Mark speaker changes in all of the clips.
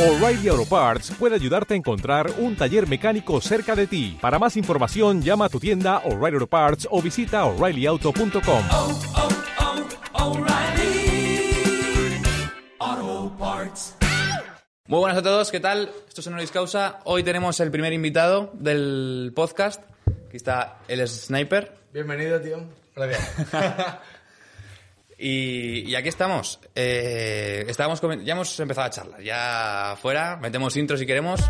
Speaker 1: O'Reilly Auto Parts puede ayudarte a encontrar un taller mecánico cerca de ti. Para más información, llama a tu tienda O'Reilly Auto Parts o visita oreillyauto.com.
Speaker 2: Muy buenas a todos, ¿qué tal? Esto es Honoris Causa. Hoy tenemos el primer invitado del podcast. Aquí está el Sniper.
Speaker 3: Bienvenido, tío. Gracias.
Speaker 2: Y, y aquí estamos. Eh, estábamos comen- ya hemos empezado a charlar. Ya fuera, metemos intro si queremos.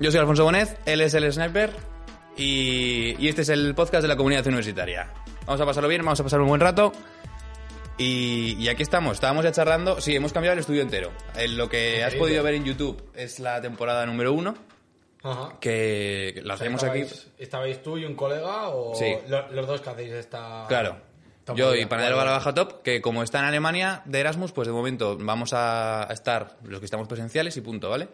Speaker 2: Yo soy Alfonso Bonet, él es el Sniper y, y este es el podcast de la comunidad universitaria. Vamos a pasarlo bien, vamos a pasar un buen rato. Y, y aquí estamos, estábamos ya charlando. Sí, hemos cambiado el estudio entero. Eh, lo que has
Speaker 3: Increíble.
Speaker 2: podido ver en YouTube es la temporada número uno,
Speaker 3: Ajá.
Speaker 2: que la hacemos aquí.
Speaker 3: ¿Estabais- ¿Estabais tú y un colega o
Speaker 2: Sí.
Speaker 3: lo- los dos que hacéis esta...?
Speaker 2: Claro.
Speaker 3: esta
Speaker 2: Yo y
Speaker 3: movida?
Speaker 2: Panadero
Speaker 3: Vale.
Speaker 2: Bala Baja Top, que como está en Alemania de Erasmus, pues de momento vamos a estar los que estamos presenciales y punto, ¿vale?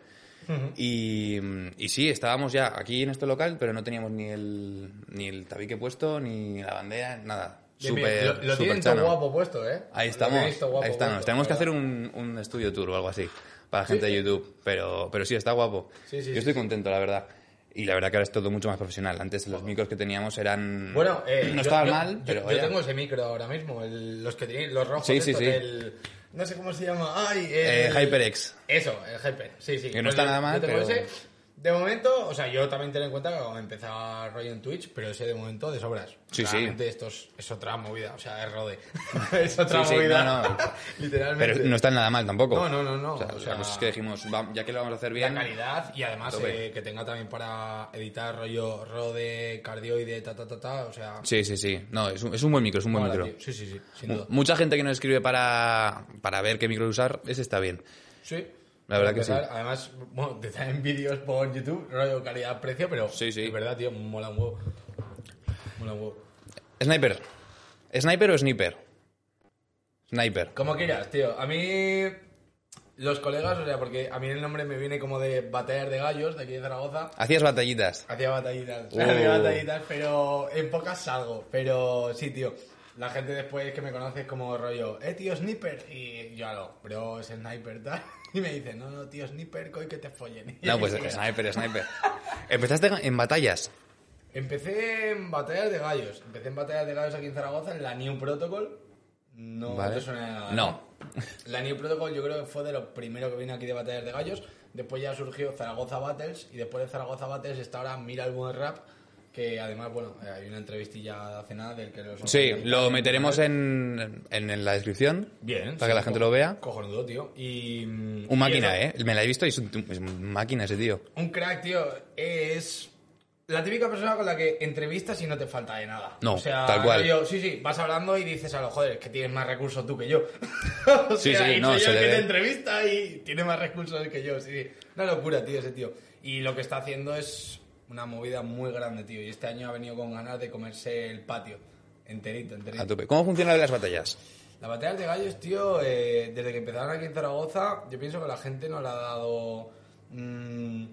Speaker 2: Y, y sí, estábamos ya aquí en este local, pero no teníamos ni el, ni el tabique puesto, ni la bandera, nada.
Speaker 3: Bien, bien.
Speaker 2: Súper
Speaker 3: Lo- lo tienen
Speaker 2: superchano.
Speaker 3: todo guapo puesto, ¿eh?
Speaker 2: Ahí
Speaker 3: Lo
Speaker 2: estamos, ahí
Speaker 3: tenéis todo guapo
Speaker 2: estamos.
Speaker 3: puesto,
Speaker 2: Tenemos que hacer
Speaker 3: ¿verdad?
Speaker 2: un, un estudio tour o algo así para la gente de YouTube, pero, pero sí, está guapo.
Speaker 3: Sí, sí,
Speaker 2: Yo
Speaker 3: sí,
Speaker 2: estoy
Speaker 3: sí.
Speaker 2: contento, la verdad. Y la verdad que ahora es todo mucho más profesional. Antes los micros que teníamos eran...
Speaker 3: Bueno, eh,
Speaker 2: no
Speaker 3: yo-
Speaker 2: estaban
Speaker 3: yo-
Speaker 2: mal,
Speaker 3: yo-
Speaker 2: pero...
Speaker 3: Yo,
Speaker 2: oye,
Speaker 3: tengo ese micro ahora mismo, el- los que tienen, los rojos
Speaker 2: Sí, sí,
Speaker 3: estos
Speaker 2: sí.
Speaker 3: del- No sé cómo se llama. Ay,
Speaker 2: eh,
Speaker 3: el-
Speaker 2: HyperX.
Speaker 3: Eso, el hyper, sí, sí.
Speaker 2: Que no está
Speaker 3: yo-
Speaker 2: nada mal,
Speaker 3: yo tengo
Speaker 2: pero-
Speaker 3: ese. De momento, o sea, yo también ten en cuenta que acabo de empezar rollo en Twitch, pero ese de momento de sobras.
Speaker 2: Sí, sí.
Speaker 3: Claramente esto es, es otra movida, o sea, es rode. es otra
Speaker 2: Sí, sí,
Speaker 3: movida.
Speaker 2: no, no.
Speaker 3: Literalmente.
Speaker 2: Pero no están nada mal tampoco.
Speaker 3: No, no, no, no,
Speaker 2: O sea,
Speaker 3: o sea,
Speaker 2: la cosa es que dijimos, va- ya que lo vamos a hacer
Speaker 3: La
Speaker 2: bien...
Speaker 3: calidad y además
Speaker 2: Tope.
Speaker 3: eh, que tenga también para editar rollo rode, cardioide, ta, ta, ta, ta, o sea...
Speaker 2: Sí, sí, sí. No, es un, es un buen micro, es un buen
Speaker 3: mola,
Speaker 2: micro.
Speaker 3: tío. Sí, sí, sí, sin
Speaker 2: Mu-
Speaker 3: duda.
Speaker 2: Mucha gente que nos escribe para, para ver qué micro usar, ese está bien.
Speaker 3: Sí.
Speaker 2: La verdad
Speaker 3: Para
Speaker 2: que sí.
Speaker 3: empezar, Además, bueno, te traen vídeos por YouTube, rollo calidad-precio, pero
Speaker 2: Sí, sí.
Speaker 3: de verdad, tío, mola un huevo. Mola un huevo.
Speaker 2: Sniper. ¿Sniper o sniper? Sniper.
Speaker 3: Como quieras, tío. A mí. Los colegas, o sea, porque a mí el nombre me viene como de batallar de gallos de aquí de Zaragoza.
Speaker 2: Hacías batallitas.
Speaker 3: Hacía batallitas,
Speaker 2: Uh.
Speaker 3: hacía batallitas, pero en pocas salgo. Pero sí, tío. La gente después que me conoce es como rollo, eh, tío, sniper. Y yo hago, bro, es sniper, tal. Y me dice, no, no, tío, sniper, coi que te follen.
Speaker 2: No, pues sniper, sniper. Empezaste en batallas.
Speaker 3: Empecé en batallas de gallos. Empecé en batallas de gallos aquí en Zaragoza, en la New Protocol. No
Speaker 2: Vale.
Speaker 3: te suena de nada,
Speaker 2: No.
Speaker 3: La New Protocol yo creo que fue de los primeros que vino aquí de batallas de gallos. Después ya surgió Zaragoza Battles y después de Zaragoza Battles está ahora Mira el Buen Rap, que además, bueno, eh, hay una entrevistilla hace nada del que los...
Speaker 2: Sí, lo meteremos en, en, en la descripción.
Speaker 3: Bien.
Speaker 2: Para que
Speaker 3: sí,
Speaker 2: la gente
Speaker 3: co-
Speaker 2: lo vea.
Speaker 3: Cojonudo, tío. Y...
Speaker 2: Un máquina, ¿eh? Me la he visto y es un, es un máquina ese tío.
Speaker 3: Un crack, tío, es la típica persona con la que entrevistas y no te falta de nada.
Speaker 2: No,
Speaker 3: o sea,
Speaker 2: tal cual.
Speaker 3: rollo, sí, sí, vas hablando y dices a los joder, es que tienes más recursos tú que yo. o
Speaker 2: Sí,
Speaker 3: sea,
Speaker 2: sí,
Speaker 3: y
Speaker 2: no,
Speaker 3: soy
Speaker 2: se
Speaker 3: el
Speaker 2: le
Speaker 3: que
Speaker 2: ve.
Speaker 3: te entrevista y tiene más recursos que yo, sí, sí. Una locura, tío, ese tío. Y lo que está haciendo es una movida muy grande, tío. Y este año ha venido con ganas de comerse el patio. Enterito, enterito.
Speaker 2: A tope. ¿Cómo funcionan las batallas?
Speaker 3: Las batallas de gallos, tío, eh, desde que empezaron aquí en Zaragoza, yo pienso que la gente no le ha dado mm,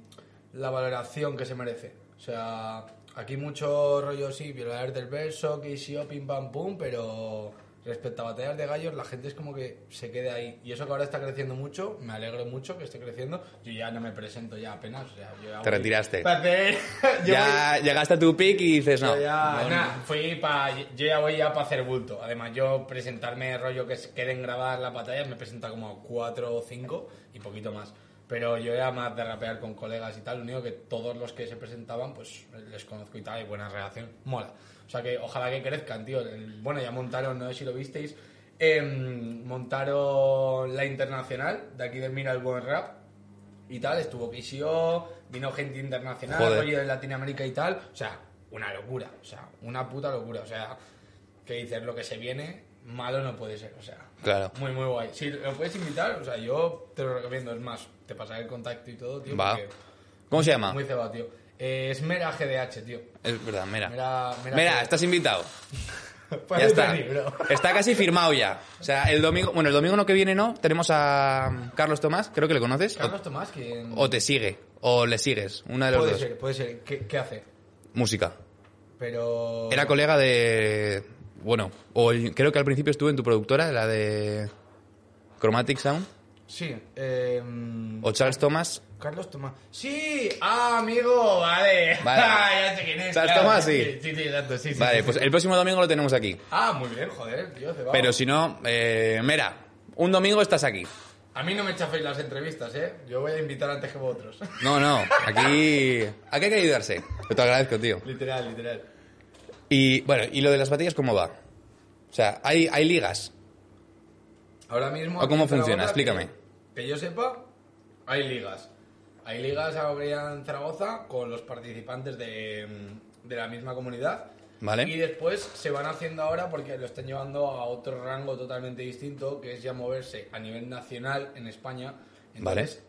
Speaker 3: la valoración que se merece. O sea, aquí mucho rollo, sí, violadores del verso, que sí, o pim pam pum, pero respecto a batallas de gallos, la gente es como que se queda ahí. Y eso que ahora está creciendo mucho, me alegro mucho que esté creciendo. Yo ya no me presento ya apenas. O sea, yo ya
Speaker 2: Te
Speaker 3: voy
Speaker 2: retiraste.
Speaker 3: pa' hacer- yo voy-
Speaker 2: ya llegaste a tu pick y dices no.
Speaker 3: yo ya,
Speaker 2: no,
Speaker 3: nah, fui pa- yo ya voy ya para hacer bulto. Además, yo presentarme rollo que se queden grabadas las batallas, me presenta como cuatro o cinco y poquito más. Pero yo era más de rapear con colegas y tal, lo único que todos los que se presentaban, pues les conozco y tal, y buena relación. Mola. O sea que ojalá que crezcan, tío. El- Bueno, ya montaron, no sé si lo visteis, em, montaron la internacional de aquí del Mira el Buen Rap y tal, estuvo Kishio, vino gente internacional,
Speaker 2: Joder.
Speaker 3: rollo de Latinoamérica y tal, o sea, una locura, o sea, una puta locura, o sea, que dices, lo que se viene, malo no puede ser, o sea,
Speaker 2: Claro.
Speaker 3: muy, muy guay. Si lo puedes invitar, o sea, yo te lo recomiendo, es más, te pasaré el contacto y todo, tío,
Speaker 2: Va. Ah.
Speaker 3: porque
Speaker 2: ¿Cómo se
Speaker 3: muy
Speaker 2: llama?
Speaker 3: cebado, tío. Eh, es Mera GDH, tío.
Speaker 2: Es verdad, mira.
Speaker 3: Mera, mera,
Speaker 2: Mira,
Speaker 3: GDH.
Speaker 2: estás invitado.
Speaker 3: Puedes
Speaker 2: Ya está.
Speaker 3: venir, bro.
Speaker 2: Está casi firmado ya. O sea, el domingo, bueno, el domingo no que viene no, tenemos a um, Carlos Tomás, creo que le conoces. O,
Speaker 3: Carlos Tomás, que
Speaker 2: o te sigue, o le sigues, una de los
Speaker 3: puede
Speaker 2: dos.
Speaker 3: ser, puede ser, ¿qué, qué hace?
Speaker 2: Música.
Speaker 3: Pero...
Speaker 2: Era colega de, Bueno, o el- creo que al principio estuve en tu productora, la de Chromatic Sound,
Speaker 4: Sí. eh,
Speaker 3: em,
Speaker 4: mm,
Speaker 2: o Charles Thomas.
Speaker 4: Carlos Tomás.
Speaker 3: Sí, ah, amigo, vale.
Speaker 2: Vale.
Speaker 3: Ah, ya sé quién es.
Speaker 2: ¿Sabes
Speaker 3: claro.
Speaker 2: Tomás? Sí.
Speaker 3: Sí, sí, exacto, sí, sí,
Speaker 2: Vale,
Speaker 3: sí,
Speaker 2: pues
Speaker 3: sí.
Speaker 2: el próximo domingo lo tenemos aquí.
Speaker 3: Ah, muy bien, joder, tío, cebado.
Speaker 2: Pero si no, eh, mira, un domingo estás aquí.
Speaker 3: A mí no me chaféis las entrevistas, ¿eh? Yo voy a invitar antes que vosotros.
Speaker 2: No, no, aquí, aquí hay que ayudarse. Yo te agradezco, tío.
Speaker 3: literal, literal.
Speaker 2: Y bueno, ¿y lo de las batallas cómo va? O sea, hay, hay ligas.
Speaker 3: Ahora mismo...
Speaker 2: ¿O cómo
Speaker 3: aquí en
Speaker 2: funciona?
Speaker 3: Zaragoza,
Speaker 2: Explícame.
Speaker 3: Que, que yo sepa, hay ligas. Hay ligas ahora en Zaragoza con los participantes de, mm, de la misma comunidad.
Speaker 2: Vale.
Speaker 3: Y después se van haciendo ahora porque lo están llevando a otro rango totalmente distinto, que es ya moverse a nivel nacional en España. Entonces,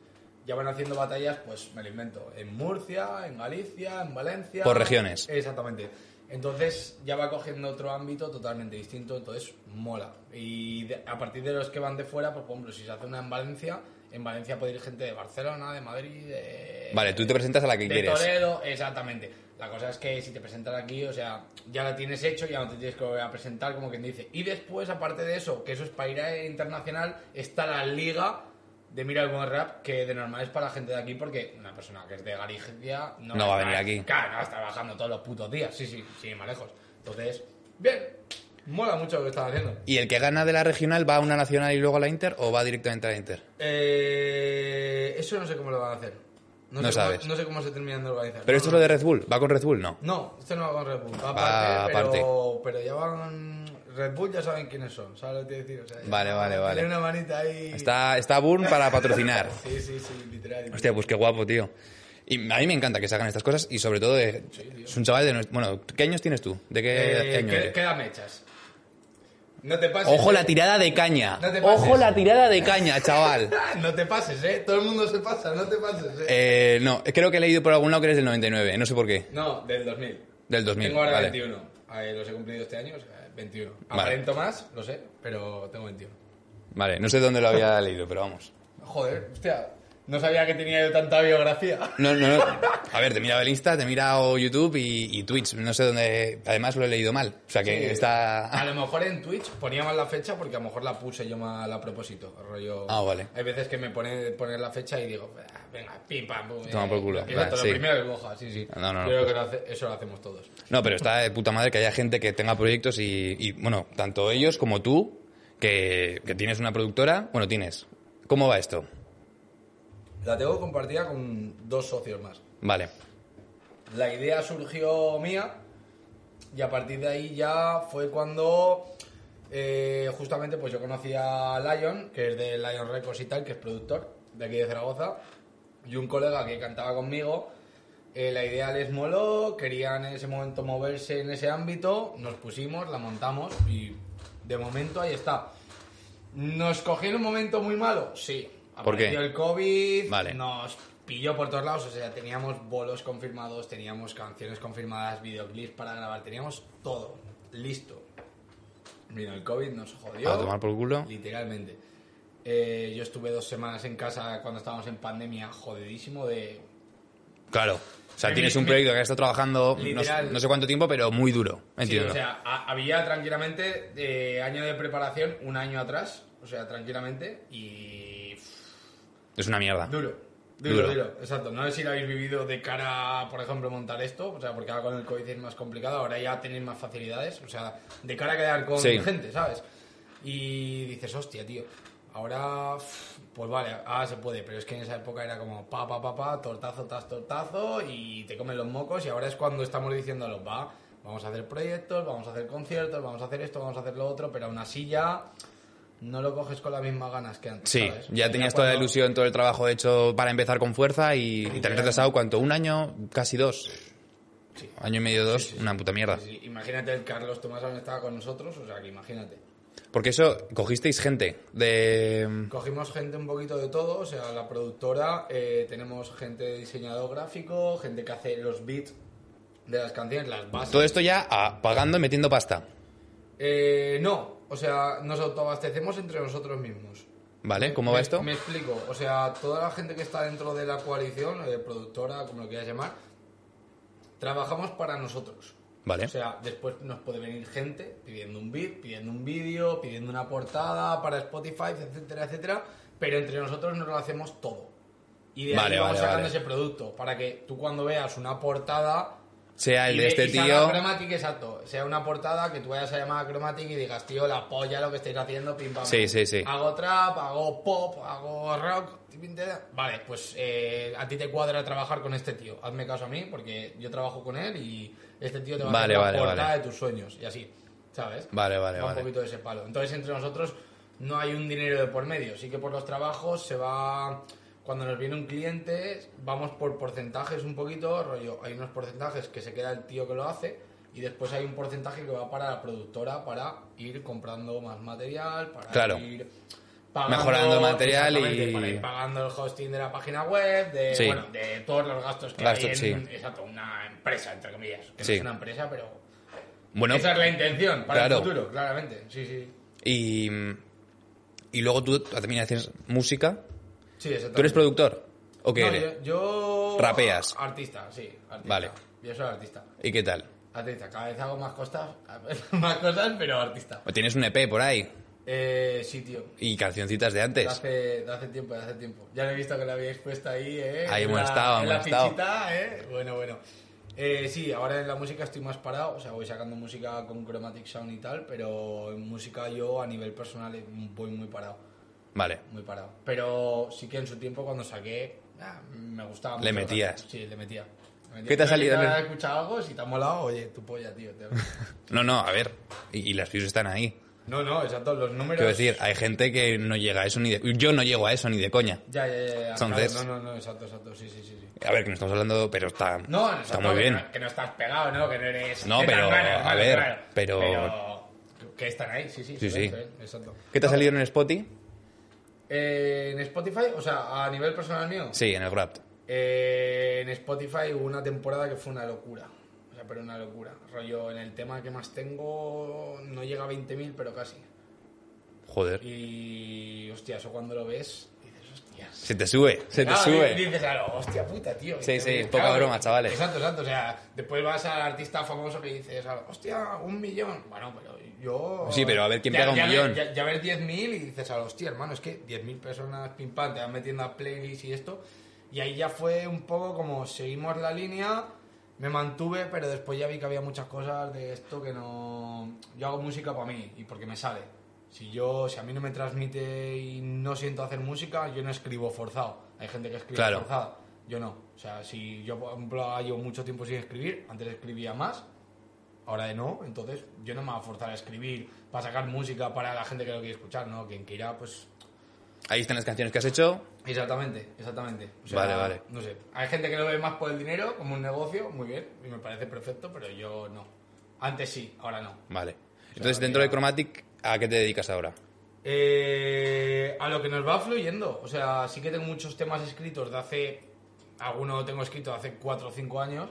Speaker 3: ya van haciendo batallas, pues me lo invento, en Murcia, en Galicia, en Valencia.
Speaker 2: Por regiones.
Speaker 3: Exactamente. Entonces ya va cogiendo otro ámbito totalmente distinto, entonces mola. Y de- a partir de los que van de fuera, pues por ejemplo, si se hace una en Valencia, en Valencia puede ir gente de Barcelona, de Madrid, de...
Speaker 2: Vale, tú te presentas a la que
Speaker 3: de
Speaker 2: quieres.
Speaker 3: Toledo, exactamente. La cosa es que si te presentas aquí, o sea, ya la tienes hecho, ya no te tienes que volver a presentar, como quien dice. Y después, aparte de eso, que eso es para ir a internacional, está la liga de Mira el Buen Rap, que de normal es para la gente de aquí, porque una persona que es de Galicia no,
Speaker 2: No va a
Speaker 3: estar-
Speaker 2: venir aquí.
Speaker 3: Claro, no va a estar trabajando todos los putos días, sí, sí, sí, más lejos. Entonces, bien, mola mucho lo que estás haciendo.
Speaker 2: ¿Y el que gana de la regional va a una nacional y luego a la Inter o va directamente a la Inter?
Speaker 3: Eh, eso no sé cómo lo van a hacer.
Speaker 2: No
Speaker 3: sé cómo-
Speaker 2: sabes.
Speaker 3: no sé cómo se terminan de organizar.
Speaker 2: Pero esto es
Speaker 3: No,
Speaker 2: lo
Speaker 3: no.
Speaker 2: de Red Bull. ¿Va con Red Bull? No.
Speaker 3: No, este no va con Red Bull.
Speaker 2: Ah,
Speaker 3: Va
Speaker 2: Va
Speaker 3: aparte, Pero, pero ya van. Red Bull ya saben quiénes son, ¿sabes lo que te quiero decir? O sea, ya-
Speaker 2: Vale, vale, vale.
Speaker 3: Tiene una manita ahí.
Speaker 2: Está, está Burn para patrocinar.
Speaker 3: Sí, sí, sí, literal. literal.
Speaker 2: Hostia, pues qué guapo, tío. Y a mí me encanta que se hagan estas cosas y sobre todo de- es un chaval de... nues- Bueno, ¿qué años tienes tú? ¿De qué
Speaker 3: Eh,
Speaker 2: año
Speaker 3: qué-
Speaker 2: eres?
Speaker 3: queda mechas. No te pases.
Speaker 2: Ojo
Speaker 3: eh.
Speaker 2: la tirada de caña.
Speaker 3: No te pases.
Speaker 2: Ojo la tirada de caña, chaval.
Speaker 3: No te pases, eh. Todo el mundo se pasa, no te pases, eh.
Speaker 2: Eh, no, creo que he leído por algún lado que eres del 99, no sé por qué.
Speaker 3: No, del 2000.
Speaker 2: Del 2000.
Speaker 3: Tengo ahora
Speaker 2: Eh. vale.
Speaker 3: 21. Eh, los he cumplido este año, o sea, 21.
Speaker 2: Vale.
Speaker 3: Aparento más, lo sé, pero tengo 21.
Speaker 2: Vale, no sé dónde lo había leído, pero vamos.
Speaker 3: Joder, hostia. No sabía que tenía yo tanta biografía.
Speaker 2: No, no, no. A ver, te he mirado el Insta, te he mirado YouTube y, y Twitch. No sé dónde. Además lo he leído mal. O sea que
Speaker 3: Sí. Ah, A
Speaker 2: está.
Speaker 3: lo mejor en Twitch ponía mal la fecha porque a lo mejor la puse yo mal a propósito. Rollo...
Speaker 2: Ah, vale.
Speaker 3: Hay veces que me pone poner la fecha y digo, "Ah, venga, pim, pam, pum.
Speaker 2: Toma por culo.
Speaker 3: Exacto,
Speaker 2: Vale,
Speaker 3: lo
Speaker 2: sí.
Speaker 3: primero que coja, sí, sí.
Speaker 2: No, no, no,
Speaker 3: Yo creo
Speaker 2: pues-
Speaker 3: que lo hace- eso lo hacemos todos.
Speaker 2: No, pero está de puta madre que haya gente que tenga proyectos y, y, bueno, tanto ellos como tú, que, que tienes una productora. Bueno, tienes. ¿Cómo va esto?
Speaker 3: La tengo compartida con dos socios más.
Speaker 2: Vale.
Speaker 3: La idea surgió mía y a partir de ahí ya fue cuando eh, justamente pues yo conocí a Lion, que es de Lion Records y tal, que es productor de aquí de Zaragoza, y un colega que cantaba conmigo. eh, la idea les moló, querían en ese momento moverse en ese ámbito, nos pusimos, la montamos y de momento ahí está. ¿Nos cogió en un momento muy malo? Sí.
Speaker 2: ¿Por qué?
Speaker 3: Apareció el COVID,
Speaker 2: Vale.
Speaker 3: nos pilló por todos lados, o sea, teníamos bolos confirmados, teníamos canciones confirmadas, videoclips para grabar, teníamos todo listo. Vino el COVID, nos jodió.
Speaker 2: A tomar por culo.
Speaker 3: Literalmente. Eh, yo estuve dos semanas en casa cuando estábamos en pandemia, jodidísimo de...
Speaker 2: Claro. O sea,
Speaker 3: Mi-
Speaker 2: tienes un
Speaker 3: mi-
Speaker 2: proyecto que has estado trabajando no,
Speaker 3: Literal.
Speaker 2: no sé cuánto tiempo, pero muy duro.
Speaker 3: Sí,
Speaker 2: Entiendo.
Speaker 3: o sea, ha- había tranquilamente eh, año de preparación, un año atrás, o sea, tranquilamente, y...
Speaker 2: es una mierda.
Speaker 3: Duro. Duro,
Speaker 2: Duro.
Speaker 3: duro, exacto. No sé si lo habéis vivido de cara, por ejemplo, montar esto, o sea, porque ahora con el COVID es más complicado, ahora ya tenéis más facilidades, o sea, de cara a quedar con
Speaker 2: Sí.
Speaker 3: gente, ¿sabes? Y dices, hostia, tío, ahora, uf, pues vale, ahora se puede, pero es que en esa época era como pa, pa, pa, pa, tortazo, tras tortazo, y te comen los mocos, y ahora es cuando estamos diciéndolos, va, vamos a hacer proyectos, vamos a hacer conciertos, vamos a hacer esto, vamos a hacer lo otro, pero aún así ya no lo coges con las mismas ganas que antes.
Speaker 2: Sí,
Speaker 3: ¿sabes?
Speaker 2: ya
Speaker 3: Era
Speaker 2: tenías toda la
Speaker 3: cuando-
Speaker 2: ilusión, todo el trabajo hecho para empezar con fuerza y, y te has retrasado cuánto, un año, casi dos.
Speaker 3: Sí.
Speaker 2: Año y medio, dos, una puta mierda.
Speaker 3: Sí, sí. Imagínate el Carlos Tomás aún estaba con nosotros, o sea que imagínate.
Speaker 2: Porque eso, cogisteis gente de...
Speaker 3: Cogimos gente un poquito de todo, o sea, la productora, eh, tenemos gente de diseñador gráfico, gente que hace los beats de las canciones, las bases.
Speaker 2: Todo esto ya a- pagando y metiendo pasta,
Speaker 3: Eh, no, o sea, nos autoabastecemos entre nosotros mismos.
Speaker 2: ¿vale? ¿Cómo
Speaker 3: Me-
Speaker 2: va esto?
Speaker 3: Me explico. O sea, toda la gente que está dentro de la coalición, eh, productora, como lo quieras llamar, trabajamos para nosotros.
Speaker 2: Vale.
Speaker 3: O sea, después nos puede venir gente pidiendo un beat, pidiendo un vídeo, pidiendo una portada para Spotify, etcétera, etcétera. Pero entre nosotros nos lo hacemos todo. Y de
Speaker 2: Vale,
Speaker 3: ahí vamos
Speaker 2: vale,
Speaker 3: sacando
Speaker 2: vale.
Speaker 3: ese producto para que tú cuando veas una portada
Speaker 2: sea el
Speaker 3: y
Speaker 2: de
Speaker 3: ve-
Speaker 2: este
Speaker 3: y salga
Speaker 2: tío.
Speaker 3: Chromatic, exacto. Sea una portada que tú vayas a llamar a Chromatic y digas, tío, la polla lo que estáis haciendo, pim pam.
Speaker 2: Sí, sí, sí.
Speaker 3: Hago trap, hago pop, hago rock. tin, tin, tin. Vale, pues eh, a ti te cuadra trabajar con este tío. Hazme caso a mí, porque yo trabajo con él y este tío te va
Speaker 2: Vale,
Speaker 3: a hacer
Speaker 2: vale,
Speaker 3: la portada
Speaker 2: vale.
Speaker 3: de tus sueños. Y así, ¿sabes?
Speaker 2: Vale, vale,
Speaker 3: Va
Speaker 2: vale.
Speaker 3: un poquito de ese palo. Entonces, entre nosotros no hay un dinero de por medio. Sí que por los trabajos se va. Cuando nos viene un cliente, vamos por porcentajes un poquito, rollo. Hay unos porcentajes que se queda el tío que lo hace y después hay un porcentaje que va para la productora para ir comprando más material, para
Speaker 2: Claro.
Speaker 3: ir
Speaker 2: Mejorando el material y-
Speaker 3: exactamente, para ir pagando el hosting de la página web, de,
Speaker 2: Sí.
Speaker 3: bueno, de todos los gastos que
Speaker 2: Gastos,
Speaker 3: hay en
Speaker 2: sí.
Speaker 3: exacto, una empresa, entre comillas. Que
Speaker 2: Sí.
Speaker 3: no es una empresa, pero
Speaker 2: Bueno,
Speaker 3: esa es la intención para
Speaker 2: claro.
Speaker 3: el futuro, claramente. Sí, sí.
Speaker 2: y, y luego tú también haces música.
Speaker 3: Sí, exactamente.
Speaker 2: ¿Tú eres productor? ¿O qué
Speaker 3: No,
Speaker 2: eres?
Speaker 3: yo, yo-
Speaker 2: Rapeas.
Speaker 3: Artista, sí. Artista.
Speaker 2: Vale.
Speaker 3: Yo soy artista.
Speaker 2: ¿Y qué tal?
Speaker 3: Artista. Cada vez hago más cosas, más cosas, pero artista.
Speaker 2: ¿O tienes un EP por ahí?
Speaker 3: Eh, sí, tío.
Speaker 2: Y cancioncitas de
Speaker 3: De
Speaker 2: antes.
Speaker 3: hace, de hace tiempo, de hace tiempo. Ya lo he visto que la habíais puesto ahí, ¿eh?
Speaker 2: Ahí
Speaker 3: en
Speaker 2: hemos
Speaker 3: la-
Speaker 2: estado,
Speaker 3: en
Speaker 2: hemos
Speaker 3: la
Speaker 2: estado.
Speaker 3: fichita, ¿eh? Bueno, bueno. Eh, sí, ahora en la música estoy más parado. O sea, voy sacando música con Chromatic Sound y tal, pero en música yo a nivel personal eh, voy muy parado.
Speaker 2: Vale.
Speaker 3: muy parado. Pero sí que en su tiempo cuando saqué, ah, me gustaba mucho.
Speaker 2: Le metías.
Speaker 3: Sí, le metía. Le metía.
Speaker 2: ¿Qué te ha
Speaker 3: Pero
Speaker 2: salido?
Speaker 3: Si te has escuchado algo, si te ha molado, oye, tu polla, tío. te-
Speaker 2: No, no, a ver. Y, y las views están ahí.
Speaker 3: No, no, exacto, los números...
Speaker 2: Quiero decir, hay gente que no llega a eso ni de... Yo no llego a eso ni de coña.
Speaker 3: Ya, ya, ya. ya,
Speaker 2: Entonces-
Speaker 3: claro, No, no, no, exacto, exacto, sí, sí, sí. sí.
Speaker 2: A ver, que no estamos hablando, pero está,
Speaker 3: No,
Speaker 2: está
Speaker 3: exacto,
Speaker 2: muy
Speaker 3: que
Speaker 2: bien.
Speaker 3: no- Que no estás pegado, ¿no? Que no eres...
Speaker 2: No,
Speaker 3: de
Speaker 2: pero,
Speaker 3: Tangana,
Speaker 2: a
Speaker 3: claro,
Speaker 2: ver,
Speaker 3: claro.
Speaker 2: pero-
Speaker 3: pero Que están ahí, sí, sí.
Speaker 2: Sí,
Speaker 3: se ven,
Speaker 2: sí.
Speaker 3: se ven, Exacto.
Speaker 2: ¿Qué te ha salido en el Spotify?
Speaker 3: Eh, en Spotify, o sea, a nivel personal mío,
Speaker 2: Sí, en el Wrapped.
Speaker 3: Eh, en Spotify hubo una temporada que fue una locura. O sea, pero una locura. Rollo, en el tema que más tengo no llega a 20.000, pero casi.
Speaker 2: Joder.
Speaker 3: Y, hostia, eso cuando lo ves, dices, hostias.
Speaker 2: Se te sube, se te
Speaker 3: Claro,
Speaker 2: sube.
Speaker 3: Dices, claro, hostia puta, tío.
Speaker 2: Sí,
Speaker 3: Dices,
Speaker 2: sí, es poca broma, chavales.
Speaker 3: Exacto, exacto. O sea, después vas al artista famoso que dices, hostia, un millón. Bueno, pero yo...
Speaker 2: Sí, pero a ver quién
Speaker 3: Ya-
Speaker 2: pega un
Speaker 3: ya ves-
Speaker 2: millón.
Speaker 3: Ya, ya ves 10.000 y dices, "Ah, hostia, hermano, es que 10.000 personas, pim pam, te van metiendo a playlists y esto. Y ahí ya fue un poco como seguimos la línea, me mantuve, pero después ya vi que había muchas cosas de esto que no... Yo hago música para mí y porque me sale. Si yo, si a mí no me transmite y no siento hacer música, yo no escribo forzado. Hay gente que escribe
Speaker 2: Claro.
Speaker 3: forzada, yo no. O sea, si yo, por ejemplo, llevo mucho tiempo sin escribir, antes escribía más, ahora de no, entonces yo no me voy a forzar a escribir para sacar música para la gente que lo quiere escuchar, ¿no? Quien quiera, pues...
Speaker 2: Ahí están las canciones que has hecho.
Speaker 3: Exactamente, exactamente. O
Speaker 2: Vale, vale.
Speaker 3: No sé, hay gente que lo ve más por el dinero, como un negocio, muy bien, y me parece perfecto, pero yo no. Antes sí, ahora no.
Speaker 2: Vale. Entonces, dentro de Chromatic, ¿a qué te dedicas ahora?
Speaker 3: Eh, a lo que nos va fluyendo. O sea, sí que tengo muchos temas escritos de hace. Alguno lo tengo escrito de hace 4 o 5 años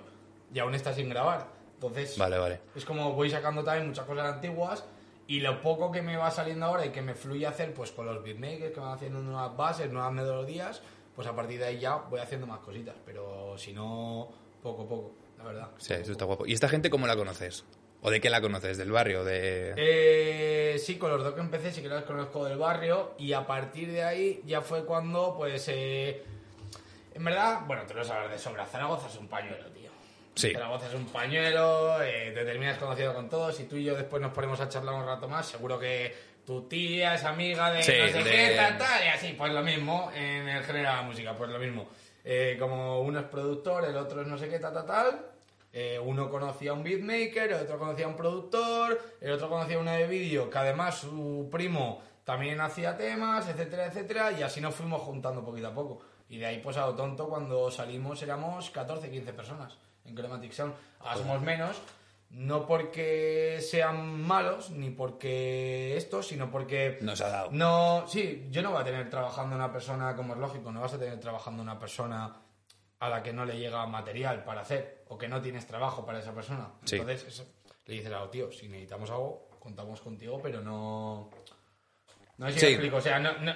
Speaker 3: y aún está sin grabar. Entonces.
Speaker 2: Vale, vale.
Speaker 3: Es como voy sacando también muchas cosas antiguas y lo poco que me va saliendo ahora y que me fluye hacer, pues con los beatmakers que van haciendo nuevas bases, nuevas melodías, pues a partir de ahí ya voy haciendo más cositas. Pero si no, poco a poco, la verdad.
Speaker 2: Sí,
Speaker 3: Poco a
Speaker 2: eso
Speaker 3: poco.
Speaker 2: está guapo. ¿Y esta gente cómo la conoces? ¿O de qué la conoces? ¿Del barrio? ¿De...?
Speaker 3: Eh, sí, con los dos que empecé, sí que los conozco del barrio. Y a partir de ahí ya fue cuando, pues. eh, en verdad, bueno, te lo sabes de sobra. Zaragoza es un pañuelo, tío.
Speaker 2: Sí.
Speaker 3: Zaragoza es un pañuelo, eh, te terminas conocido con todos. Y tú y yo después nos ponemos a charlar un rato más. Seguro que tu tía es amiga de
Speaker 2: Sí,
Speaker 3: no sé
Speaker 2: de-
Speaker 3: qué, tal, tal. Y así, pues lo mismo. En el género de la música, pues lo mismo. Eh, como uno es productor, el otro es no sé qué, tal, tal, tal. Eh, uno conocía a un beatmaker, el otro conocía a un productor, el otro conocía a uno de vídeo, que además su primo también hacía temas, etcétera, etcétera, y así nos fuimos juntando poquito a poco. Y de ahí, pues a lo tonto, cuando salimos éramos 14, 15 personas en Chromatic Sound. Ahora somos menos, no porque sean malos, ni porque esto, sino porque...
Speaker 2: Nos ha dado.
Speaker 3: No, sí, yo no voy a tener trabajando una persona, como es lógico, no vas a tener trabajando una persona a la que no le llega material para hacer o que no tienes trabajo para esa persona.
Speaker 2: Sí.
Speaker 3: Entonces eso, le dices algo, tío, si necesitamos algo, contamos contigo, pero no... No sé si
Speaker 2: Sí.
Speaker 3: me explico, o sea, no, no-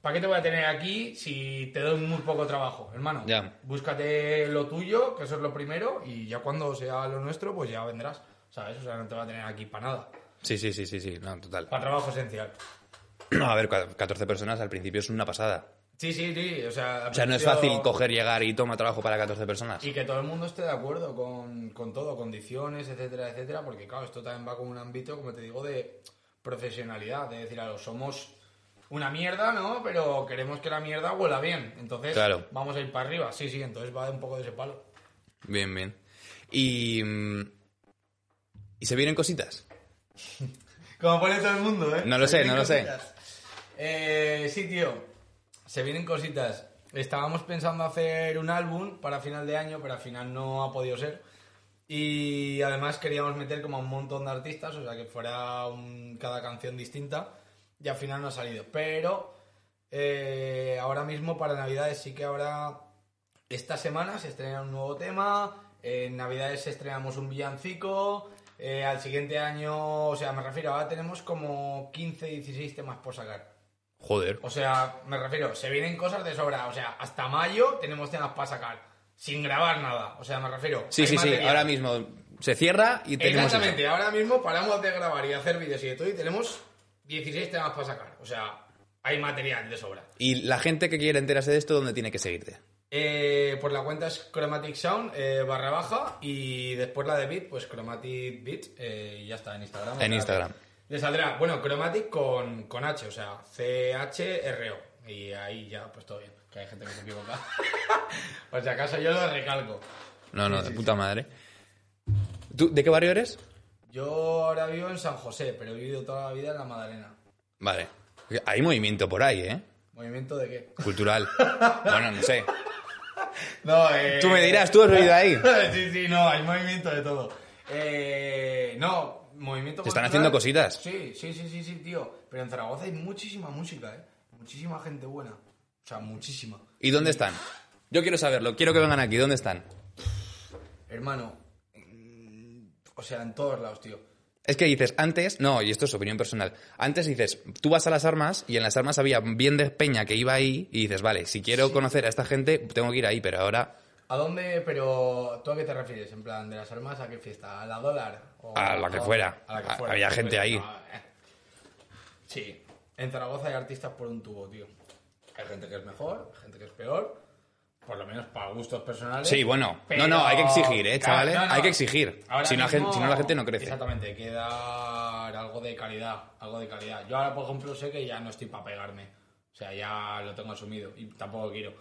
Speaker 3: ¿Para qué te voy a tener aquí si te doy muy poco trabajo, hermano?
Speaker 2: Ya.
Speaker 3: Búscate lo tuyo, que eso es lo primero, y ya cuando sea lo nuestro, pues ya vendrás, ¿sabes? O sea, no te va a tener aquí para nada.
Speaker 2: Sí, sí, sí, sí, sí, no, total.
Speaker 3: Para trabajo esencial.
Speaker 2: A ver, cua- 14 personas al principio es una pasada.
Speaker 3: Sí, sí, sí. O sea, al
Speaker 2: O sea, no es
Speaker 3: principio-
Speaker 2: fácil coger, llegar y toma trabajo para 14 personas.
Speaker 3: Y que todo el mundo esté de acuerdo con, con todo, condiciones, etcétera, etcétera, porque claro, esto también va con un ámbito, como te digo, de profesionalidad, de decir, algo, somos una mierda, ¿no? Pero queremos que la mierda huela bien, entonces
Speaker 2: Claro.
Speaker 3: vamos a ir para arriba, sí, sí, entonces va un poco de ese palo.
Speaker 2: Bien, bien. Y. mm, ¿Y se vienen cositas?
Speaker 3: Como pone todo el mundo, ¿eh?
Speaker 2: No lo
Speaker 3: Se
Speaker 2: sé,
Speaker 3: vienen
Speaker 2: no lo sé.
Speaker 3: cositas. Eh, sí, tío. Se vienen cositas. Estábamos pensando hacer un álbum para final de año, pero al final no ha podido ser. Y además queríamos meter como a un montón de artistas, o sea, que fuera un- cada canción distinta. Y al final no ha salido. Pero eh, ahora mismo para Navidades sí que habrá... Esta semana se estrena un nuevo tema, en Navidades estrenamos un villancico, eh, al siguiente año, o sea, me refiero, ahora tenemos como 15, 16 temas por sacar.
Speaker 2: Joder.
Speaker 3: O sea, me refiero, se vienen cosas de sobra. O sea, hasta mayo tenemos temas para sacar. Sin grabar nada. O sea, me refiero.
Speaker 2: Sí,
Speaker 3: hay
Speaker 2: sí, sí.
Speaker 3: material.
Speaker 2: Ahora mismo se cierra y tenemos. eso.
Speaker 3: Exactamente, ahora mismo paramos de grabar y hacer vídeos y de todo y tenemos 16 temas para sacar. O sea, hay material de sobra.
Speaker 2: Y la gente que quiera enterarse de esto, ¿dónde tiene que seguirte?
Speaker 3: Eh, por la cuenta es Chromatic Sound eh, barra baja y después la de Beat, pues Chromatic Beat eh, y ya está en Instagram. O sea,
Speaker 2: En Instagram.
Speaker 3: Le saldrá, bueno, Chromatic con, con H, o sea, C-H-R-O. Y ahí ya, pues todo bien, que hay gente que se equivoca. por si acaso yo lo recalco.
Speaker 2: No, no,
Speaker 3: Sí,
Speaker 2: de
Speaker 3: sí,
Speaker 2: puta madre. ¿Tú de qué barrio eres?
Speaker 3: Yo ahora vivo en San José, pero he vivido toda la vida en la Madalena.
Speaker 2: Vale. Hay movimiento por ahí, ¿eh?
Speaker 3: ¿Movimiento de qué?
Speaker 2: Cultural. Bueno, no sé.
Speaker 3: No, eh,
Speaker 2: Tú me dirás, tú has vivido ahí.
Speaker 3: sí, sí, no, hay movimiento de todo. Eh, no, movimiento.
Speaker 2: Te están
Speaker 3: cultural-
Speaker 2: haciendo cositas.
Speaker 3: Sí, sí, sí, sí, sí, tío. Pero en Zaragoza hay muchísima música, ¿eh? Muchísima gente buena. O sea, muchísima.
Speaker 2: ¿Y dónde están? Yo quiero saberlo, quiero que vengan aquí. ¿Dónde están?
Speaker 3: Hermano, mm, o sea, en todos lados, tío.
Speaker 2: Es que dices, antes, no, y esto es opinión personal, antes dices, tú vas a las armas y en las armas había bien de peña que iba ahí y dices, vale, si quiero conocer a esta gente, tengo que ir ahí, pero ahora
Speaker 3: ¿A dónde, pero tú a qué te refieres? En plan, de las armas, ¿a qué fiesta? ¿A la dólar? ¿O
Speaker 2: A la que fuera.
Speaker 3: A la que
Speaker 2: A-
Speaker 3: fuera.
Speaker 2: había gente ahí.
Speaker 3: no, eh. Sí. En Zaragoza hay artistas por un tubo, tío. Hay gente que es mejor, hay gente que es peor. Por lo menos para gustos personales.
Speaker 2: Sí, bueno.
Speaker 3: Pero-
Speaker 2: No, no, hay que exigir, ¿eh, chavales? Hay que exigir.
Speaker 3: Ahora
Speaker 2: Si no, la gente- si no, la gente no crece.
Speaker 3: Exactamente, hay que dar algo de calidad, algo de calidad. Yo ahora, por ejemplo, sé que ya no estoy para pegarme. O sea, ya lo tengo asumido y tampoco quiero.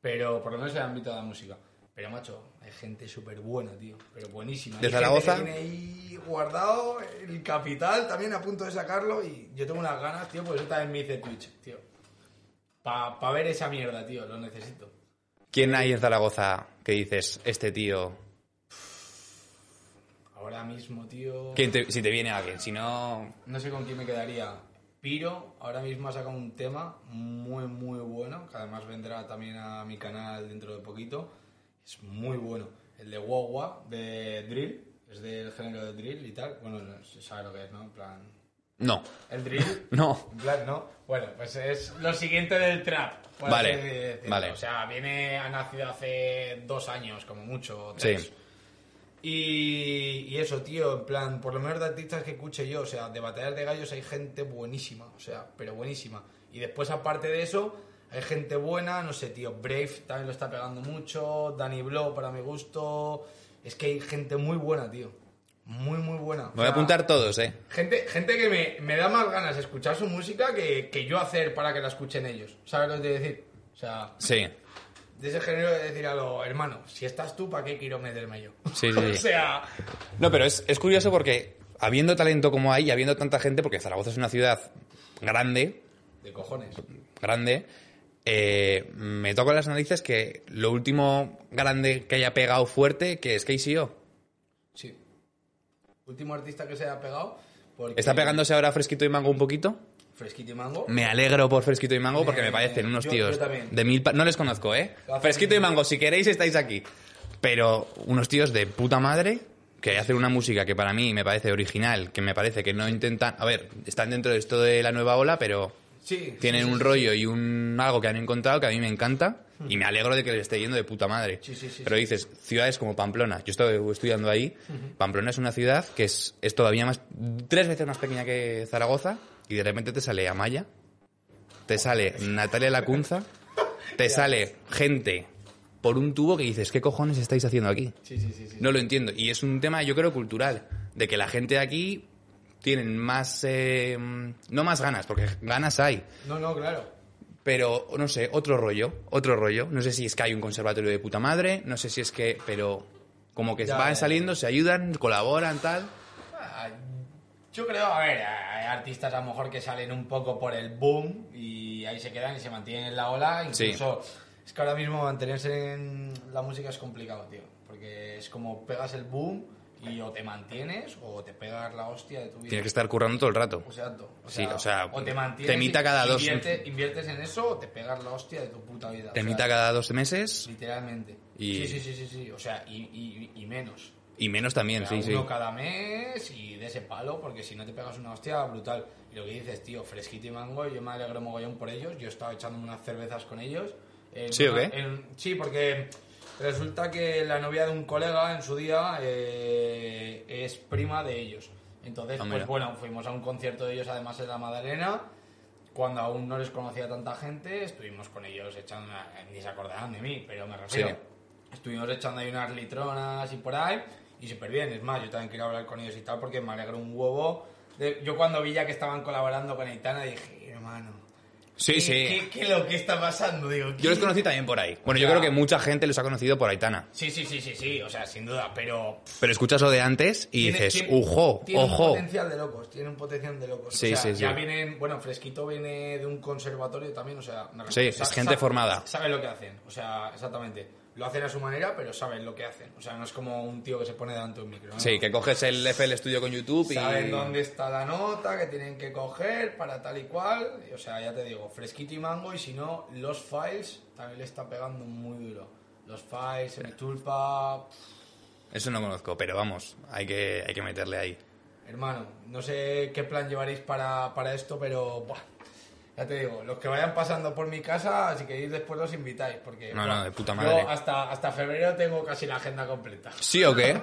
Speaker 3: Pero por lo menos en el ámbito de la música. Pero, macho, hay gente súper buena, tío. Pero buenísima.
Speaker 2: ¿De
Speaker 3: Hay gente
Speaker 2: Zaragoza?
Speaker 3: que tiene ahí guardado el capital también a punto de sacarlo. Y yo tengo unas ganas, tío, porque eso también me hice Twitch, tío. Para ver esa mierda, tío. Lo necesito.
Speaker 2: ¿quién hay en Zaragoza que dices, este tío?
Speaker 3: Ahora mismo, tío...
Speaker 2: ¿Quién te- si te viene alguien, si no...
Speaker 3: No sé con quién me quedaría. Piro ahora mismo ha sacado un tema muy, muy bueno, que además vendrá también a mi canal dentro de poquito. Es muy bueno. El de Wawa, de Drill, es del género de Drill y tal. Bueno, no sé, sabe lo que es, ¿no? En plan...
Speaker 2: No,
Speaker 3: El Drill...
Speaker 2: no.
Speaker 3: En plan, ¿no? Bueno, pues es lo siguiente del trap. por
Speaker 2: Vale,
Speaker 3: así decirlo.
Speaker 2: vale.
Speaker 3: O sea, viene, ha nacido hace dos años, como mucho. o
Speaker 2: Sí.
Speaker 3: tres. Y, y eso, tío, en plan, por lo menos de artistas que escuche yo, o sea, de batallas de gallos hay gente buenísima, o sea, pero buenísima. Y después, aparte de eso, hay gente buena, no sé, tío, Brave también lo está pegando mucho, Danny Blow para mi gusto. Es que hay gente muy buena, tío. Muy, muy buena.
Speaker 2: Me voy a apuntar todos, ¿eh?
Speaker 3: Gente, gente que me, me da más ganas escuchar su música que, que yo hacer para que la escuchen ellos. ¿Sabes lo que te quiero decir? O sea,
Speaker 2: Sí.
Speaker 3: de ese género de decir a los hermano, si estás tú, ¿para qué quiero meterme yo?
Speaker 2: Sí, sí,
Speaker 3: o
Speaker 2: sí.
Speaker 3: sea,
Speaker 2: No, pero es, es curioso porque habiendo talento como hay y habiendo tanta gente, porque Zaragoza es una ciudad grande,
Speaker 3: de cojones.
Speaker 2: grande, eh, me toco las narices que lo último grande que haya pegado fuerte, que es KCO.
Speaker 3: Sí. Último artista que se ha pegado. Porque
Speaker 2: Está pegándose ahora Fresquito y Mango un poquito.
Speaker 3: Fresquito y Mango.
Speaker 2: Me alegro por Fresquito y Mango porque
Speaker 3: Eh,
Speaker 2: me parecen unos
Speaker 3: yo-
Speaker 2: tíos
Speaker 3: yo también.
Speaker 2: de mil... pa- No les conozco, ¿eh?
Speaker 3: Lo hacen
Speaker 2: Fresquito y
Speaker 3: bien.
Speaker 2: Mango, si queréis estáis aquí. Pero unos tíos de puta madre que hacen una música que para mí me parece original, que me parece que no intentan... A ver, están dentro de esto de la nueva ola, pero
Speaker 5: Sí.
Speaker 2: Tienen un rollo y un algo que han encontrado que a mí me encanta y me alegro de que les esté yendo de puta madre.
Speaker 5: Sí, sí, sí,
Speaker 2: Pero dices, ciudades como Pamplona, yo estaba estudiando ahí, Pamplona es una ciudad que es, es todavía más, tres veces más pequeña que Zaragoza y de repente te sale Amaya, te sale Natalia Lacunza, te sale gente por un tubo que dices, ¿qué cojones estáis haciendo aquí?
Speaker 3: Sí, sí, sí. sí.
Speaker 2: No lo entiendo. Y es un tema, yo creo, cultural. De que la gente de aquí tienen más... eh, no más ganas, porque ganas hay.
Speaker 5: No, no, claro.
Speaker 2: Pero, no sé, otro rollo, otro rollo. No sé si es que hay un conservatorio de puta madre, no sé si es que... Pero como que
Speaker 5: Ya,
Speaker 2: van
Speaker 5: ya,
Speaker 2: saliendo, se ayudan, colaboran, tal.
Speaker 3: Ah, Yo creo, a ver, hay artistas a lo mejor que salen un poco por el boom y ahí se quedan y se mantienen en la ola.
Speaker 2: Sí.
Speaker 3: Incluso es que ahora mismo mantenerse en la música es complicado, tío. Porque es como pegas el boom y o te mantienes o te pegas la hostia de tu vida.
Speaker 2: Tienes que estar currando todo el rato.
Speaker 3: O sea, to- o
Speaker 2: Sí,
Speaker 3: sea,
Speaker 2: o sea,
Speaker 3: te mantienes.
Speaker 2: temita
Speaker 3: y-
Speaker 2: cada dos-
Speaker 3: invierte- inviertes en eso o te pegas la hostia de tu puta vida. o
Speaker 2: Te
Speaker 3: sea,
Speaker 2: invita cada dos meses
Speaker 3: Literalmente.
Speaker 2: Y-
Speaker 3: Sí, sí, sí, sí, sí. O sea, y, y- y menos.
Speaker 2: y menos
Speaker 3: O
Speaker 2: también,
Speaker 3: sea,
Speaker 2: sí, sí.
Speaker 3: uno cada mes y de ese palo, porque si no te pegas una hostia brutal. Y lo que dices, tío, fresquito y mango, yo me alegro mogollón por ellos. Yo estaba echándome unas cervezas con ellos. en
Speaker 2: ¿Sí o
Speaker 3: una-
Speaker 2: qué?
Speaker 3: en- sí, porque resulta que la novia de un colega en su día eh, es prima de ellos. Entonces,
Speaker 2: Ah, mira.
Speaker 3: pues bueno, fuimos a un concierto de ellos además en la Madalena. Cuando aún no les conocía tanta gente, estuvimos con ellos echando una- Ni se acordaban de mí, pero me refiero.
Speaker 2: Sí.
Speaker 3: Estuvimos echando ahí unas litronas y por ahí, y súper bien. Es más, yo también quiero hablar con ellos y tal, porque me alegro un huevo. De- yo cuando vi ya que estaban colaborando con Aitana, dije, hermano...
Speaker 2: Sí,
Speaker 3: ¿qué-
Speaker 2: sí.
Speaker 3: ¿Qué, qué lo que está pasando? Digo,
Speaker 2: Yo los
Speaker 3: ¿qué-
Speaker 2: conocí también por ahí. Bueno, yo
Speaker 3: Ya.
Speaker 2: creo que mucha gente los ha conocido por Aitana.
Speaker 3: Sí, sí, sí, sí, sí, o sea, sin duda, pero... pff,
Speaker 2: Pero escuchas lo de antes y
Speaker 3: tiene-
Speaker 2: dices,
Speaker 3: tiene-
Speaker 2: ujo,
Speaker 3: tiene un
Speaker 2: ojo.
Speaker 3: potencial de locos, tiene un potencial de locos.
Speaker 2: Sí,
Speaker 3: o sea,
Speaker 2: sí,
Speaker 3: ya
Speaker 2: sí.
Speaker 3: vienen, bueno, Fresquito viene de un conservatorio también, o sea, me
Speaker 2: Sí,
Speaker 3: refiero,
Speaker 2: es
Speaker 3: sa-
Speaker 2: gente
Speaker 3: sa-
Speaker 2: formada.
Speaker 3: Saben lo que hacen, o sea, exactamente. Lo hacen a su manera, pero saben lo que hacen. O sea, no es como un tío que se pone delante de un micro. ¿no?
Speaker 2: Sí, que coges el FL Studio con YouTube y...
Speaker 3: Saben dónde está la nota que tienen que coger para tal y cual. Y, O sea, ya te digo, fresquito y mango. Y si no, los files también le está pegando muy duro. Los files, mi tulpa.
Speaker 2: Eso no conozco, pero vamos, hay que, hay que meterle ahí.
Speaker 3: Hermano, no sé qué plan llevaréis para, para esto, pero. buah, ya te digo, los que vayan pasando por mi casa, si queréis después los invitáis. Porque.
Speaker 2: No,
Speaker 3: buah,
Speaker 2: no, de puta
Speaker 3: yo
Speaker 2: madre.
Speaker 3: hasta, hasta febrero tengo casi la agenda completa.
Speaker 2: ¿Sí o qué?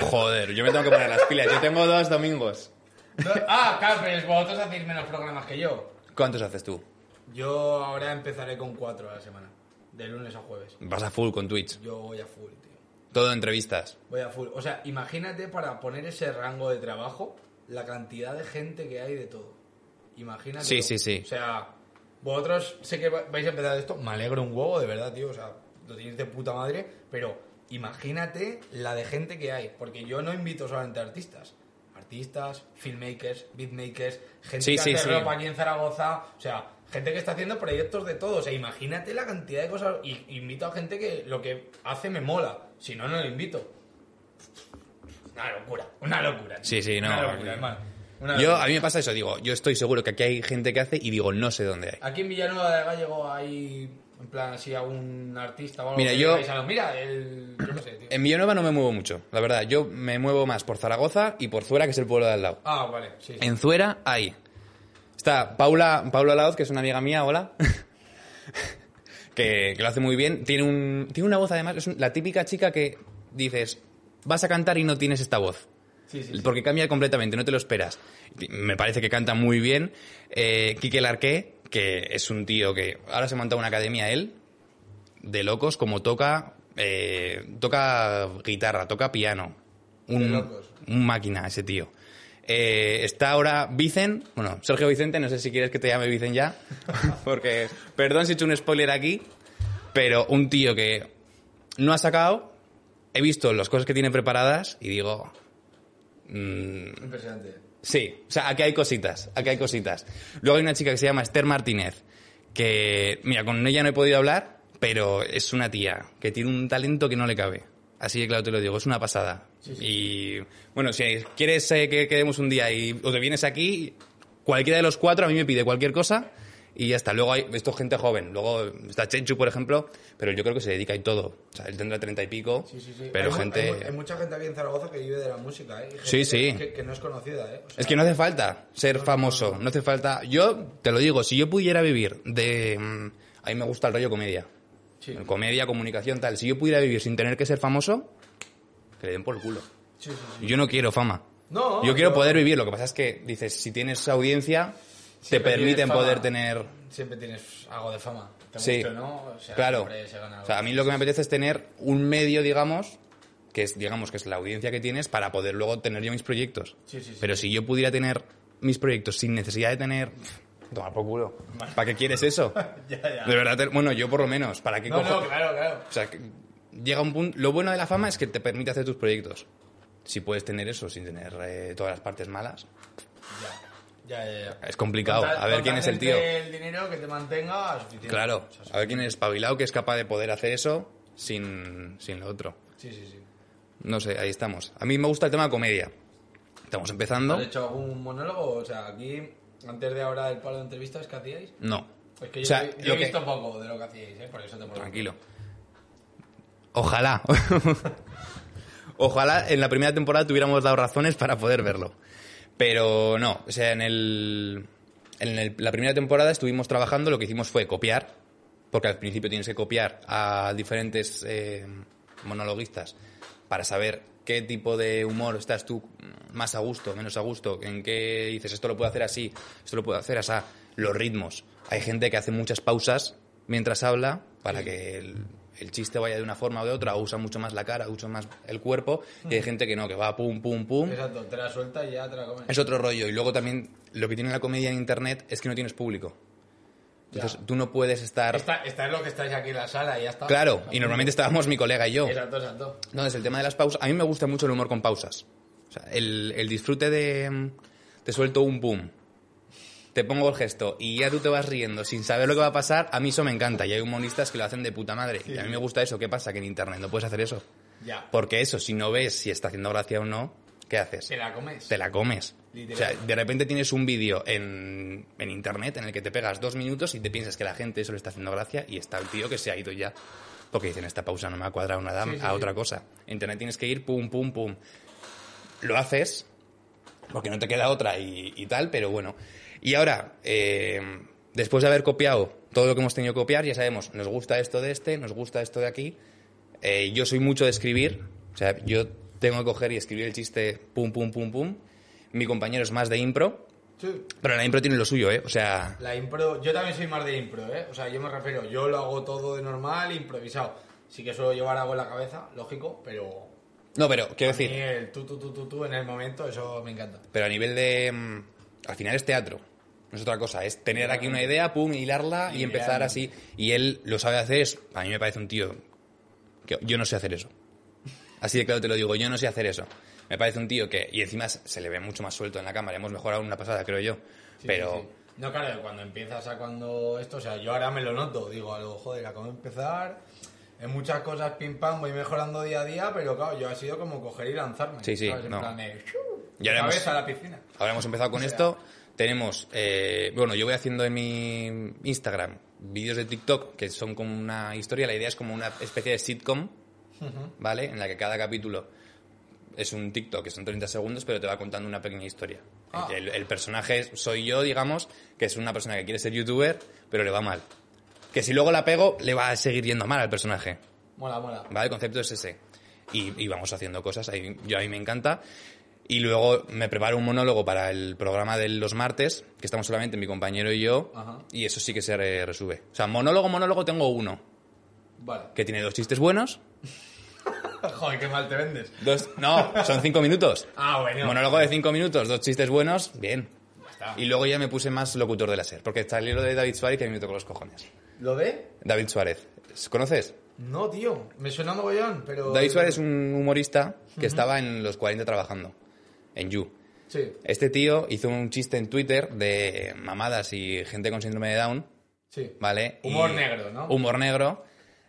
Speaker 2: Joder, yo me tengo que poner las pilas. Yo tengo dos domingos.
Speaker 3: No- ah, claro, pero vosotros hacéis menos programas que yo.
Speaker 2: ¿Cuántos haces tú?
Speaker 3: Yo ahora empezaré con cuatro a la semana, de lunes a jueves.
Speaker 2: Vas a full con Twitch.
Speaker 3: Yo voy a full, tío.
Speaker 2: Todo entrevistas.
Speaker 3: Voy a full. O sea, imagínate para poner ese rango de trabajo la cantidad de gente que hay de todo. Imagínate.
Speaker 2: Sí, sí, sí.
Speaker 3: O sea, vosotros sé que va- vais a empezar esto. Me alegro un huevo, de verdad, tío. O sea, lo tenéis de puta madre. Pero imagínate la de gente que hay. Porque yo no invito solamente a artistas. Artistas, filmmakers, beatmakers, gente
Speaker 2: Sí,
Speaker 3: que
Speaker 2: sí,
Speaker 3: hace
Speaker 2: sí.
Speaker 3: ropa aquí en Zaragoza. O sea, gente que está haciendo proyectos de todo. O sea, imagínate la cantidad de cosas. Y invito a gente que lo que hace me mola. Si no, no lo invito. Una locura, una locura. tío.
Speaker 2: Sí, sí, no.
Speaker 3: Una locura, hermano. Una
Speaker 2: Yo,
Speaker 3: locura.
Speaker 2: a mí me pasa eso, digo, yo estoy seguro que aquí hay gente que hace y digo, no sé dónde hay.
Speaker 3: Aquí en Villanueva de Gallego hay, en plan, así algún artista o algo
Speaker 2: Mira,
Speaker 3: que
Speaker 2: yo-
Speaker 3: digáis algo, Mira, el... Yo qué sé, tío.
Speaker 2: En Villanueva no me muevo mucho, la verdad. Yo me muevo más por Zaragoza y por Zuera, que es el pueblo de al lado.
Speaker 3: Ah, vale, sí. sí.
Speaker 2: En Zuera hay. Está Paula, Paula Laoz, que es una amiga mía, hola. que, que lo hace muy bien. Tiene, un, tiene una voz, además, es un- la típica chica que dices, vas a cantar y no tienes esta voz.
Speaker 3: Sí, sí, sí.
Speaker 2: Porque cambia completamente, no te lo esperas. Me parece que canta muy bien. Eh, Quique Larqué, que es un tío que ahora se ha montado una academia él, de locos, como toca, eh, toca guitarra, toca piano.
Speaker 3: De
Speaker 2: Un,
Speaker 3: locos.
Speaker 2: un máquina ese tío. Eh, está ahora Vicen, bueno, Sergio Vicente, no sé si quieres que te llame Vicen ya, porque perdón si he hecho un spoiler aquí, pero un tío que no ha sacado, he visto las cosas que tiene preparadas y digo, mm,
Speaker 3: Impresionante.
Speaker 2: Sí, o sea, aquí hay cositas, aquí hay cositas. Luego hay una chica que se llama Esther Martínez, que, mira, con ella no he podido hablar, pero es una tía que tiene un talento que no le cabe. Así que, claro, te lo digo, es una pasada. Y, bueno, si quieres eh, que quedemos un día y o te vienes aquí, cualquiera de los cuatro a mí me pide cualquier cosa Y ya está. Luego hay esto es gente joven. Luego está Chenchu, por ejemplo, pero yo creo que se dedica y todo. O sea, él tendrá treinta y pico,
Speaker 6: Sí, sí, sí.
Speaker 2: pero
Speaker 6: Hay mu-
Speaker 2: gente...
Speaker 6: Hay, mu- hay mucha gente aquí en Zaragoza que vive de la música, ¿eh? Y gente
Speaker 2: Sí,
Speaker 6: que-
Speaker 2: sí.
Speaker 6: Que, que no es conocida, ¿eh? O sea,
Speaker 2: Es que no hace falta ser famoso, no hace falta. Yo te lo digo, si yo pudiera vivir de. mm, A mí me gusta el rollo comedia. Comedia, comunicación, tal. Si yo pudiera vivir sin tener que ser famoso, que le den por culo.
Speaker 6: sí, sí, sí.
Speaker 2: Yo no quiero fama.
Speaker 6: No,
Speaker 2: yo quiero
Speaker 6: yo-
Speaker 2: poder vivir. Lo que pasa es que, dices, si tienes audiencia, te
Speaker 3: Siempre tienes
Speaker 2: permiten
Speaker 3: fama.
Speaker 2: poder tener.
Speaker 3: Siempre tienes algo de fama. Te
Speaker 2: Sí,
Speaker 3: guste o no, o sea,
Speaker 2: claro.
Speaker 3: siempre se gana algo.
Speaker 2: O sea, a mí lo que me apetece es tener un medio, digamos, que es, digamos, que es la audiencia que tienes para poder luego tener yo mis proyectos.
Speaker 3: Sí, sí, sí.
Speaker 2: Pero si yo pudiera tener mis proyectos sin necesidad de tener... Tomar por culo. ¿Para qué quieres eso?
Speaker 3: Ya, ya.
Speaker 2: De verdad, te- bueno, yo por lo menos. ¿Para qué
Speaker 3: No,
Speaker 2: cojo-
Speaker 3: no, claro, claro.
Speaker 2: O sea, que llega un punto... Lo bueno de la fama es que te permite hacer tus proyectos. Si puedes tener eso sin tener eh, todas las partes malas,
Speaker 3: Ya, ya, ya.
Speaker 2: es complicado.
Speaker 3: Con tal-
Speaker 2: A ver
Speaker 3: con
Speaker 2: quién
Speaker 3: tal
Speaker 2: es el
Speaker 3: gente
Speaker 2: tío.
Speaker 3: El dinero que te mantenga suficiente.
Speaker 2: Claro,
Speaker 3: O sea,
Speaker 2: a ver quién es espabilado que es capaz de poder hacer eso sin, sin lo otro.
Speaker 3: Sí, sí, sí.
Speaker 2: No sé, ahí estamos. A mí me gusta el tema de comedia. Estamos empezando.
Speaker 3: ¿Has hecho algún monólogo? O sea, aquí, antes de ahora del palo de entrevistas que hacíais,
Speaker 2: No.
Speaker 3: es que yo,
Speaker 2: O sea,
Speaker 3: yo
Speaker 2: lo
Speaker 3: he
Speaker 2: que-
Speaker 3: visto poco de lo que hacíais, ¿eh? Por eso te pregunto.
Speaker 2: Tranquilo. Ojalá. Ojalá en la primera temporada tuviéramos dado razones para poder verlo. Pero no, o sea, en, el, en el- la primera temporada estuvimos trabajando, lo que hicimos fue copiar, porque al principio tienes que copiar a diferentes eh, monologuistas para saber qué tipo de humor estás tú más a gusto, menos a gusto, en qué dices esto lo puedo hacer así, esto lo puedo hacer así, los ritmos. Hay gente que hace muchas pausas mientras habla para que el, el chiste vaya de una forma o de otra, o usa mucho más la cara, usa más el cuerpo, y hay gente que no, que va pum, pum, pum.
Speaker 3: Exacto, te la suelta y ya te la comes.
Speaker 2: Es otro rollo. Y luego también lo que tiene la comedia en internet es que no tienes público. Entonces
Speaker 3: Ya.
Speaker 2: tú no puedes estar.
Speaker 3: Esta, esta es lo que estáis aquí en la sala y ya está.
Speaker 2: Claro, y normalmente estábamos mi colega y yo.
Speaker 3: Exacto, exacto.
Speaker 2: Entonces el tema de las pausas. A mí me gusta mucho el humor con pausas. O sea, el, el disfrute de. mm, Te suelto un boom. Te pongo el gesto y ya tú te vas riendo sin saber lo que va a pasar. A mí eso me encanta y hay humoristas que lo hacen de puta madre. Y a mí me gusta eso. ¿Qué pasa? Que en internet no puedes hacer eso.
Speaker 3: Ya.
Speaker 2: Porque eso, si no ves si está haciendo gracia o no, ¿qué haces?
Speaker 3: Te la comes.
Speaker 2: te la comes. O
Speaker 3: Literal.
Speaker 2: sea, de repente tienes un vídeo en, en internet en el que te pegas dos minutos y te piensas que la gente eso le está haciendo gracia y está el tío que se ha ido ya. Porque dicen, esta pausa no me ha cuadrado nada
Speaker 3: Sí, sí,
Speaker 2: a
Speaker 3: sí.
Speaker 2: otra cosa. En internet tienes que ir pum, pum, pum. Lo haces porque no te queda otra y, y tal, pero bueno. Y ahora, eh, después de haber copiado todo lo que hemos tenido que copiar, ya sabemos, nos gusta esto de este, nos gusta esto de aquí. Eh, yo soy mucho de escribir, o sea, yo tengo que coger y escribir el chiste pum, pum, pum, pum. Mi compañero es más de impro,
Speaker 3: Sí.
Speaker 2: pero la impro tiene lo suyo, ¿eh? O sea,
Speaker 3: La impro, yo también soy más de impro, ¿eh? O sea, yo me refiero, yo lo hago todo de normal, improvisado. Sí que suelo llevar algo en la cabeza, lógico, pero
Speaker 2: no, pero quiero
Speaker 3: a mí
Speaker 2: decir,
Speaker 3: el tú, tú, tú, tú, tú en el momento, eso me encanta.
Speaker 2: pero a nivel de... mm, Al final es teatro, no es otra cosa, es tener aquí una idea, pum, hilarla y
Speaker 3: Ideal.
Speaker 2: empezar así. Y él lo sabe hacer, es- a mí me parece un tío que yo no sé hacer eso. Así de claro te lo digo, yo no sé hacer eso. Me parece un tío que, y encima se le ve mucho más suelto en la cámara, hemos mejorado una pasada, creo yo.
Speaker 3: Sí,
Speaker 2: pero...
Speaker 3: sí, sí. No, claro, cuando empiezas a cuando esto, o sea, yo ahora me lo noto, digo, algo, joder, acabo de empezar, en muchas cosas pim pam, voy mejorando día a día, pero claro, yo ha sido como coger y lanzarme.
Speaker 2: Sí, sí,
Speaker 3: ¿sabes? En
Speaker 2: no.
Speaker 3: plan de,
Speaker 2: Ya
Speaker 3: cabeza
Speaker 2: haremos-
Speaker 3: a la piscina.
Speaker 2: Ahora hemos empezado con
Speaker 3: O sea-
Speaker 2: esto. Tenemos, eh, bueno, yo voy haciendo en mi Instagram vídeos de TikTok que son como una historia. La idea es como una especie de sitcom, ¿vale? En la que cada capítulo es un TikTok, que son 30 segundos, pero te va contando una pequeña historia.
Speaker 3: Ah.
Speaker 2: El, el personaje es- soy yo, digamos, que es una persona que quiere ser youtuber, pero le va mal. Que si luego la pego, le va a seguir yendo mal al personaje.
Speaker 3: Mola, mola.
Speaker 2: ¿Vale? El concepto es ese. Y, y vamos haciendo cosas, ahí, yo a mí me encanta. Y luego me preparo un monólogo para el programa de los martes, que estamos solamente mi compañero y yo,
Speaker 3: Ajá.
Speaker 2: y eso sí que se re- resube. O sea, monólogo, monólogo tengo uno,
Speaker 3: Vale.
Speaker 2: que tiene dos chistes buenos.
Speaker 3: joder, qué mal te vendes.
Speaker 2: Dos, no, son cinco minutos.
Speaker 3: Ah, bueno.
Speaker 2: Monólogo de cinco minutos, dos chistes buenos, bien.
Speaker 3: está.
Speaker 2: Y luego ya me puse más locutor de la SER, porque está el libro de David Suárez que a mí me tocó los cojones.
Speaker 3: ¿Lo de?
Speaker 2: David Suárez, ¿conoces?
Speaker 3: No, tío, me suena mogollón, pero...
Speaker 2: David Suárez es un humorista que estaba en los 40 trabajando, en You.
Speaker 3: Sí,
Speaker 2: Este tío hizo un chiste en Twitter de mamadas y gente con síndrome de Down,
Speaker 3: sí.
Speaker 2: ¿vale?
Speaker 3: Humor
Speaker 2: Y-
Speaker 3: negro, ¿no?
Speaker 2: Humor negro.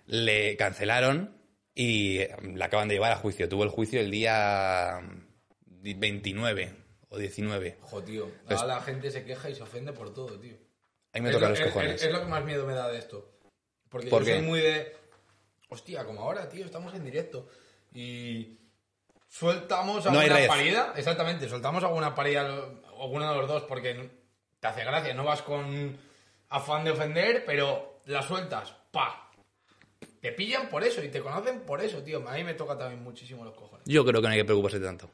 Speaker 2: Le cancelaron y la acaban de llevar a juicio. Tuvo el juicio el día 29 o 19.
Speaker 3: Ojo, tío.
Speaker 2: Pues-
Speaker 3: Ahora la gente se queja y se ofende por todo, tío.
Speaker 2: Ahí me
Speaker 3: Es
Speaker 2: tocan
Speaker 3: lo-
Speaker 2: los
Speaker 3: es-
Speaker 2: cojones.
Speaker 3: Es, es lo que más miedo me da de esto. Porque
Speaker 2: ¿Por
Speaker 3: yo
Speaker 2: qué?
Speaker 3: soy muy de. Hostia, como ahora, tío, estamos en directo. Y. Sueltamos
Speaker 2: No hay
Speaker 3: alguna
Speaker 2: red.
Speaker 3: parida. Exactamente, soltamos alguna parida, lo- alguno de los dos, porque te hace gracia. No vas con afán de ofender, pero la sueltas. ¡Pa! Te pillan por eso y te conocen por eso, tío. A mí me toca también muchísimo los cojones.
Speaker 2: Yo creo que no hay que preocuparse tanto.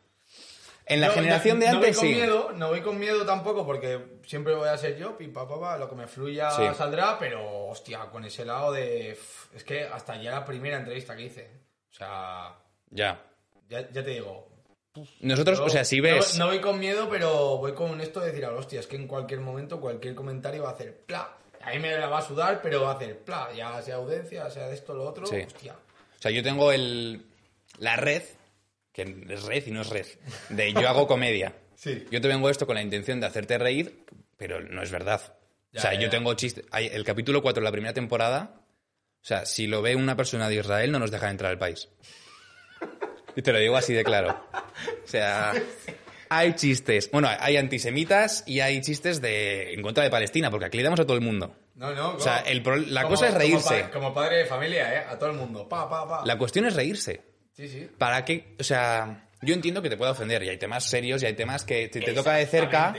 Speaker 2: En la
Speaker 3: Yo
Speaker 2: generación de
Speaker 3: no voy
Speaker 2: antes
Speaker 3: con
Speaker 2: sí.
Speaker 3: Miedo, no voy con miedo tampoco porque siempre voy a ser yo, pim, pa, pa, pa, lo que me fluya
Speaker 2: Sí.
Speaker 3: saldrá, pero hostia, con ese lado de... f- Es que hasta ya la primera entrevista que hice, o sea,
Speaker 2: Ya.
Speaker 3: ya, ya te digo...
Speaker 2: Nosotros,
Speaker 3: no-
Speaker 2: o sea, si ves.
Speaker 3: No, no voy con miedo, pero voy con esto de decir, "Ah, hostia, es que en cualquier momento cualquier comentario va a hacer pla. A mí me la va a sudar, pero va a hacer pla, ya sea audiencia, sea de esto, lo otro,
Speaker 2: Sí.
Speaker 3: hostia.
Speaker 2: O sea, yo tengo el, la red, que es red y no es red, de yo hago comedia.
Speaker 3: Sí.
Speaker 2: Yo te vengo esto con la intención de hacerte reír, pero no es verdad.
Speaker 3: Ya,
Speaker 2: o sea,
Speaker 3: ya,
Speaker 2: yo
Speaker 3: ya.
Speaker 2: tengo chistes. El capítulo 4 de la primera temporada, o sea, si lo ve una persona de Israel, no nos deja entrar al país. Y te lo digo así de claro. O sea, hay chistes. Bueno, hay antisemitas y hay chistes de, en contra de Palestina, porque aquí le damos a todo el mundo.
Speaker 3: No, no,
Speaker 2: O sea,
Speaker 3: como-
Speaker 2: el pro- la
Speaker 3: como-
Speaker 2: cosa es
Speaker 3: como
Speaker 2: reírse.
Speaker 3: pa- Como, padre de familia, ¿eh? A todo el mundo, pa, pa, pa.
Speaker 2: La cuestión es reírse.
Speaker 3: Sí, sí.
Speaker 2: ¿Para qué? O sea, yo entiendo que te pueda ofender y hay temas serios y hay temas que si te toca de cerca,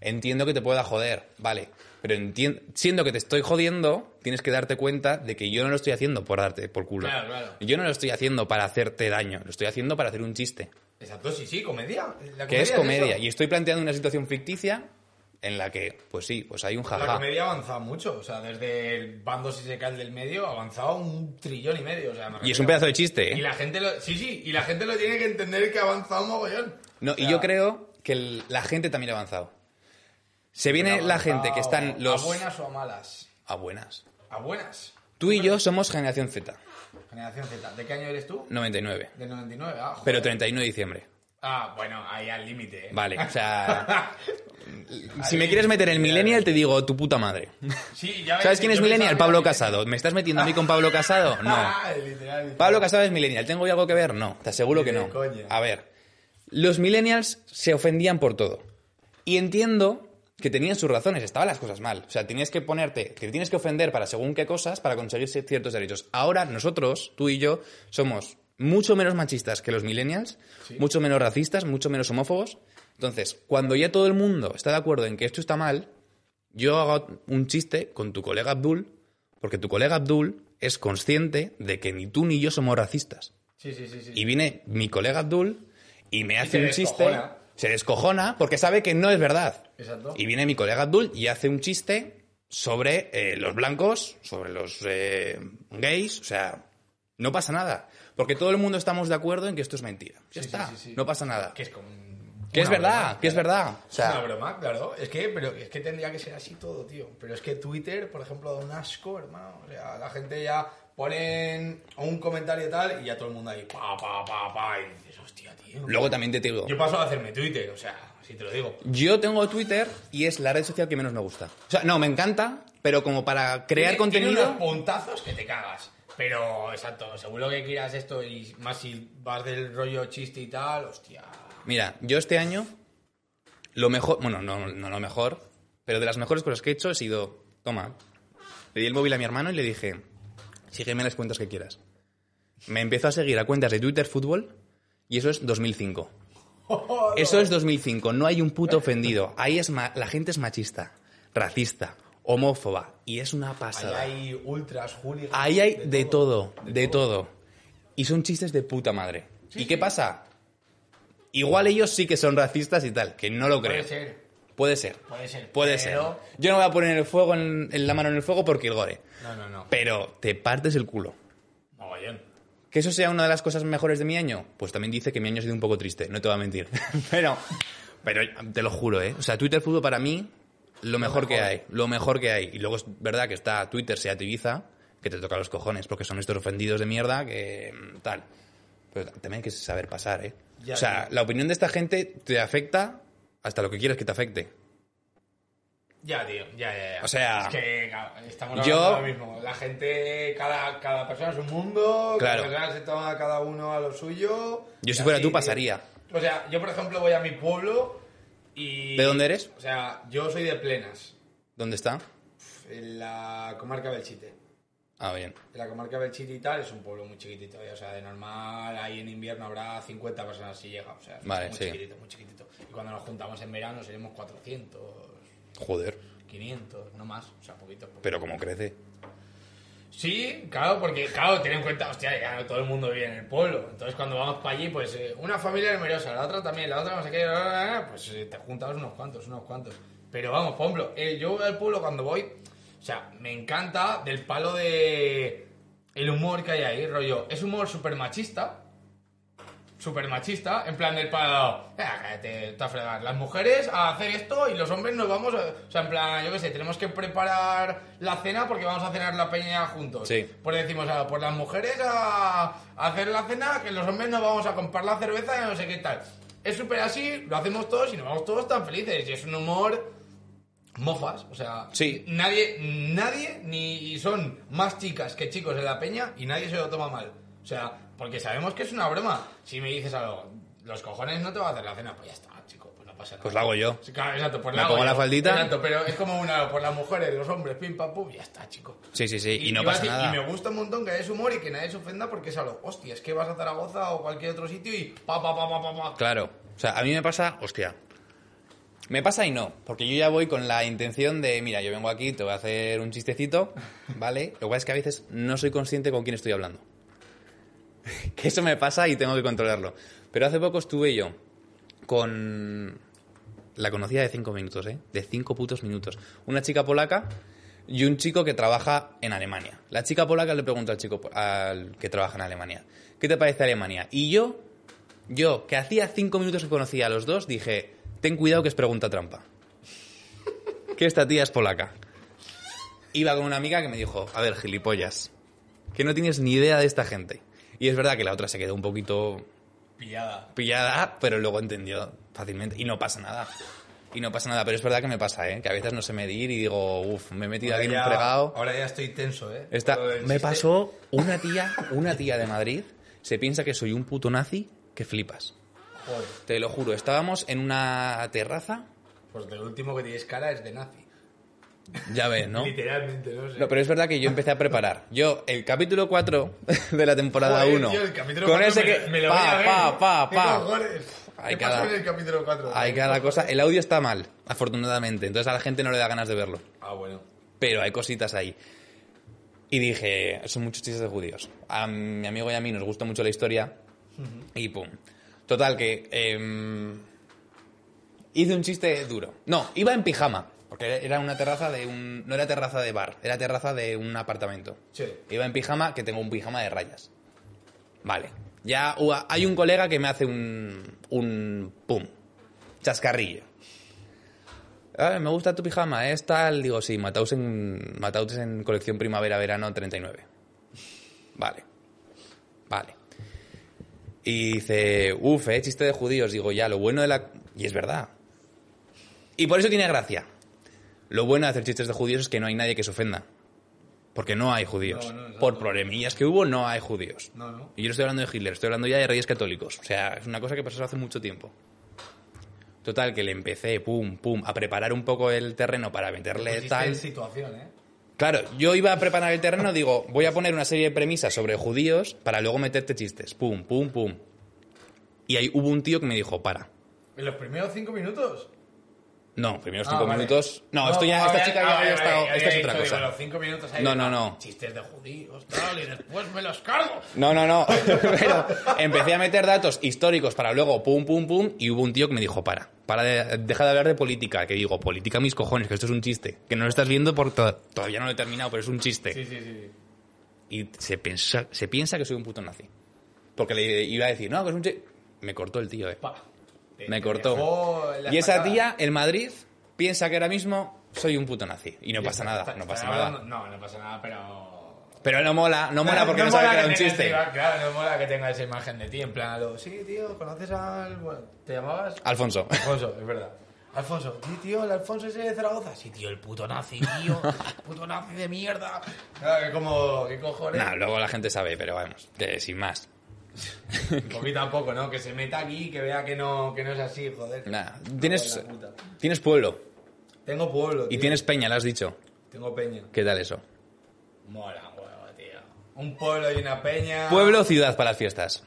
Speaker 2: entiendo que te pueda joder, vale. Pero entien- siendo que te estoy jodiendo, tienes que darte cuenta de que yo no lo estoy haciendo por darte por culo.
Speaker 3: Claro, claro.
Speaker 2: Yo no lo estoy haciendo para hacerte daño, lo estoy haciendo para hacer un chiste,
Speaker 3: Exacto, sí, sí, comedia. La
Speaker 2: que es comedia.
Speaker 3: eso.
Speaker 2: y estoy planteando una situación ficticia en la que, pues sí, pues hay un
Speaker 3: La
Speaker 2: jaja.
Speaker 3: comedia ha avanzado mucho. O sea, desde el bando si se cae el del medio, ha avanzado un trillón y medio. O sea,
Speaker 2: Y
Speaker 3: me
Speaker 2: es
Speaker 3: refiero.
Speaker 2: un pedazo de chiste, ¿eh?
Speaker 3: Y la gente lo, sí, sí, y la gente lo tiene que entender que ha avanzado un mogollón.
Speaker 2: No,
Speaker 3: O sea,
Speaker 2: y yo creo que el- la gente también ha avanzado. Se
Speaker 3: ha
Speaker 2: viene la
Speaker 3: avanzado
Speaker 2: gente que están los...
Speaker 3: ¿A buenas o a malas?
Speaker 2: A buenas.
Speaker 3: A buenas.
Speaker 2: Tú y yo somos generación Z,
Speaker 3: Generación Z. ¿De qué año eres tú?
Speaker 2: 99.
Speaker 3: Del 99. Ah, joder.
Speaker 2: Pero 31 de diciembre.
Speaker 3: Ah, bueno, ahí al límite. ¿eh?
Speaker 2: Vale, o sea... si me quieres meter en Millennial, te digo tu puta madre.
Speaker 3: Sí, ya ves
Speaker 2: ¿Sabes
Speaker 3: que
Speaker 2: quién es
Speaker 3: yo
Speaker 2: Millennial?
Speaker 3: pensaba que
Speaker 2: Pablo
Speaker 3: era-
Speaker 2: Casado. ¿Me estás metiendo a mí con Pablo Casado? No.
Speaker 3: Ah, literal, literal.
Speaker 2: Pablo Casado es Millennial. ¿Tengo yo algo que ver? No, te aseguro
Speaker 3: Ni
Speaker 2: que
Speaker 3: de
Speaker 2: no.
Speaker 3: coña.
Speaker 2: A ver, los Millennials se ofendían por todo. Y entiendo que tenían sus razones, estaban las cosas mal. O sea, tenías que ponerte, te tienes que ofender para según qué cosas para conseguir ciertos derechos. Ahora nosotros, tú y yo, somos mucho menos machistas que los Millennials, mucho menos racistas, mucho menos homófobos. Entonces, cuando ya todo el mundo está de acuerdo en que esto está mal, yo hago un chiste con tu colega Abdul, porque tu colega Abdul es consciente de que ni tú ni yo somos racistas.
Speaker 3: Sí, sí, sí. sí.
Speaker 2: Y viene mi colega Abdul y me hace
Speaker 3: se
Speaker 2: un chiste.
Speaker 3: descojona.
Speaker 2: Se descojona porque sabe que no es verdad.
Speaker 3: Exacto.
Speaker 2: Y viene mi colega Abdul y hace un chiste sobre eh, los blancos, sobre los eh, gays. O sea, no pasa nada. Porque todo el mundo estamos de acuerdo en que esto es mentira. Ya
Speaker 3: Sí,
Speaker 2: está.
Speaker 3: sí, sí, sí.
Speaker 2: No pasa nada. Que,
Speaker 3: Que es como. un-
Speaker 2: es
Speaker 3: una
Speaker 2: verdad,
Speaker 3: broma.
Speaker 2: que es verdad. O sea,
Speaker 3: es una broma, claro. Es que, pero es que tendría que ser así todo, tío. Pero es que Twitter, por ejemplo, da un asco, hermano. O sea, la gente ya ponen un comentario y tal y ya todo el mundo ahí pa, pa, pa, pa. Y dices, hostia, tío.
Speaker 2: luego también te digo.
Speaker 3: Yo paso a hacerme Twitter, o sea, si te lo digo.
Speaker 2: Yo tengo Twitter y es la red social que menos me gusta. O sea, no, me encanta, pero como para crear
Speaker 3: Tiene-
Speaker 2: contenido.
Speaker 3: Tiene unos puntazos que te cagas. Pero, exacto, seguro que quieras esto y más si vas del rollo chiste y tal, hostia.
Speaker 2: Mira, yo este año, lo mejor, bueno, no, no lo mejor, pero de las mejores cosas que he hecho he sido, toma, le di el móvil a mi hermano y le dije, sígueme las cuentas que quieras. Me empezó a seguir a cuentas de Twitter Fútbol y eso es 2005. Eso es 2005, no hay un puto ofendido. Ahí es ma- la gente es machista, racista, homófoba y es una
Speaker 3: Ahí
Speaker 2: pasada. Ah,
Speaker 3: hay ultras, Julio.
Speaker 2: Ahí hay de todo, de todo. Y son chistes de puta madre. ¿Y qué pasa? Igual ellos sí que son racistas y tal, que no lo creo.
Speaker 3: Puede ser.
Speaker 2: Puede ser.
Speaker 3: Puede ser,
Speaker 2: Puede
Speaker 3: pero-
Speaker 2: ser. Yo no voy a poner el fuego en, en la mano en el fuego porque el gore.
Speaker 3: No, no, no.
Speaker 2: Pero te partes el culo.
Speaker 3: Mogollón.
Speaker 2: Que eso sea una de las cosas mejores de mi año, pues también dice que mi año ha sido un poco triste, no te voy a mentir. pero, pero te lo juro, ¿eh? O sea, Twitter Fútbol para mí, lo mejor, que hay, lo mejor que hay. Y luego es verdad que está Twitter, se ativiza, que te toca los cojones, porque son estos ofendidos de mierda que mm, tal. Pero también hay que saber pasar, ¿eh?
Speaker 3: Ya,
Speaker 2: o sea,
Speaker 3: tío.
Speaker 2: la opinión de esta gente te afecta hasta lo que quieres que te afecte.
Speaker 3: Ya, tío, ya, ya, ya.
Speaker 2: O sea,
Speaker 3: Es que claro, estamos
Speaker 2: yo-
Speaker 3: hablando de lo mismo. La gente, cada, cada persona es un mundo,
Speaker 2: Claro.
Speaker 3: cada persona se toma cada uno a lo suyo.
Speaker 2: Yo si
Speaker 3: y
Speaker 2: fuera
Speaker 3: así,
Speaker 2: tú
Speaker 3: tío.
Speaker 2: pasaría.
Speaker 3: O sea, yo por ejemplo voy a mi pueblo y...
Speaker 2: ¿De dónde eres?
Speaker 3: O sea, yo soy de Plenas.
Speaker 2: ¿Dónde está?
Speaker 3: en la comarca del Chite.
Speaker 2: Ah, bien.
Speaker 3: En la comarca del Chite y tal es un pueblo muy chiquitito, o sea, de normal ahí en invierno habrá 50 personas si llega, o sea, es
Speaker 2: Vale,
Speaker 3: muy
Speaker 2: sí.
Speaker 3: chiquitito, muy chiquitito. Y cuando nos juntamos en verano seremos 400,
Speaker 2: Joder.
Speaker 3: 500, no más, o sea, poquito. poquito.
Speaker 2: Pero como crece.
Speaker 3: Sí, claro, porque, claro, ten en cuenta, hostia, ya no todo el mundo vive en el pueblo. Entonces, cuando vamos para allí, pues eh, una familia numerosa, la otra también, la otra no sé qué, bla, bla, bla, pues eh, te juntas unos cuantos, unos cuantos. Pero vamos, por ejemplo, eh, yo al pueblo cuando voy, o sea, me encanta del palo de. el humor que hay ahí, rollo. Es humor súper machista. Súper machista, en plan del palo. "Ah, cállate, te a fregar. Las mujeres a hacer esto y los hombres nos vamos. a-". O sea, en plan, yo qué sé, tenemos que preparar la cena porque vamos a cenar la peña juntos.
Speaker 2: Sí.
Speaker 3: Pues decimos, "Ah, pues las mujeres a, a hacer la cena, que los hombres nos vamos a comprar la cerveza y no sé qué tal. Es súper así, lo hacemos todos y nos vamos todos tan felices. Y es un humor mofas, o sea,
Speaker 2: Sí.
Speaker 3: nadie, nadie, ni y son más chicas que chicos en la peña y nadie se lo toma mal. O sea, porque sabemos que es una broma. Si me dices algo, los cojones no te va a hacer la cena, pues ya está, chico, pues no pasa nada.
Speaker 2: Pues la hago yo.
Speaker 3: Sí, claro, exacto, pues
Speaker 2: Me
Speaker 3: la hago
Speaker 2: pongo
Speaker 3: yo.
Speaker 2: la faldita.
Speaker 3: Exacto, pero es como una, por las mujeres, los hombres, pim pam pum, ya está, chico.
Speaker 2: Sí, sí, sí. Y, no
Speaker 3: iba a
Speaker 2: pasa
Speaker 3: decir-
Speaker 2: nada.
Speaker 3: Y me gusta un montón que es humor y que nadie se ofenda porque es algo, hostia, es que vas a Zaragoza o cualquier otro sitio y pa pa pa pa pa pa.
Speaker 2: Claro. O sea, a mí me pasa, hostia. Me pasa y no, porque yo ya voy con la intención de, mira, yo vengo aquí, te voy a hacer un chistecito, ¿vale? Lo que pasa es que a veces no soy consciente con quién estoy hablando. que eso me pasa y tengo que controlarlo. Pero hace poco estuve yo con... La conocía de cinco minutos, ¿eh? De cinco putos minutos. Una chica polaca y un chico que trabaja en Alemania. La chica polaca le pregunta al chico po- al que trabaja en Alemania, ¿qué te parece Alemania? Y yo, yo, que hacía cinco minutos que conocía a los dos, dije, ten cuidado que es pregunta trampa. Que esta tía es polaca. Iba con una amiga que me dijo, a ver, gilipollas, que no tienes ni idea de esta gente. Y es verdad que la otra se quedó un poquito
Speaker 3: Pillada.
Speaker 2: pillada, pero luego entendió fácilmente. Y no pasa nada. Y no pasa nada, pero es verdad que me pasa, ¿eh? Que a veces no sé medir y digo, uff, me he metido aquí en un
Speaker 3: ya-
Speaker 2: fregado.
Speaker 3: ahora ya estoy tenso, eh.
Speaker 2: Esta-
Speaker 3: Todo el
Speaker 2: me
Speaker 3: chiste.
Speaker 2: pasó una tía, una tía de Madrid, se piensa que soy un puto nazi que flipas.
Speaker 3: Joder.
Speaker 2: Te lo juro, estábamos en una terraza,
Speaker 3: Pues del último que tienes cara es de nazi.
Speaker 2: ya ves, ¿no?
Speaker 3: Literalmente, no sé.
Speaker 2: No, pero es verdad que yo empecé a preparar. Yo, el capítulo 4 de la temporada
Speaker 3: Joder,
Speaker 2: 1.
Speaker 3: tío, el capítulo
Speaker 2: Con
Speaker 3: cuatro
Speaker 2: ese
Speaker 3: me-
Speaker 2: que.
Speaker 3: me lo voy a
Speaker 2: pa,
Speaker 3: ver.
Speaker 2: pa, pa,
Speaker 3: ¿Qué
Speaker 2: pa.
Speaker 3: cojones?
Speaker 2: Hay
Speaker 3: ¿Qué
Speaker 2: cada-
Speaker 3: pasó en el capítulo 4?
Speaker 2: Hay cada cosa. El audio está mal, afortunadamente. Entonces a la gente no le da ganas de verlo.
Speaker 3: Ah, bueno.
Speaker 2: Pero hay cositas ahí. Y dije, son muchos chistes de judíos. A mi amigo y a mí nos gusta mucho la historia. Y pum. Total, que em, hice un chiste duro. No, iba en pijama. Porque era una terraza de un... No era terraza de bar, era terraza de un apartamento.
Speaker 3: Sí.
Speaker 2: Iba en pijama, que tengo un pijama de rayas. Vale. Ya ua, hay un colega que me hace un... Un... Pum. Chascarrillo. Ah, me gusta tu pijama, ¿eh? es tal. Digo, sí, Mataus en, Mataus en colección primavera-verano 39. Vale. Vale. Y dice, uff, ¿eh? chiste de judíos. Digo, ya, lo bueno de la... Y es verdad. Y por eso tiene gracia. Lo bueno de hacer chistes de judíos es que no hay nadie que se ofenda. Porque no hay judíos.
Speaker 3: No, no, exacto.
Speaker 2: por problemillas que hubo, no hay judíos.
Speaker 3: No, no.
Speaker 2: Y yo no estoy hablando de Hitler, estoy hablando ya de reyes católicos. O sea, es una cosa que pasó hace mucho tiempo. Total, que le empecé, pum, pum, a preparar un poco el terreno para meterle
Speaker 3: Pusiste
Speaker 2: tal.
Speaker 3: en situación, eh.
Speaker 2: Claro, yo iba a preparar el terreno, digo, voy a poner una serie de premisas sobre judíos para luego meterte chistes. Pum, pum, pum. Y ahí hubo un tío que me dijo, para.
Speaker 3: En los primeros 5 minutos.
Speaker 2: No, primeros
Speaker 3: Ah,
Speaker 2: cinco
Speaker 3: vale.
Speaker 2: minutos. No, esto ya, esta
Speaker 3: había-
Speaker 2: chica
Speaker 3: ah,
Speaker 2: ya había
Speaker 3: vale,
Speaker 2: estado.
Speaker 3: había
Speaker 2: Esta es
Speaker 3: dicho,
Speaker 2: otra
Speaker 3: digo,
Speaker 2: cosa.
Speaker 3: los 5 minutos ahí
Speaker 2: No,
Speaker 3: de-
Speaker 2: no, no.
Speaker 3: Chistes de judíos, tal, y después me los cargo.
Speaker 2: No, no, no. Pero empecé a meter datos históricos para luego pum, pum, pum. Y hubo un tío que me dijo, para, para, de- deja de hablar de política. Que digo, política mis cojones, que esto es un chiste. Que no lo estás viendo porque to- todavía no lo he terminado, pero es un chiste.
Speaker 3: Sí, sí, sí.
Speaker 2: Y se piensa, se piensa que soy un puto nazi. Porque le iba a decir, no, que es un chiste. Me cortó el tío, eh.
Speaker 3: Pa. Te-
Speaker 2: Me
Speaker 3: te
Speaker 2: cortó.
Speaker 3: dejó en la
Speaker 2: Y esa
Speaker 3: estacada.
Speaker 2: tía, en Madrid, piensa que ahora mismo soy un puto nazi. Y no pasa nada,
Speaker 3: Está-
Speaker 2: no pasa
Speaker 3: están
Speaker 2: nada.
Speaker 3: hablando- No, no pasa nada, pero.
Speaker 2: Pero no mola, no
Speaker 3: Eh,
Speaker 2: mola porque no, sabe que era un
Speaker 3: tenga esa
Speaker 2: chiste.
Speaker 3: imagen, Claro, no mola que tenga esa imagen de ti, en plan, a lo, sí, tío, conoces al. bueno, ¿Te llamabas?
Speaker 2: Alfonso.
Speaker 3: Alfonso, es verdad. Alfonso, sí, tío, el Alfonso ese de Zaragoza. Sí, tío, el puto nazi, tío, el puto nazi de mierda. Claro, que como, ¿qué cojones?
Speaker 2: Nah, luego la gente sabe, pero vamos, que sin más.
Speaker 3: Poquito a poco, ¿no? Que se meta aquí, que vea que no, que no es así, joder.
Speaker 2: Nah,
Speaker 3: Me
Speaker 2: tienes,
Speaker 3: cago en la puta.
Speaker 2: tienes pueblo
Speaker 3: Tengo pueblo,
Speaker 2: y
Speaker 3: tío.
Speaker 2: tienes peña, lo has dicho.
Speaker 3: Tengo peña.
Speaker 2: ¿Qué tal eso?
Speaker 3: Mola, huevo, tío. Un pueblo y una peña.
Speaker 2: Pueblo o ciudad para las fiestas.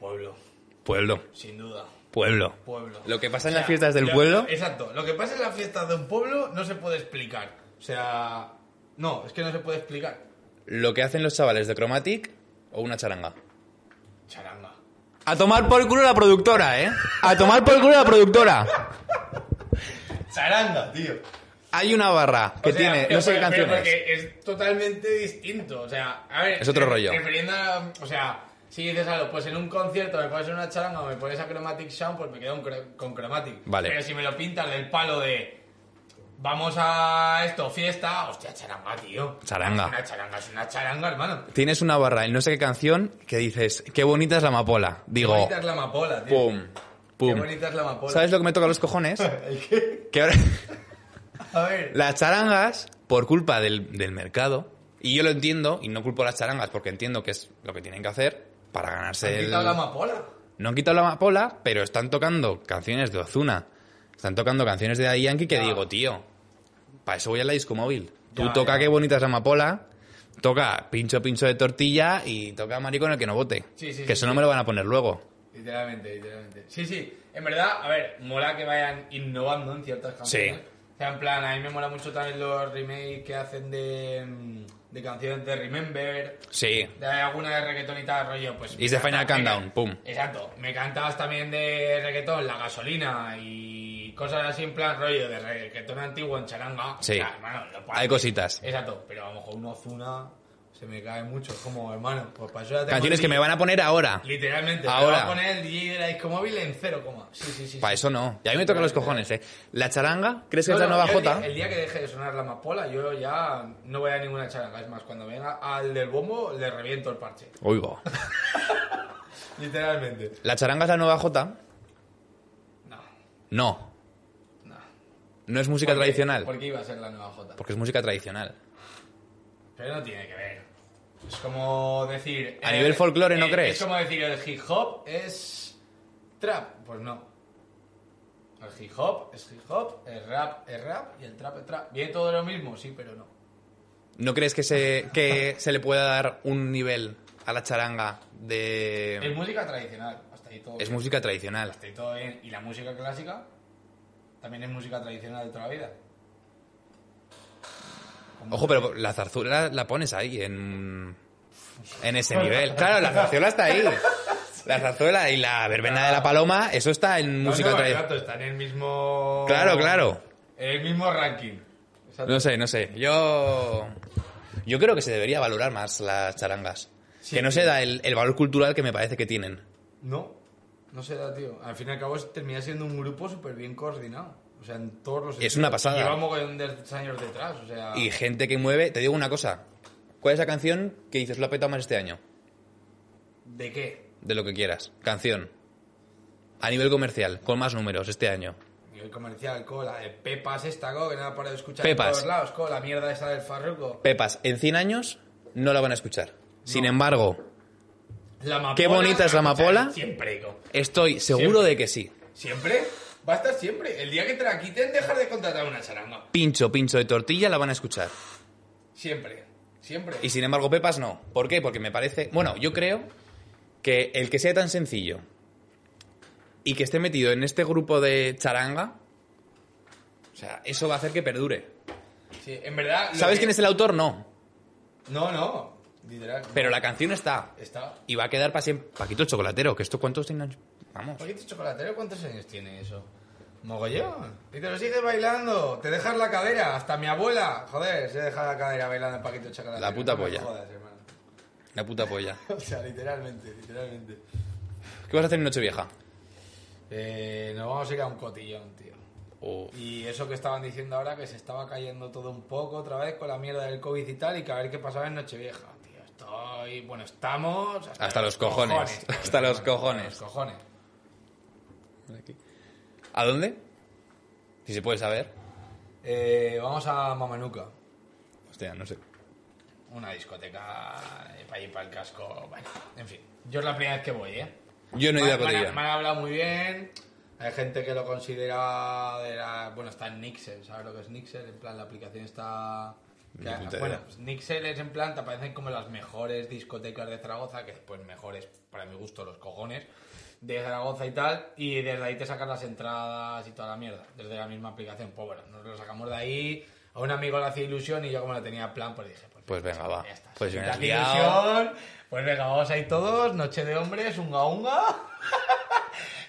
Speaker 3: Pueblo,
Speaker 2: Pueblo.
Speaker 3: sin duda.
Speaker 2: Pueblo.
Speaker 3: Pueblo.
Speaker 2: Lo que pasa en
Speaker 3: O sea,
Speaker 2: las fiestas del
Speaker 3: lo-
Speaker 2: pueblo.
Speaker 3: Exacto. Lo que pasa en las fiestas de un pueblo no se puede explicar. O sea. No, es que no se puede explicar.
Speaker 2: Lo que hacen los chavales de Chromatic o una charanga.
Speaker 3: Charanga.
Speaker 2: A tomar por culo la productora, ¿eh? A tomar por culo la productora.
Speaker 3: Charanga, tío.
Speaker 2: Hay una barra que
Speaker 3: O sea,
Speaker 2: tiene
Speaker 3: pero-
Speaker 2: no sé qué
Speaker 3: pero- pero
Speaker 2: canciones.
Speaker 3: Porque es totalmente distinto. O sea, a ver.
Speaker 2: Es otro
Speaker 3: re-
Speaker 2: rollo.
Speaker 3: Refiriendo a- O sea, si dices algo, pues en un concierto me pones una charanga o me pones a Chromatic Sound, pues me quedo un cre- con Chromatic.
Speaker 2: Vale.
Speaker 3: Pero si me lo pintas del palo de. Vamos a esto, fiesta. Hostia, charanga, tío.
Speaker 2: Charanga.
Speaker 3: Una charanga es una charanga, hermano.
Speaker 2: Tienes una barra en no sé qué canción que dices, qué bonita es la amapola.
Speaker 3: Qué
Speaker 2: Digo,
Speaker 3: bonita es la amapola, tío.
Speaker 2: pum,
Speaker 3: Qué
Speaker 2: pum.
Speaker 3: bonita es la amapola.
Speaker 2: ¿Sabes lo que me toca los cojones?
Speaker 3: ¿El qué?
Speaker 2: Que ahora
Speaker 3: A ver.
Speaker 2: las charangas, por culpa del, del mercado, y yo lo entiendo, y no culpo a las charangas porque entiendo que es lo que tienen que hacer para ganarse
Speaker 3: ¿Han
Speaker 2: el...
Speaker 3: quitado la amapola?
Speaker 2: No han quitado la amapola, pero están tocando canciones de Ozuna. Están tocando canciones de Daddy Yankee que digo, tío, para eso voy a la disco móvil. Tú
Speaker 3: Ya,
Speaker 2: toca
Speaker 3: ya.
Speaker 2: qué bonita es la amapola, toca pincho pincho de tortilla y toca maricón el que no vote.
Speaker 3: Sí, sí,
Speaker 2: que
Speaker 3: sí,
Speaker 2: eso
Speaker 3: sí.
Speaker 2: no me lo van a poner luego.
Speaker 3: Literalmente, literalmente. Sí, sí, en verdad, a ver, mola que vayan innovando en ciertas canciones.
Speaker 2: Sí.
Speaker 3: O sea, en plan, a mí me mola mucho también los remakes que hacen de, mm, de canciones de Remember,
Speaker 2: Sí,
Speaker 3: de alguna de reggaetón y tal, rollo, pues...
Speaker 2: Is the
Speaker 3: me
Speaker 2: final
Speaker 3: canta- me
Speaker 2: countdown,
Speaker 3: ca-
Speaker 2: pum.
Speaker 3: Exacto, me cantabas también de reggaetón, La Gasolina y cosas así en plan rollo de reggaetón antiguo en charanga.
Speaker 2: Sí.
Speaker 3: O sea, hermano, lo puedo
Speaker 2: hay
Speaker 3: hacer.
Speaker 2: cositas.
Speaker 3: Exacto, pero a lo mejor un Ozuna se me cae mucho, es como, hermano, pues para eso ya tengo
Speaker 2: Canciones que
Speaker 3: el-
Speaker 2: me van a poner ahora.
Speaker 3: Literalmente,
Speaker 2: Ahora.
Speaker 3: ahora va a poner el DJ de la disco móvil en cero coma. Sí, sí, sí.
Speaker 2: Para
Speaker 3: sí.
Speaker 2: eso no. Y a mí me toca los cojones, ¿eh? La charanga, ¿crees que
Speaker 3: No,
Speaker 2: es la
Speaker 3: no,
Speaker 2: nueva
Speaker 3: yo el día-
Speaker 2: Jota?
Speaker 3: El día que deje de sonar la amapola, yo ya no voy a ninguna charanga. Es más, cuando venga al del bombo, le reviento el parche.
Speaker 2: Oigo.
Speaker 3: Literalmente.
Speaker 2: ¿La charanga es la nueva Jota?
Speaker 3: No,
Speaker 2: No.
Speaker 3: no.
Speaker 2: No es música
Speaker 3: ¿Por qué?
Speaker 2: tradicional.
Speaker 3: ¿Por qué iba a ser la nueva J?
Speaker 2: Porque es música tradicional.
Speaker 3: Pero no tiene que ver. Es como decir. eh,
Speaker 2: A nivel folclore, ¿no crees?
Speaker 3: Es como decir el hip hop es. trap. Pues no. El hip hop es hip hop, el rap es rap y el trap es trap. Viene todo lo mismo, sí, pero no.
Speaker 2: ¿No crees que se, que se le pueda dar un nivel a la charanga
Speaker 3: Es
Speaker 2: de...
Speaker 3: música tradicional, hasta ahí todo
Speaker 2: Es
Speaker 3: bien.
Speaker 2: música tradicional.
Speaker 3: Hasta ahí todo bien. Y la música clásica también es música tradicional de toda la vida.
Speaker 2: Ojo, pero la zarzuela la pones ahí, en, en ese nivel. Claro, la zarzuela está ahí. La zarzuela y la verbena de la paloma, eso está en música
Speaker 3: No, no,
Speaker 2: tradicional.
Speaker 3: exacto, está en el mismo...
Speaker 2: Claro, claro.
Speaker 3: En el mismo ranking. Exacto.
Speaker 2: No sé, no sé. Yo... Yo creo que se debería valorar más las charangas.
Speaker 3: Sí,
Speaker 2: que no
Speaker 3: tío.
Speaker 2: se da el, el valor cultural que me parece que tienen.
Speaker 3: No, no se da, tío. Al fin y al cabo es- termina siendo un grupo súper bien coordinado. O sea, en todos los
Speaker 2: Es
Speaker 3: sentidos.
Speaker 2: una pasada.
Speaker 3: Lleva un mogollón de años detrás, o sea...
Speaker 2: Y gente que mueve... Te digo una cosa. ¿Cuál es la canción que dices lo ha petado más este año?
Speaker 3: ¿De qué?
Speaker 2: De lo que quieras. Canción. A nivel comercial, con más números este año.
Speaker 3: El comercial, cola, de Pepas esta, co, que nada para de escuchar
Speaker 2: Pepas.
Speaker 3: en todos lados, co, la mierda esa del farruco.
Speaker 2: Pepas, en 100 años no la van a escuchar. Sin embargo,
Speaker 3: La amapola,
Speaker 2: Qué bonita es la amapola.
Speaker 3: Siempre, co.
Speaker 2: estoy seguro de que sí.
Speaker 3: Siempre. Va a estar siempre. El día que te la quiten, dejar de contratar una charanga.
Speaker 2: Pincho, pincho de tortilla la van a escuchar.
Speaker 3: Siempre. Siempre.
Speaker 2: Y sin embargo, Pepas no. ¿Por qué? Porque me parece... Bueno, yo creo que el que sea tan sencillo y que esté metido en este grupo de charanga, o sea, eso va a hacer que perdure.
Speaker 3: Sí, en verdad. lo
Speaker 2: ¿Sabes
Speaker 3: que-
Speaker 2: quién es el autor? No.
Speaker 3: No, no. Literal.
Speaker 2: Pero la canción está.
Speaker 3: Está.
Speaker 2: Y va a quedar para siempre. Paquito el Chocolatero, que esto cuántos tengan... Vamos.
Speaker 3: Paquito chocolatero, ¿cuántos años tiene eso? Mogollón. Y te lo sigues bailando. Te dejas la cadera. Hasta mi abuela. Joder, se deja la cadera bailando el Paquito chocolatero.
Speaker 2: La puta
Speaker 3: No me
Speaker 2: polla.
Speaker 3: jodas, hermano.
Speaker 2: La puta polla.
Speaker 3: O sea, literalmente, literalmente.
Speaker 2: ¿Qué vas a hacer en Nochevieja?
Speaker 3: Eh, nos vamos a ir a un cotillón, tío.
Speaker 2: O-
Speaker 3: Y eso que estaban diciendo ahora, que se estaba cayendo todo un poco otra vez con la mierda del COVID y tal, y que a ver qué pasaba en Nochevieja, tío. Estoy. Bueno, estamos.
Speaker 2: Hasta los cojones. Hasta los cojones.
Speaker 3: Hasta los cojones.
Speaker 2: ¿A dónde? Si se puede saber.
Speaker 3: Eh, vamos a Mamanuca,
Speaker 2: Hostia, no sé.
Speaker 3: una discoteca para ir para el casco. Bueno, en fin. Yo es la primera vez que voy, ¿eh?
Speaker 2: Yo no he ido a
Speaker 3: Me han- me han-
Speaker 2: cotillón.
Speaker 3: Me han hablado muy bien. Hay gente que lo considera. de la- bueno, está en Nixel, ¿sabes lo que es Nixel? En plan, la aplicación está. que-
Speaker 2: Ni puta
Speaker 3: bueno,
Speaker 2: idea.
Speaker 3: pues Nixel es en plan, te aparecen como las mejores discotecas de Zaragoza, que pues mejores, para mi gusto, los cojones, de Zaragoza y tal, y desde ahí te sacan las entradas y toda la mierda, desde la misma aplicación. Pues bueno, nos lo sacamos de ahí, a un amigo le hacía ilusión y yo como lo tenía plan, pues dije, pues,
Speaker 2: Pues venga, va.
Speaker 3: ya está.
Speaker 2: Pues
Speaker 3: Si
Speaker 2: me
Speaker 3: te
Speaker 2: has
Speaker 3: hace
Speaker 2: liado.
Speaker 3: ilusión, Pues venga, vamos ahí todos, noche de hombres, unga unga.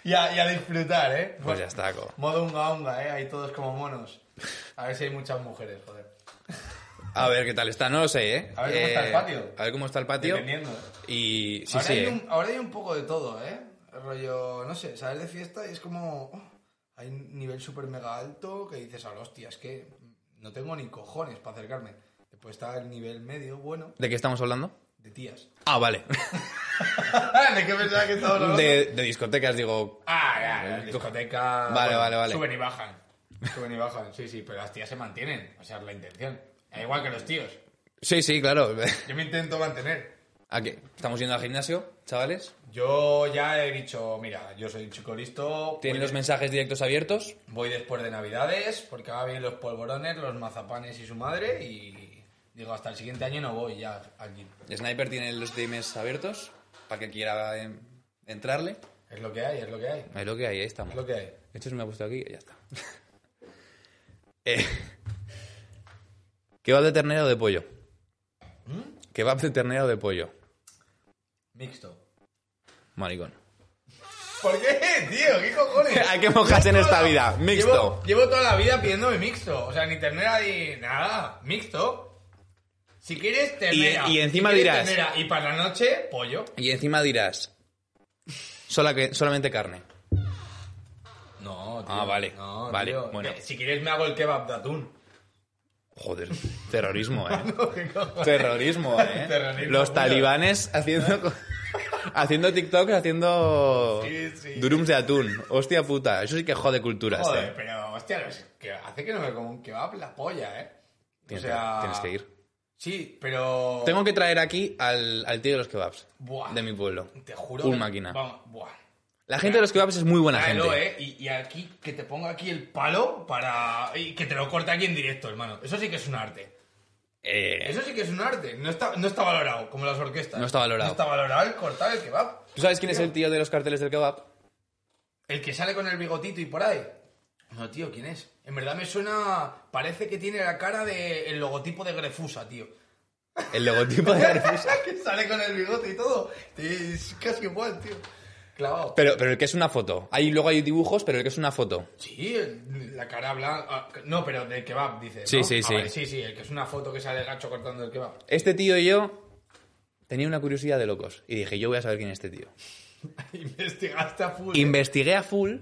Speaker 3: y, a, y a disfrutar, ¿eh?
Speaker 2: Pues ya está, co.
Speaker 3: Modo unga unga, ¿eh? Ahí todos como monos. A ver si hay muchas mujeres, joder.
Speaker 2: A ver qué tal está, no lo sé, ¿eh?
Speaker 3: A ver cómo está el
Speaker 2: Eh,
Speaker 3: patio.
Speaker 2: A ver cómo está el patio.
Speaker 3: Dependiendo.
Speaker 2: Y sí,
Speaker 3: ahora,
Speaker 2: sí.
Speaker 3: hay
Speaker 2: ¿eh?
Speaker 3: un, ahora hay un poco de todo, ¿eh? Rollo, no sé, sales de fiesta y es como... oh, hay un nivel súper mega alto que dices, al hostia, es que no tengo ni cojones para acercarme. Después está el nivel medio, bueno,
Speaker 2: ¿De qué estamos hablando?
Speaker 3: de tías.
Speaker 2: Ah, vale.
Speaker 3: ¿De qué pensaba que estábamos hablando?
Speaker 2: De, de discotecas, digo.
Speaker 3: Ah, ya, las discotecas.
Speaker 2: Vale, vale, vale.
Speaker 3: Suben y bajan. Suben y bajan, sí, sí, pero las tías se mantienen. O sea, es la intención. Al igual que los tíos.
Speaker 2: Sí, sí, claro.
Speaker 3: Yo me intento mantener.
Speaker 2: Aquí. Estamos yendo al gimnasio, chavales.
Speaker 3: Yo ya he dicho, mira, yo soy un chico listo.
Speaker 2: Tienen
Speaker 3: voy,
Speaker 2: los mensajes directos abiertos.
Speaker 3: voy después de Navidades, porque ahora vienen los polvorones, los mazapanes y su madre. Y digo, hasta el siguiente año no voy ya al gym.
Speaker 2: Sniper tiene los DMs abiertos para que quiera em, entrarle.
Speaker 3: Es lo que hay, es lo que hay.
Speaker 2: Es lo que hay, ahí
Speaker 3: Es
Speaker 2: estamos.
Speaker 3: lo que hay.
Speaker 2: De hecho, se me ha puesto aquí y ya está. Eh, ¿Kebab de ternera o de pollo?
Speaker 3: ¿Mm?
Speaker 2: ¿Kebab de ternera o de pollo?
Speaker 3: Mixto.
Speaker 2: Maricón.
Speaker 3: ¿Por qué, tío? ¿Qué cojones?
Speaker 2: Hay que mojarse en
Speaker 3: Llevo
Speaker 2: esta
Speaker 3: toda la-
Speaker 2: vida. Mixto.
Speaker 3: Llevo, llevo toda la vida pidiéndome mixto. O sea, ni ternera ni nada. Mixto. Si quieres, ternera.
Speaker 2: Y- y encima
Speaker 3: Si quieres,
Speaker 2: dirás-
Speaker 3: ternera. Y para la noche, pollo.
Speaker 2: Y encima dirás. sola que- solamente carne.
Speaker 3: No,
Speaker 2: tío. Ah, vale.
Speaker 3: No,
Speaker 2: Vale,
Speaker 3: tío.
Speaker 2: bueno.
Speaker 3: Eh, Si quieres, me hago el kebab de atún.
Speaker 2: Joder, terrorismo, eh.
Speaker 3: ¿Qué Ah, cojones?
Speaker 2: Terrorismo, eh.
Speaker 3: Terrorismo Ah.
Speaker 2: Los
Speaker 3: puro.
Speaker 2: talibanes haciendo co- haciendo TikTok, haciendo
Speaker 3: Sí, sí.
Speaker 2: durums de atún. Hostia puta, eso sí que jode culturas,
Speaker 3: Joder,
Speaker 2: eh.
Speaker 3: pero hostia, los- que hace que no me como un kebab la polla, eh. O
Speaker 2: Tienes,
Speaker 3: sea,
Speaker 2: que, tienes que ir.
Speaker 3: Sí, pero.
Speaker 2: Tengo que traer aquí al, al tío de los kebabs
Speaker 3: Buah.
Speaker 2: de mi pueblo.
Speaker 3: Te juro.
Speaker 2: Un
Speaker 3: que-
Speaker 2: máquina.
Speaker 3: Vamos, buah.
Speaker 2: La gente de los kebabs es muy buena
Speaker 3: Tráelo,
Speaker 2: gente.
Speaker 3: ¿eh? Y, y aquí, que te ponga aquí el palo para... Y que te lo corte aquí en directo, hermano. Eso sí que es un arte.
Speaker 2: Eh,
Speaker 3: Eso sí que es un arte. No está, no está valorado, como las orquestas.
Speaker 2: No está valorado.
Speaker 3: No está valorado el cortar el kebab.
Speaker 2: ¿Tú sabes quién es el tío de los carteles del kebab?
Speaker 3: El que sale con el bigotito y por ahí. No, tío, ¿quién es? En verdad me suena... Parece que tiene la cara del el logotipo de Grefusa, tío.
Speaker 2: El logotipo de Arfus.
Speaker 3: que sale con el bigote y todo. Es casi igual, tío. Clavado.
Speaker 2: Pero, pero el que es una foto. Ahí luego hay dibujos, pero el que es una foto.
Speaker 3: Sí, el- la cara blanca. ah, No, pero del kebab, dices.
Speaker 2: Sí,
Speaker 3: ¿no?
Speaker 2: sí,
Speaker 3: Ah,
Speaker 2: sí.
Speaker 3: vale, sí, sí, el que es una foto que sale el gacho cortando el kebab.
Speaker 2: Este tío y yo tenía una curiosidad de locos. Y dije, yo voy a saber quién es este tío.
Speaker 3: Investigaste a full. ¿eh?
Speaker 2: Investigué a full,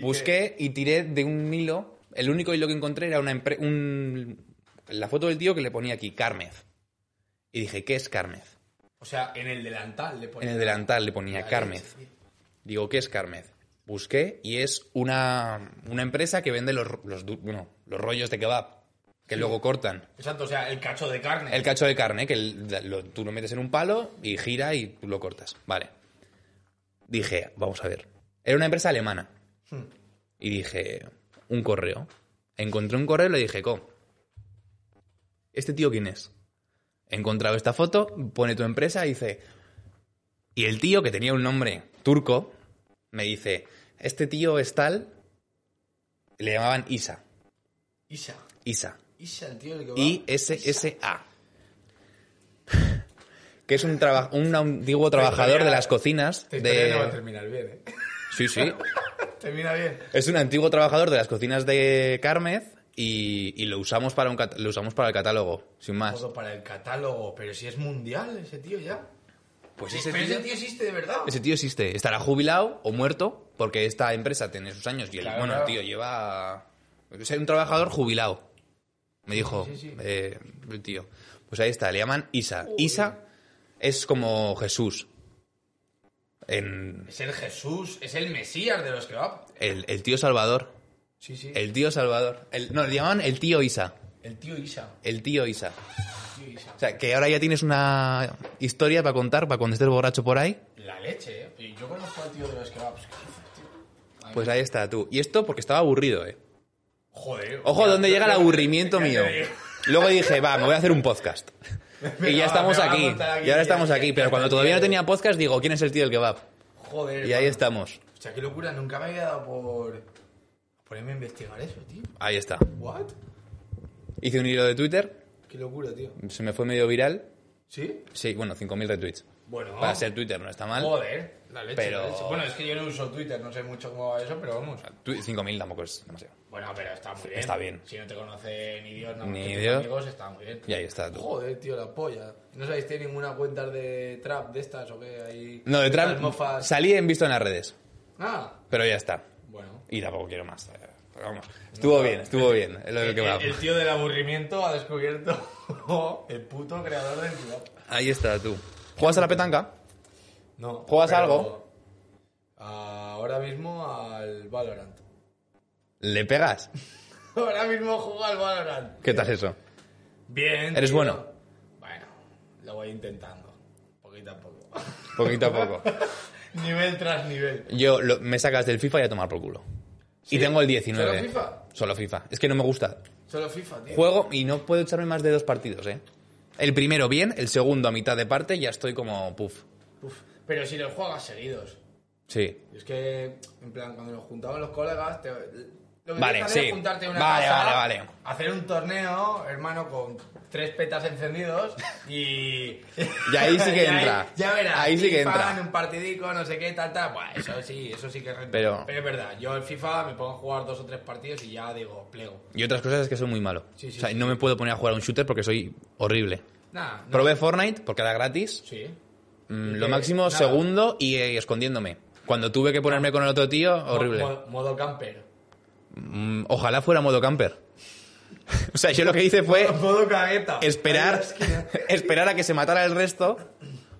Speaker 2: busqué y tiré de un hilo. El único hilo que encontré era una empre- un- la foto del tío que le ponía aquí, Carmez. Y dije, ¿qué es Carmez?
Speaker 3: o sea, en el delantal le
Speaker 2: En
Speaker 3: pones.
Speaker 2: el delantal le ponía
Speaker 3: la ¿eh?
Speaker 2: Carmez.
Speaker 3: leche, tío.
Speaker 2: Digo, ¿qué es Carmez? Busqué y es una, una empresa que vende los, ro- los, du- bueno, los rollos de kebab, que luego cortan.
Speaker 3: Exacto, o sea, el cacho de carne.
Speaker 2: El cacho de carne, que el- lo- tú lo metes en un palo y gira y tú lo cortas. Vale. Dije, vamos a ver. Era una empresa alemana. Y dije, un correo. Encontré un correo y le dije, ¿cómo? ¿Este tío quién es? He encontrado esta foto, pone tu empresa y dice... Y el tío, que tenía un nombre turco, me dice, este tío es tal... Le llamaban Isa.
Speaker 3: Isa.
Speaker 2: Isa.
Speaker 3: Isa, el tío del kebab.
Speaker 2: ISSA. Que es un, traba- un antiguo trabajador de las cocinas
Speaker 3: Esta historia no va a
Speaker 2: de...
Speaker 3: terminar bien, ¿eh?
Speaker 2: Sí, sí.
Speaker 3: Termina bien.
Speaker 2: Es un antiguo trabajador de las cocinas de Carmez y, y lo, usamos para un cat- lo usamos para el catálogo, sin más.
Speaker 3: Todo para el catálogo, pero si es mundial ese tío ya.
Speaker 2: Pues
Speaker 3: Pero ese tío existe de verdad.
Speaker 2: ese tío existe. Estará jubilado o muerto porque esta empresa tiene sus años y el,
Speaker 3: Claro,
Speaker 2: bueno, el
Speaker 3: claro.
Speaker 2: tío lleva... Es un trabajador jubilado. Me dijo
Speaker 3: Sí, sí, sí.
Speaker 2: eh, el tío. Pues ahí está, le llaman Isa. Isa es como Jesús. En
Speaker 3: Es el Jesús, es el Mesías de los kebab.
Speaker 2: el, el tío Salvador.
Speaker 3: Sí, sí. El,
Speaker 2: El tío Salvador. El- no, le llamaban el tío Isa.
Speaker 3: tío Isa.
Speaker 2: El tío Isa.
Speaker 3: El tío Isa.
Speaker 2: O sea, que ahora ya tienes una historia para contar para cuando estés borracho por ahí.
Speaker 3: La leche, ¿eh? Yo conozco al tío de los kebabs. ¿Qué dices, tío?
Speaker 2: Pues ahí está tú. Y esto porque estaba aburrido, ¿eh?
Speaker 3: Joder.
Speaker 2: Ojo,
Speaker 3: ya-
Speaker 2: ¿dónde llega el
Speaker 3: ya-
Speaker 2: aburrimiento
Speaker 3: ya te
Speaker 2: mío?
Speaker 3: digo.
Speaker 2: Luego dije, va, me voy a hacer un podcast. Y ya
Speaker 3: va,
Speaker 2: estamos
Speaker 3: me va a
Speaker 2: aquí.
Speaker 3: montar aquí,
Speaker 2: Y ahora
Speaker 3: ya-
Speaker 2: estamos
Speaker 3: ya-
Speaker 2: aquí.
Speaker 3: ya
Speaker 2: Pero
Speaker 3: está
Speaker 2: cuando
Speaker 3: el
Speaker 2: todavía
Speaker 3: tío
Speaker 2: no
Speaker 3: de-
Speaker 2: tenía podcast, digo, ¿quién es el tío del kebab?
Speaker 3: Joder.
Speaker 2: Y ahí
Speaker 3: mano.
Speaker 2: estamos.
Speaker 3: Hostia, qué locura. Nunca me había dado por. ponerme a investigar eso, tío.
Speaker 2: Ahí está.
Speaker 3: ¿What?
Speaker 2: Hice un hilo de Twitter,
Speaker 3: Qué locura, tío.
Speaker 2: se me fue medio viral.
Speaker 3: ¿Sí?
Speaker 2: Sí, bueno, 5.000 retweets.
Speaker 3: Bueno.
Speaker 2: Para ser Twitter no está mal.
Speaker 3: Joder. La leche,
Speaker 2: Pero-
Speaker 3: la leche. Bueno, es que yo no uso Twitter, no sé mucho cómo va eso, pero vamos.
Speaker 2: Tu- 5.000 tampoco es demasiado.
Speaker 3: Bueno, pero está muy bien.
Speaker 2: Está bien.
Speaker 3: Si no te conoce ni Dios, nada más
Speaker 2: Ni
Speaker 3: que tus
Speaker 2: Dios.
Speaker 3: amigos, está muy bien.
Speaker 2: Y ahí está tú.
Speaker 3: Joder, tío, la polla. ¿No sabéis tiene ninguna cuenta de trap de estas o qué? Ahí
Speaker 2: No, de
Speaker 3: estas
Speaker 2: Trump
Speaker 3: mofas.
Speaker 2: salí en visto en las redes.
Speaker 3: Ah,
Speaker 2: Pero ya está.
Speaker 3: bueno.
Speaker 2: Y tampoco quiero más. eh, pero vamos. Estuvo bien, estuvo bien. Lo del
Speaker 3: El,
Speaker 2: kebab.
Speaker 3: el tío del aburrimiento ha descubierto el puto creador del club.
Speaker 2: Ahí está tú. ¿Juegas a la petanca?
Speaker 3: No.
Speaker 2: ¿Juegas
Speaker 3: pero
Speaker 2: algo?
Speaker 3: Ahora mismo al Valorant.
Speaker 2: ¿Le pegas?
Speaker 3: Ahora mismo juego al Valorant.
Speaker 2: ¿Qué tal eso?
Speaker 3: Bien.
Speaker 2: ¿Eres
Speaker 3: tío.
Speaker 2: bueno?
Speaker 3: Bueno, lo voy intentando. Poquito a poco.
Speaker 2: Poquito a poco.
Speaker 3: nivel tras nivel.
Speaker 2: Yo lo- me sacas del FIFA y a tomar por culo. Y tengo el 19.
Speaker 3: ¿Solo FIFA?
Speaker 2: Solo FIFA. Es que no me gusta.
Speaker 3: Solo FIFA, tío.
Speaker 2: Juego y no puedo echarme más de dos partidos, ¿eh? El primero bien, el segundo a mitad de parte, ya estoy como puff.
Speaker 3: Uf, Pero si los juegas seguidos.
Speaker 2: Sí.
Speaker 3: Es que, en plan, cuando nos juntamos los colegas, te- lo que
Speaker 2: Vale,
Speaker 3: tienes que hacer
Speaker 2: sí.
Speaker 3: es juntarte en una
Speaker 2: Vale,
Speaker 3: casa,
Speaker 2: vale, vale.
Speaker 3: hacer un torneo, hermano, con tres petas encendidos y...
Speaker 2: Y ahí sí que
Speaker 3: y ahí-
Speaker 2: entra.
Speaker 3: ya verás.
Speaker 2: Ahí sí que
Speaker 3: pim, pam,
Speaker 2: entra.
Speaker 3: un partidico, no sé qué, tal, tal. Buah, eso sí, eso sí que es rentable.
Speaker 2: Pero-
Speaker 3: es verdad, yo en FIFA me pongo a jugar dos o tres partidos y ya digo, plego.
Speaker 2: Y otras cosas es que soy muy malo.
Speaker 3: Sí, sí,
Speaker 2: o sea,
Speaker 3: sí.
Speaker 2: no me puedo poner a jugar a un shooter porque soy horrible.
Speaker 3: Nada, no.
Speaker 2: Probé Fortnite porque era gratis.
Speaker 3: Sí.
Speaker 2: Mm,
Speaker 3: ¿Y
Speaker 2: Lo
Speaker 3: qué?
Speaker 2: máximo
Speaker 3: Nada. Ah.
Speaker 2: segundo y eh, escondiéndome. Cuando tuve que ponerme con el otro tío, horrible.
Speaker 3: Mo- modo camper.
Speaker 2: Mm, Ojalá fuera modo camper. o sea, yo lo que hice fue
Speaker 3: Modo cagueta. Ahí en
Speaker 2: esperar,
Speaker 3: la esquina.
Speaker 2: esperar a que se matara el resto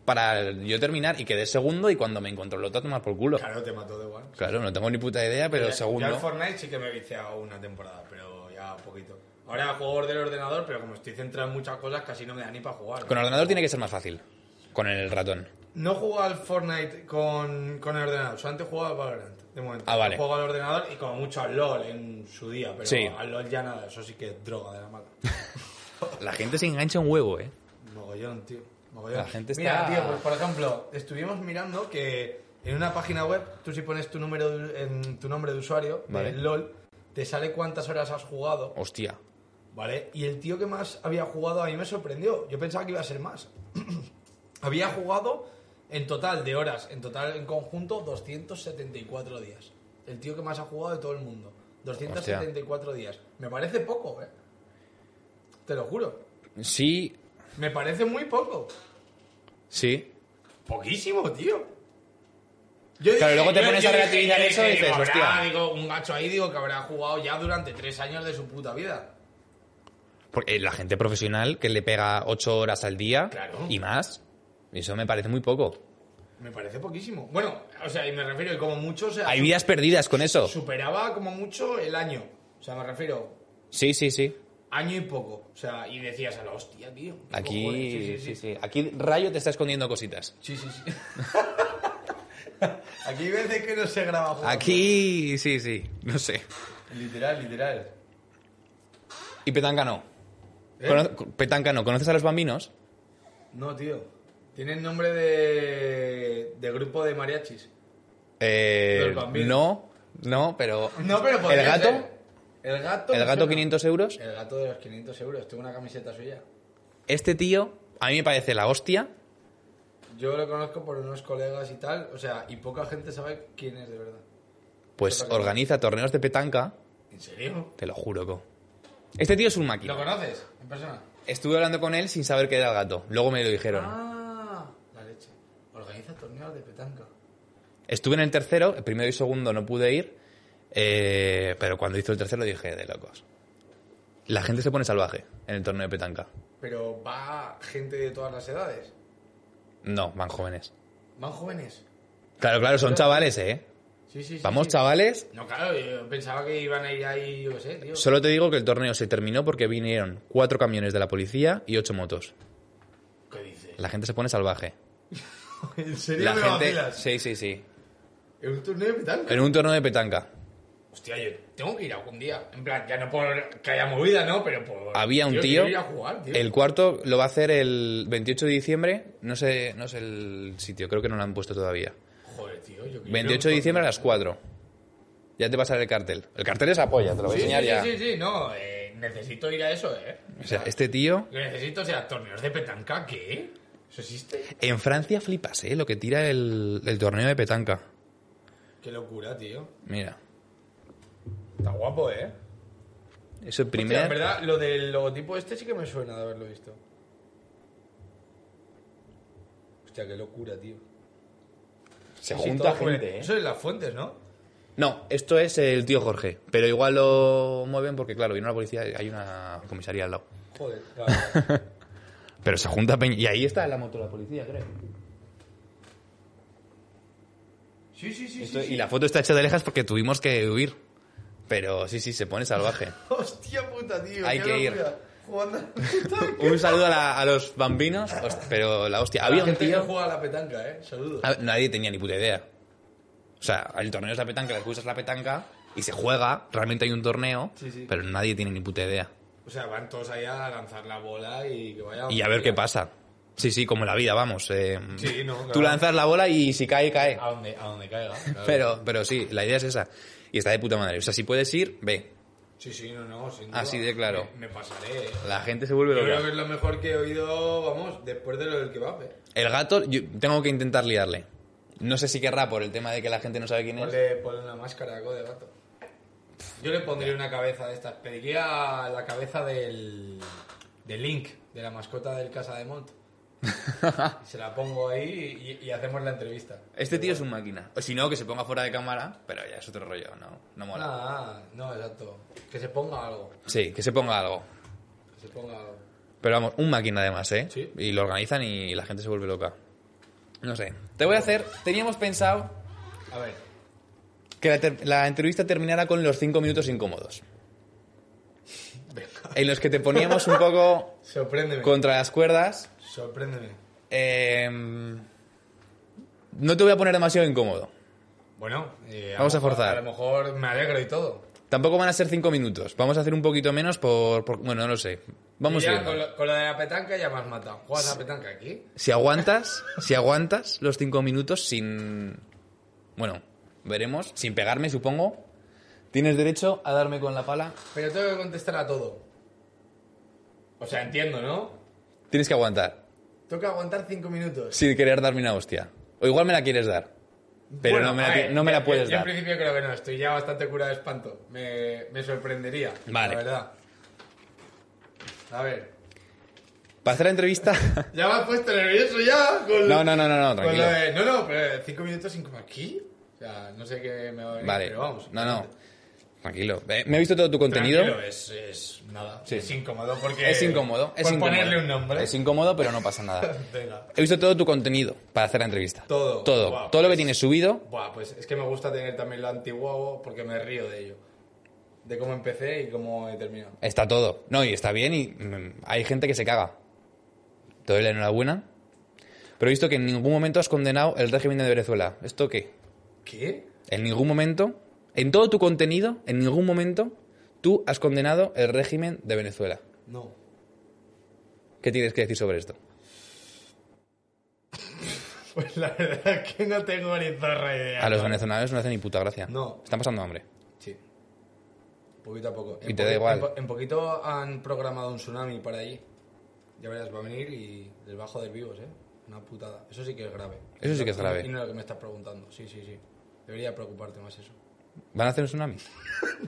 Speaker 2: para yo terminar y quedé segundo y cuando me encontró el otro a tomar por culo.
Speaker 3: Claro, te mató de igual.
Speaker 2: Claro, no tengo ni puta idea, pero
Speaker 3: Ya-
Speaker 2: segundo.
Speaker 3: Yo al Fortnite sí que me he viciado una temporada, pero ya poquito. Ahora juego del ordenador, pero como estoy centrado en muchas cosas, casi no me da ni para jugar.
Speaker 2: Con el ordenador tiene que ser más fácil. Con el ratón.
Speaker 3: No juego al Fortnite con, con el ordenador, solamente juego al Valorant, de momento.
Speaker 2: Ah, vale.
Speaker 3: Juego al ordenador y como mucho al LOL en su día, pero
Speaker 2: Sí.
Speaker 3: al LOL ya nada, eso sí que es droga de la mala.
Speaker 2: La gente se engancha un huevo, ¿eh?
Speaker 3: Mogollón, tío. Mogollón.
Speaker 2: La gente
Speaker 3: Mira,
Speaker 2: está-
Speaker 3: tío, pues por ejemplo, estuvimos mirando que en una página web, tú si pones tu número de- en tu nombre de usuario, de
Speaker 2: Vale.
Speaker 3: LOL, te sale cuántas horas has jugado.
Speaker 2: Hostia.
Speaker 3: ¿Vale? Y el tío que más había jugado a mí me sorprendió. Yo pensaba que iba a ser más. había jugado en total de horas, en total en conjunto, 274 días. El tío que más ha jugado de todo el mundo. 274 días. Me parece poco, ¿eh? Te lo juro.
Speaker 2: Sí,
Speaker 3: Me parece muy poco.
Speaker 2: sí.
Speaker 3: Poquísimo, tío. Yo
Speaker 2: Claro, luego te pones a
Speaker 3: dije-
Speaker 2: relativizar
Speaker 3: yo
Speaker 2: eso y
Speaker 3: dije,
Speaker 2: dices,
Speaker 3: digo,
Speaker 2: hostia.
Speaker 3: habrá, digo, un gacho ahí, digo, que habrá jugado ya durante tres años de su puta vida.
Speaker 2: Porque eh, la gente profesional que le pega ocho horas al día
Speaker 3: Claro.
Speaker 2: y más. Eso me parece muy poco.
Speaker 3: Me parece poquísimo. Bueno, o sea, y me refiero, y como mucho, o sea,
Speaker 2: Hay vidas perdidas con eso.
Speaker 3: superaba como mucho el año. O sea, me refiero,
Speaker 2: Sí, sí, sí.
Speaker 3: año y poco. O sea, y decías a la hostia, tío. ¿qué
Speaker 2: Aquí,
Speaker 3: cojones? Sí, sí,
Speaker 2: sí,
Speaker 3: sí.
Speaker 2: sí. Aquí Rayo te está escondiendo cositas.
Speaker 3: Sí, sí, sí. Aquí hay veces que no se graba jugando.
Speaker 2: Aquí, sí, sí. No sé.
Speaker 3: Literal, literal.
Speaker 2: Y Petanca no.
Speaker 3: ¿Eh?
Speaker 2: Cono- Petanca no. ¿Conoces a los bambinos?
Speaker 3: No, tío. Tienen nombre de, de grupo de mariachis.
Speaker 2: Eh,
Speaker 3: Los Bambinos.
Speaker 2: No, no, pero.
Speaker 3: No, pero
Speaker 2: ¿El
Speaker 3: podría
Speaker 2: gato?
Speaker 3: ser. El gato.
Speaker 2: ¿El
Speaker 3: me
Speaker 2: gato
Speaker 3: suena.
Speaker 2: 500 euros?
Speaker 3: El gato de los 500 euros. Tengo una camiseta suya.
Speaker 2: Este tío, a mí me parece la hostia.
Speaker 3: Yo lo conozco por unos colegas y tal, o sea, y poca gente sabe quién es de verdad.
Speaker 2: Pues organiza torneos de petanca.
Speaker 3: ¿En serio?
Speaker 2: Te lo juro, co. Este tío es un
Speaker 3: ¿Lo
Speaker 2: máquina.
Speaker 3: conoces en persona?
Speaker 2: Estuve hablando con él sin saber que era el gato. Luego me lo dijeron.
Speaker 3: Ah, la leche. Organiza torneos de petanca.
Speaker 2: Estuve en el tercero, el primero y segundo no pude ir, eh, pero cuando hizo el tercero dije, de locos. La gente se pone salvaje en el torneo de petanca.
Speaker 3: Pero va gente de todas las edades.
Speaker 2: No, van jóvenes.
Speaker 3: Van jóvenes.
Speaker 2: Claro, claro, son chavales, ¿eh?
Speaker 3: Sí, sí, sí.
Speaker 2: Vamos,
Speaker 3: sí.
Speaker 2: chavales.
Speaker 3: No, claro, yo pensaba que iban a ir ahí, yo qué sé, tío.
Speaker 2: Solo te digo que el torneo se terminó porque vinieron cuatro camiones de la policía y ocho motos.
Speaker 3: ¿Qué dices?
Speaker 2: La gente se pone salvaje.
Speaker 3: ¿En serio
Speaker 2: La
Speaker 3: me
Speaker 2: gente...
Speaker 3: vacilas?
Speaker 2: Sí, sí, sí.
Speaker 3: En un torneo de petanca.
Speaker 2: En un torneo de petanca.
Speaker 3: Hostia, yo tengo que ir algún día. En plan, ya no por que haya movida, ¿no? Pero por.
Speaker 2: Había un
Speaker 3: Yo
Speaker 2: tío.
Speaker 3: quiero ir a jugar, tío.
Speaker 2: El cuarto lo va a hacer el 28 de diciembre. No sé, no sé el sitio, creo que no lo han puesto todavía.
Speaker 3: Joder, tío. Yo quiero
Speaker 2: 28 de diciembre a las 4. Ya te pasaré el cartel. El cartel es apoya, te lo voy a
Speaker 3: Sí,
Speaker 2: enseñar
Speaker 3: sí,
Speaker 2: ya.
Speaker 3: sí, sí, sí, no. eh, necesito ir a eso, ¿eh?
Speaker 2: O sea, este tío.
Speaker 3: Lo que necesito, o sea, torneos de petanca, ¿qué? ¿Eso existe?
Speaker 2: En Francia flipas, ¿eh? Lo que tira el, el torneo de petanca.
Speaker 3: Qué locura, tío.
Speaker 2: Mira.
Speaker 3: Está guapo, ¿eh?
Speaker 2: Es el
Speaker 3: Hostia, en
Speaker 2: primer.
Speaker 3: verdad, lo del logotipo este sí que me suena de haberlo visto. Hostia, qué locura, tío.
Speaker 2: Se
Speaker 3: Sí,
Speaker 2: junta
Speaker 3: todo fue-
Speaker 2: gente, ¿eh?
Speaker 3: Eso es las fuentes, ¿no?
Speaker 2: No, esto es el tío Jorge. Pero igual lo mueven porque, claro, viene la policía y hay una comisaría al lado.
Speaker 3: Joder, claro.
Speaker 2: Pero se junta peña. Y ahí está la moto de la policía, creo.
Speaker 3: Sí, sí, sí,
Speaker 2: Esto-
Speaker 3: sí. sí.
Speaker 2: Y la foto está hecha de lejas porque tuvimos que huir. Pero sí, sí, se pone salvaje.
Speaker 3: Hostia puta, tío.
Speaker 2: Hay
Speaker 3: qué
Speaker 2: que ir.
Speaker 3: locura. Jugando a la petanca.
Speaker 2: Un saludo a, la- a los bambinos, host- pero la hostia. Había
Speaker 3: La
Speaker 2: un
Speaker 3: gente que
Speaker 2: tío.
Speaker 3: juega a la petanca, ¿eh? Saludos.
Speaker 2: a- Nadie tenía ni puta idea. O sea, el torneo es la petanca, la usas la petanca y se juega. Realmente hay un torneo,
Speaker 3: Sí, sí.
Speaker 2: pero nadie tiene ni puta idea.
Speaker 3: O sea, van todos ahí a lanzar la bola y que vaya...
Speaker 2: Y a ver qué pasa. Sí, sí, como en la vida, vamos. eh,
Speaker 3: Sí, no,
Speaker 2: Tú
Speaker 3: claro.
Speaker 2: lanzas la bola y si cae, cae.
Speaker 3: A donde, a donde caiga. claro.
Speaker 2: Pero, pero sí, la idea es esa. Y está de puta madre. O sea, si puedes ir, ve.
Speaker 3: Sí, sí, no, no, sin duda.
Speaker 2: Así de claro.
Speaker 3: Me, me pasaré, ¿eh?
Speaker 2: La gente se vuelve
Speaker 3: Yo creo que
Speaker 2: loca.
Speaker 3: es lo mejor que he oído, vamos, después de lo del kebab, ¿eh?
Speaker 2: El gato, yo tengo que intentar liarle. No sé si querrá por el tema de que la gente no sabe quién es.
Speaker 3: Ponle, ponle una máscara algo de gato. Yo le pondría una cabeza de estas. Pediría la cabeza del, del Link, de la mascota del Casa de Mont. Y se la pongo ahí y, y hacemos la entrevista.
Speaker 2: Este tío es un máquina. O si no, que se ponga fuera de cámara, pero ya es otro rollo, no, no mola.
Speaker 3: Ah, ah, no, exacto. Que se ponga algo.
Speaker 2: Sí, que se ponga algo.
Speaker 3: Que se ponga algo.
Speaker 2: Pero vamos, un máquina además, ¿eh?
Speaker 3: Sí.
Speaker 2: Y lo organizan y la gente se vuelve loca. No sé. Te voy a hacer. Teníamos pensado
Speaker 3: A ver,
Speaker 2: que la, ter- la entrevista terminara con los cinco minutos incómodos. En los que te poníamos un poco
Speaker 3: sorpréndeme.
Speaker 2: contra las cuerdas.
Speaker 3: Sorpréndeme.
Speaker 2: Eh, no te voy a poner demasiado incómodo.
Speaker 3: Bueno, eh,
Speaker 2: Vamos
Speaker 3: lo
Speaker 2: a
Speaker 3: mejor-
Speaker 2: forzar.
Speaker 3: A lo mejor me alegro y todo.
Speaker 2: Tampoco van a ser cinco minutos. Vamos a hacer un poquito menos por. por- bueno, no lo sé. Vamos
Speaker 3: Y ya
Speaker 2: viendo.
Speaker 3: con, lo, con lo de la petanca ya me has matado. ¿Juegas la petanca aquí?
Speaker 2: Si aguantas, si aguantas los cinco minutos sin. Bueno, veremos. Sin pegarme, supongo. Tienes derecho a darme con la pala.
Speaker 3: Pero tengo que contestar a todo. O sea, entiendo, ¿no?
Speaker 2: Tienes que aguantar.
Speaker 3: Tengo que aguantar cinco minutos.
Speaker 2: Sin querer darme una hostia. O igual me la quieres dar. Pero
Speaker 3: Bueno,
Speaker 2: no me la,
Speaker 3: a
Speaker 2: ti-
Speaker 3: ver,
Speaker 2: no me
Speaker 3: yo-
Speaker 2: la puedes
Speaker 3: yo, yo
Speaker 2: dar.
Speaker 3: en principio creo que no, estoy ya bastante curado de espanto. Me, me sorprendería,
Speaker 2: Vale.
Speaker 3: la verdad. A ver.
Speaker 2: Para hacer la entrevista.
Speaker 3: Ya me has puesto nervioso ya. Con
Speaker 2: No, no, no, no, no,
Speaker 3: con lo
Speaker 2: tranquilo.
Speaker 3: de- no, no, pero cinco minutos sin como aquí. O sea, no sé qué me va a venir,
Speaker 2: Vale.
Speaker 3: pero vamos.
Speaker 2: No, no. Tranquilo. Eh, Me he visto todo tu contenido.
Speaker 3: Tranquilo, es, es nada.
Speaker 2: Sí.
Speaker 3: Es incómodo porque.
Speaker 2: Es incómodo. Es
Speaker 3: por
Speaker 2: incómodo.
Speaker 3: ponerle un nombre.
Speaker 2: Es incómodo, pero no pasa nada.
Speaker 3: Venga.
Speaker 2: He visto todo tu contenido para hacer la entrevista.
Speaker 3: Todo.
Speaker 2: Todo.
Speaker 3: Guau,
Speaker 2: todo lo que
Speaker 3: pues-
Speaker 2: tienes subido.
Speaker 3: Buah, pues es que me gusta tener también lo antiguo porque me río de ello. De cómo empecé y cómo he terminado.
Speaker 2: Está todo. No, y está bien y mm, hay gente que se caga. Te doy la enhorabuena. Pero he visto que en ningún momento has condenado el régimen de Venezuela. ¿Esto qué?
Speaker 3: ¿Qué?
Speaker 2: En ningún momento, en todo tu contenido, en ningún momento, tú has condenado el régimen de Venezuela.
Speaker 3: No.
Speaker 2: ¿Qué tienes que decir sobre esto?
Speaker 3: Pues la verdad es que no tengo ni zorra idea.
Speaker 2: A los venezolanos no hacen ni puta gracia.
Speaker 3: No.
Speaker 2: Están pasando hambre.
Speaker 3: Sí. Poquito a poco.
Speaker 2: Y
Speaker 3: En
Speaker 2: te da
Speaker 3: poqui-
Speaker 2: igual.
Speaker 3: En, po- en poquito han programado un tsunami para allí. Ya verás, va a venir y les va a joder vivos, ¿eh? Una putada. Eso sí que es grave.
Speaker 2: Eso sí que es
Speaker 3: Y no-
Speaker 2: grave.
Speaker 3: Y no es lo que me estás preguntando. Sí, sí, sí. Debería preocuparte más eso.
Speaker 2: ¿Van a hacer un tsunami?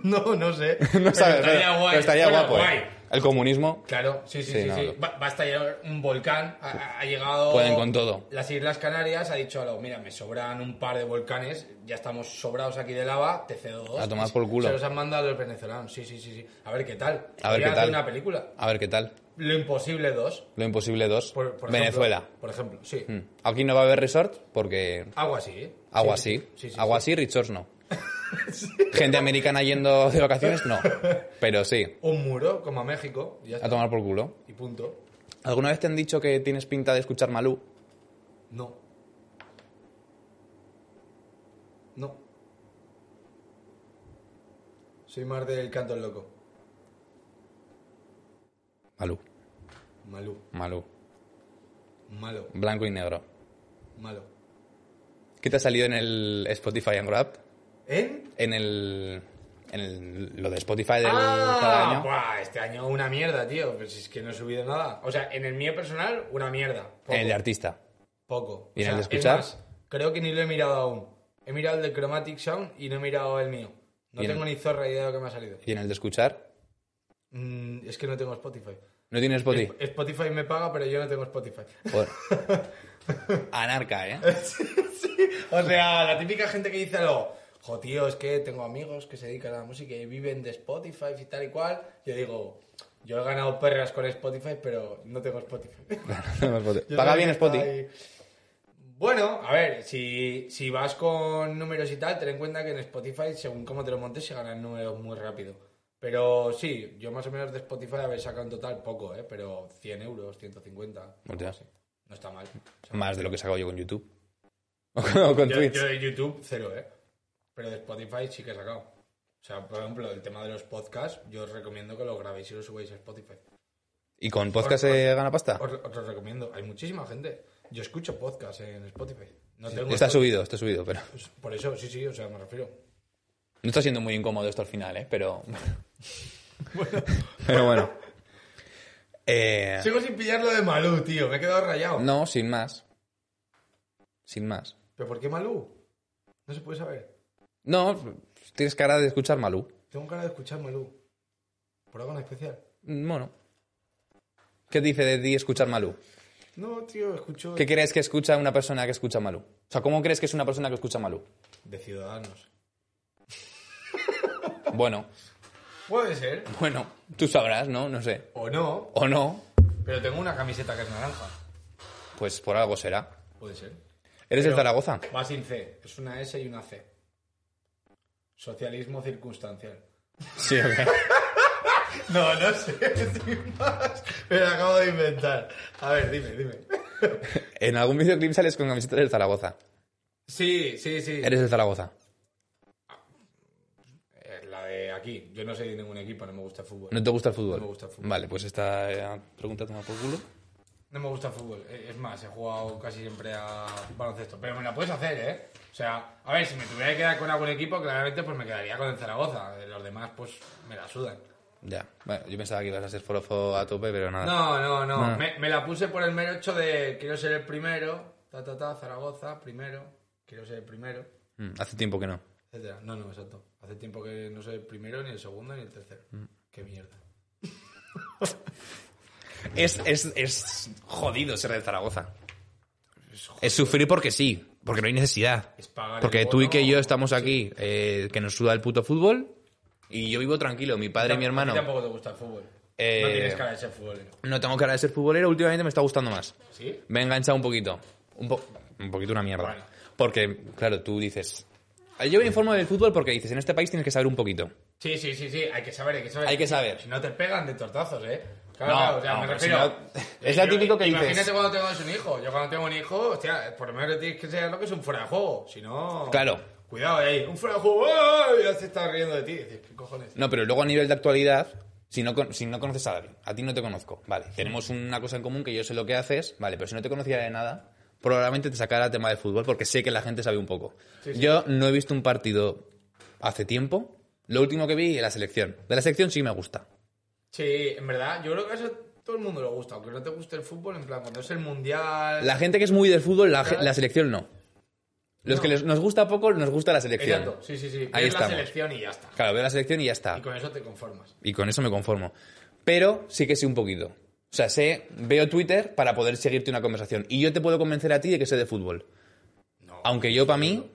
Speaker 3: No, no sé.
Speaker 2: No sabes, pero-
Speaker 3: estaría guay.
Speaker 2: pero estaría
Speaker 3: Bueno,
Speaker 2: guapo. ¿eh?
Speaker 3: guay.
Speaker 2: El comunismo.
Speaker 3: Claro, sí, sí,
Speaker 2: Sí,
Speaker 3: sí.
Speaker 2: no,
Speaker 3: sí.
Speaker 2: no.
Speaker 3: Va, va a estallar un volcán. Ha- Ha, ha llegado.
Speaker 2: Pueden con todo.
Speaker 3: Las Islas Canarias ha dicho algo: mira, me sobran un par de volcanes, ya estamos sobrados aquí de lava, te cedo dos.
Speaker 2: A tomar por culo.
Speaker 3: Se los han mandado los venezolanos, sí, sí, sí. sí. A ver qué
Speaker 2: A
Speaker 3: tal.
Speaker 2: ver
Speaker 3: Podrían
Speaker 2: qué
Speaker 3: hacer
Speaker 2: tal.
Speaker 3: una película.
Speaker 2: A ver qué tal.
Speaker 3: Lo imposible dos.
Speaker 2: Lo imposible 2.
Speaker 3: Por, por
Speaker 2: Venezuela.
Speaker 3: Ejemplo, por ejemplo, sí.
Speaker 2: Mm. Aquí no va a haber resort porque
Speaker 3: Algo así, ¿eh?
Speaker 2: agua
Speaker 3: Sí,
Speaker 2: sí,
Speaker 3: sí, sí, sí,
Speaker 2: agua
Speaker 3: sí.
Speaker 2: sí, resorts no. Gente americana yendo de vacaciones, no. Pero sí,
Speaker 3: Un muro, como a México, y ya
Speaker 2: a
Speaker 3: está.
Speaker 2: tomar por culo.
Speaker 3: Y punto.
Speaker 2: ¿Alguna vez te han dicho que tienes pinta de escuchar Malú?
Speaker 3: No. No. Soy más del canto el loco.
Speaker 2: Malú.
Speaker 3: Malú.
Speaker 2: Malú.
Speaker 3: Malo.
Speaker 2: Blanco y negro.
Speaker 3: Malo.
Speaker 2: ¿Qué te ha salido en el Spotify and Grab?
Speaker 3: ¿En?
Speaker 2: En el. En el- lo de Spotify del cada
Speaker 3: Ah,
Speaker 2: año.
Speaker 3: buah, este año una mierda, tío. Pues es que no he subido nada. O sea, en el mío personal, una mierda. Poco.
Speaker 2: En el de artista.
Speaker 3: Poco.
Speaker 2: ¿Y en
Speaker 3: O
Speaker 2: el de
Speaker 3: sea,
Speaker 2: escuchar?
Speaker 3: es más, creo que ni lo he mirado aún. He mirado el de Chromatic Sound y no he mirado el mío. No
Speaker 2: ¿Y en-
Speaker 3: tengo ni zorra idea de lo que me ha salido.
Speaker 2: Y en el de escuchar.
Speaker 3: Mm, es que no tengo Spotify.
Speaker 2: No tienes Spotify.
Speaker 3: Sp- Spotify me paga, pero yo no tengo Spotify.
Speaker 2: Joder. Anarca, ¿eh?
Speaker 3: O sea, la típica gente que dice lo, jo, tío, es que tengo amigos que se dedican a la música y viven de Spotify y tal y cual. Yo digo, yo he ganado perras con Spotify, pero no tengo Spotify. Yo
Speaker 2: Paga bien
Speaker 3: soy que está
Speaker 2: Spotify.
Speaker 3: ahí. Bueno, a ver, si, si vas con números y tal, ten en cuenta que en Spotify, según cómo te lo montes, se ganan números muy rápido. Pero sí, yo más o menos de Spotify haber sacado en total poco, ¿eh? Pero 100 euros, 150.
Speaker 2: Hostia.
Speaker 3: No está mal. O sea,
Speaker 2: Pues Más de lo que saco yo con YouTube. O con, o con
Speaker 3: yo,
Speaker 2: Twitch.
Speaker 3: yo de YouTube, cero, ¿eh? Pero de Spotify sí que he sacado. O sea, por ejemplo, el tema de los podcasts, yo os recomiendo que lo grabéis y lo subáis a Spotify.
Speaker 2: ¿Y con podcast se gana pasta?
Speaker 3: Os, os lo recomiendo. Hay muchísima gente. Yo escucho podcasts en Spotify. No tengo
Speaker 2: Está
Speaker 3: Spotify.
Speaker 2: subido, está subido, pero.
Speaker 3: Pues por eso, sí, sí, o sea, me refiero.
Speaker 2: No está siendo muy incómodo esto al final, ¿eh? Pero. Pero bueno. Eh,
Speaker 3: Sigo sin pillar lo de Malú, tío, me he quedado rayado.
Speaker 2: No, sin más. Sin más.
Speaker 3: ¿Pero por qué Malú? No se puede saber.
Speaker 2: No, tienes cara de escuchar Malú.
Speaker 3: Tengo cara de escuchar Malú. ¿Por algo en especial?
Speaker 2: Mm, Bueno. ¿Qué dice de ti escuchar Malú?
Speaker 3: No, tío, escucho
Speaker 2: ¿Qué crees que escucha una persona que escucha Malú? O sea, ¿cómo crees que es una persona que escucha Malú?
Speaker 3: de Ciudadanos.
Speaker 2: Bueno,
Speaker 3: Puede ser,
Speaker 2: bueno, tú sabrás, ¿no? No sé.
Speaker 3: o no,
Speaker 2: O no,
Speaker 3: pero tengo una camiseta que es naranja.
Speaker 2: pues por algo será.
Speaker 3: Puede ser.
Speaker 2: ¿Eres de
Speaker 3: Pero-
Speaker 2: Zaragoza?
Speaker 3: Va sin C, es una S y una C. Socialismo circunstancial.
Speaker 2: Sí, ok.
Speaker 3: No, no sé, sin más. Me la acabo de inventar. A ver, dime, dime.
Speaker 2: En algún videoclip sales con camisetas del Zaragoza.
Speaker 3: Sí, sí, sí.
Speaker 2: Eres del Zaragoza.
Speaker 3: Eh, La de aquí. Yo no soy de ningún equipo, no me gusta el fútbol.
Speaker 2: ¿No te gusta el fútbol?
Speaker 3: No me gusta el fútbol.
Speaker 2: Vale, pues esta eh, pregunta toma por culo.
Speaker 3: No me gusta el fútbol. Eh, Es más, he jugado casi siempre a baloncesto. Pero me la puedes hacer, ¿eh? O sea, a ver, si me tuviera que quedar con algún equipo, claramente pues me quedaría con el Zaragoza. Eh, Los demás, pues, me la sudan.
Speaker 2: Ya. Bueno, yo pensaba que ibas a ser forofo a tope, pero nada.
Speaker 3: No, no, no.
Speaker 2: Ah. No.
Speaker 3: Me, me la puse por el mero hecho de quiero ser el primero. Ta, ta, ta, Zaragoza, primero. Quiero ser el primero.
Speaker 2: Mm, Hace tiempo que no.
Speaker 3: Etcétera. No, no, exacto. Hace tiempo que no soy el primero, ni el segundo, ni el tercero.
Speaker 2: Mm.
Speaker 3: Qué mierda.
Speaker 2: Es, es, es jodido ser del Zaragoza. Es sufrir porque sí, porque no hay necesidad.
Speaker 3: Es pagar el
Speaker 2: Porque tú y
Speaker 3: bono.
Speaker 2: que yo estamos aquí, eh, que nos suda el puto fútbol, y yo vivo tranquilo, mi padre y mi
Speaker 3: A ti
Speaker 2: hermano.
Speaker 3: tampoco te gusta el fútbol.
Speaker 2: Eh,
Speaker 3: No tienes cara de ser futbolero.
Speaker 2: No tengo cara de ser futbolero, últimamente me está gustando más.
Speaker 3: ¿Sí?
Speaker 2: Me he enganchado un poquito. Un, po- un poquito una mierda.
Speaker 3: Bueno.
Speaker 2: Porque, claro, tú dices... Yo me informo del fútbol porque dices, en este país tienes que saber un poquito.
Speaker 3: Sí, sí, sí, sí, hay que saber, hay que saber.
Speaker 2: Hay que saber.
Speaker 3: Si no te pegan de tortazos, ¿eh?
Speaker 2: No,
Speaker 3: Claro, o sea,
Speaker 2: no,
Speaker 3: me
Speaker 2: pero
Speaker 3: refiero.
Speaker 2: si no- es lo típico que
Speaker 3: imagínate
Speaker 2: dices.
Speaker 3: cuando tengas un hijo. Yo cuando tengo un hijo, hostia, por lo menos tienes que saber lo que es un fuera de juego. Si no.
Speaker 2: Claro.
Speaker 3: Cuidado ahí, un fuera de juego, ¡ay! ya se está riendo de ti. Dices, ¿qué cojones?
Speaker 2: No, pero luego a nivel de actualidad, si no, con- si no conoces a alguien, a ti no te conozco, vale, tenemos una cosa en común que yo sé lo que haces, vale, pero si no te conociera de nada, probablemente te sacara tema de fútbol porque sé que la gente sabe un poco. Yo no he visto un partido hace tiempo, lo último que vi la selección. De la selección sí me gusta.
Speaker 3: Sí, en verdad, yo creo que eso a todo el mundo le gusta, aunque no te guste el fútbol, en plan, cuando es el mundial.
Speaker 2: La gente que es muy del fútbol, la, ge- la selección no. Los que les- nos gusta poco, nos gusta la selección.
Speaker 3: Exacto, sí, sí, sí.
Speaker 2: Ahí
Speaker 3: es la
Speaker 2: estamos.
Speaker 3: selección y ya está.
Speaker 2: Claro, veo la selección y ya está.
Speaker 3: Y con eso te conformas.
Speaker 2: y con eso me conformo. Pero sí que sé un poquito. O sea, sé, veo Twitter para poder seguirte una conversación. Y yo te puedo convencer a ti de que sé de fútbol.
Speaker 3: No,
Speaker 2: Aunque yo, para mí,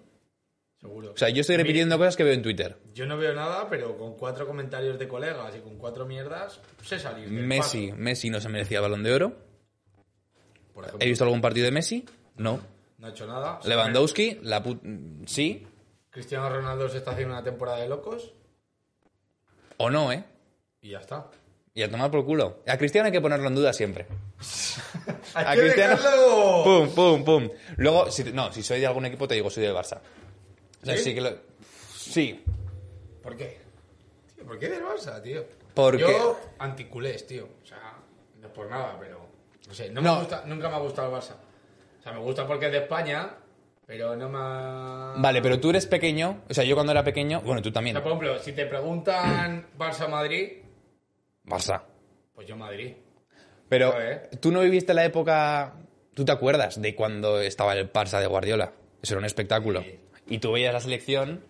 Speaker 3: seguro.
Speaker 2: o sea, yo estoy repitiendo cosas que veo en Twitter.
Speaker 3: Yo no veo nada, pero con cuatro comentarios de colegas y con cuatro mierdas, sé salir. del
Speaker 2: Messi, Messi no se merecía balón de oro.
Speaker 3: paso, por ejemplo,
Speaker 2: ¿He visto algún partido de Messi? No.
Speaker 3: no ha hecho nada. eh.
Speaker 2: Lewandowski, la put- sí
Speaker 3: Cristiano Ronaldo se está haciendo una temporada de locos
Speaker 2: o no, ¿eh?
Speaker 3: y ya está.
Speaker 2: Y a tomar por culo. A Cristiano hay que ponerlo en duda siempre.
Speaker 3: ¡Hay que dejarlo!
Speaker 2: Pum, pum, pum. Luego, si, no, si soy de algún equipo, te digo, soy del Barça. O sea, sí que lo- Sí.
Speaker 3: ¿Por qué? Tío, ¿Por qué del Barça, tío?
Speaker 2: Porque-
Speaker 3: Yo, anticulés, tío. O sea, no es por nada, pero. No sé, no me gusta, nunca me ha gustado el Barça. O sea, me gusta porque es de España, pero no me ha.
Speaker 2: Vale, pero tú eres pequeño. O sea, yo cuando era pequeño. Bueno, tú
Speaker 3: O
Speaker 2: también.
Speaker 3: sea, por ejemplo, si te preguntan Barça-Madrid,
Speaker 2: Barça.
Speaker 3: pues yo Madrid.
Speaker 2: Pero
Speaker 3: Joder.
Speaker 2: tú no viviste la época. ¿Tú te acuerdas de cuando estaba el Barça de Guardiola? Eso era un espectáculo.
Speaker 3: Sí.
Speaker 2: Y tú veías la selección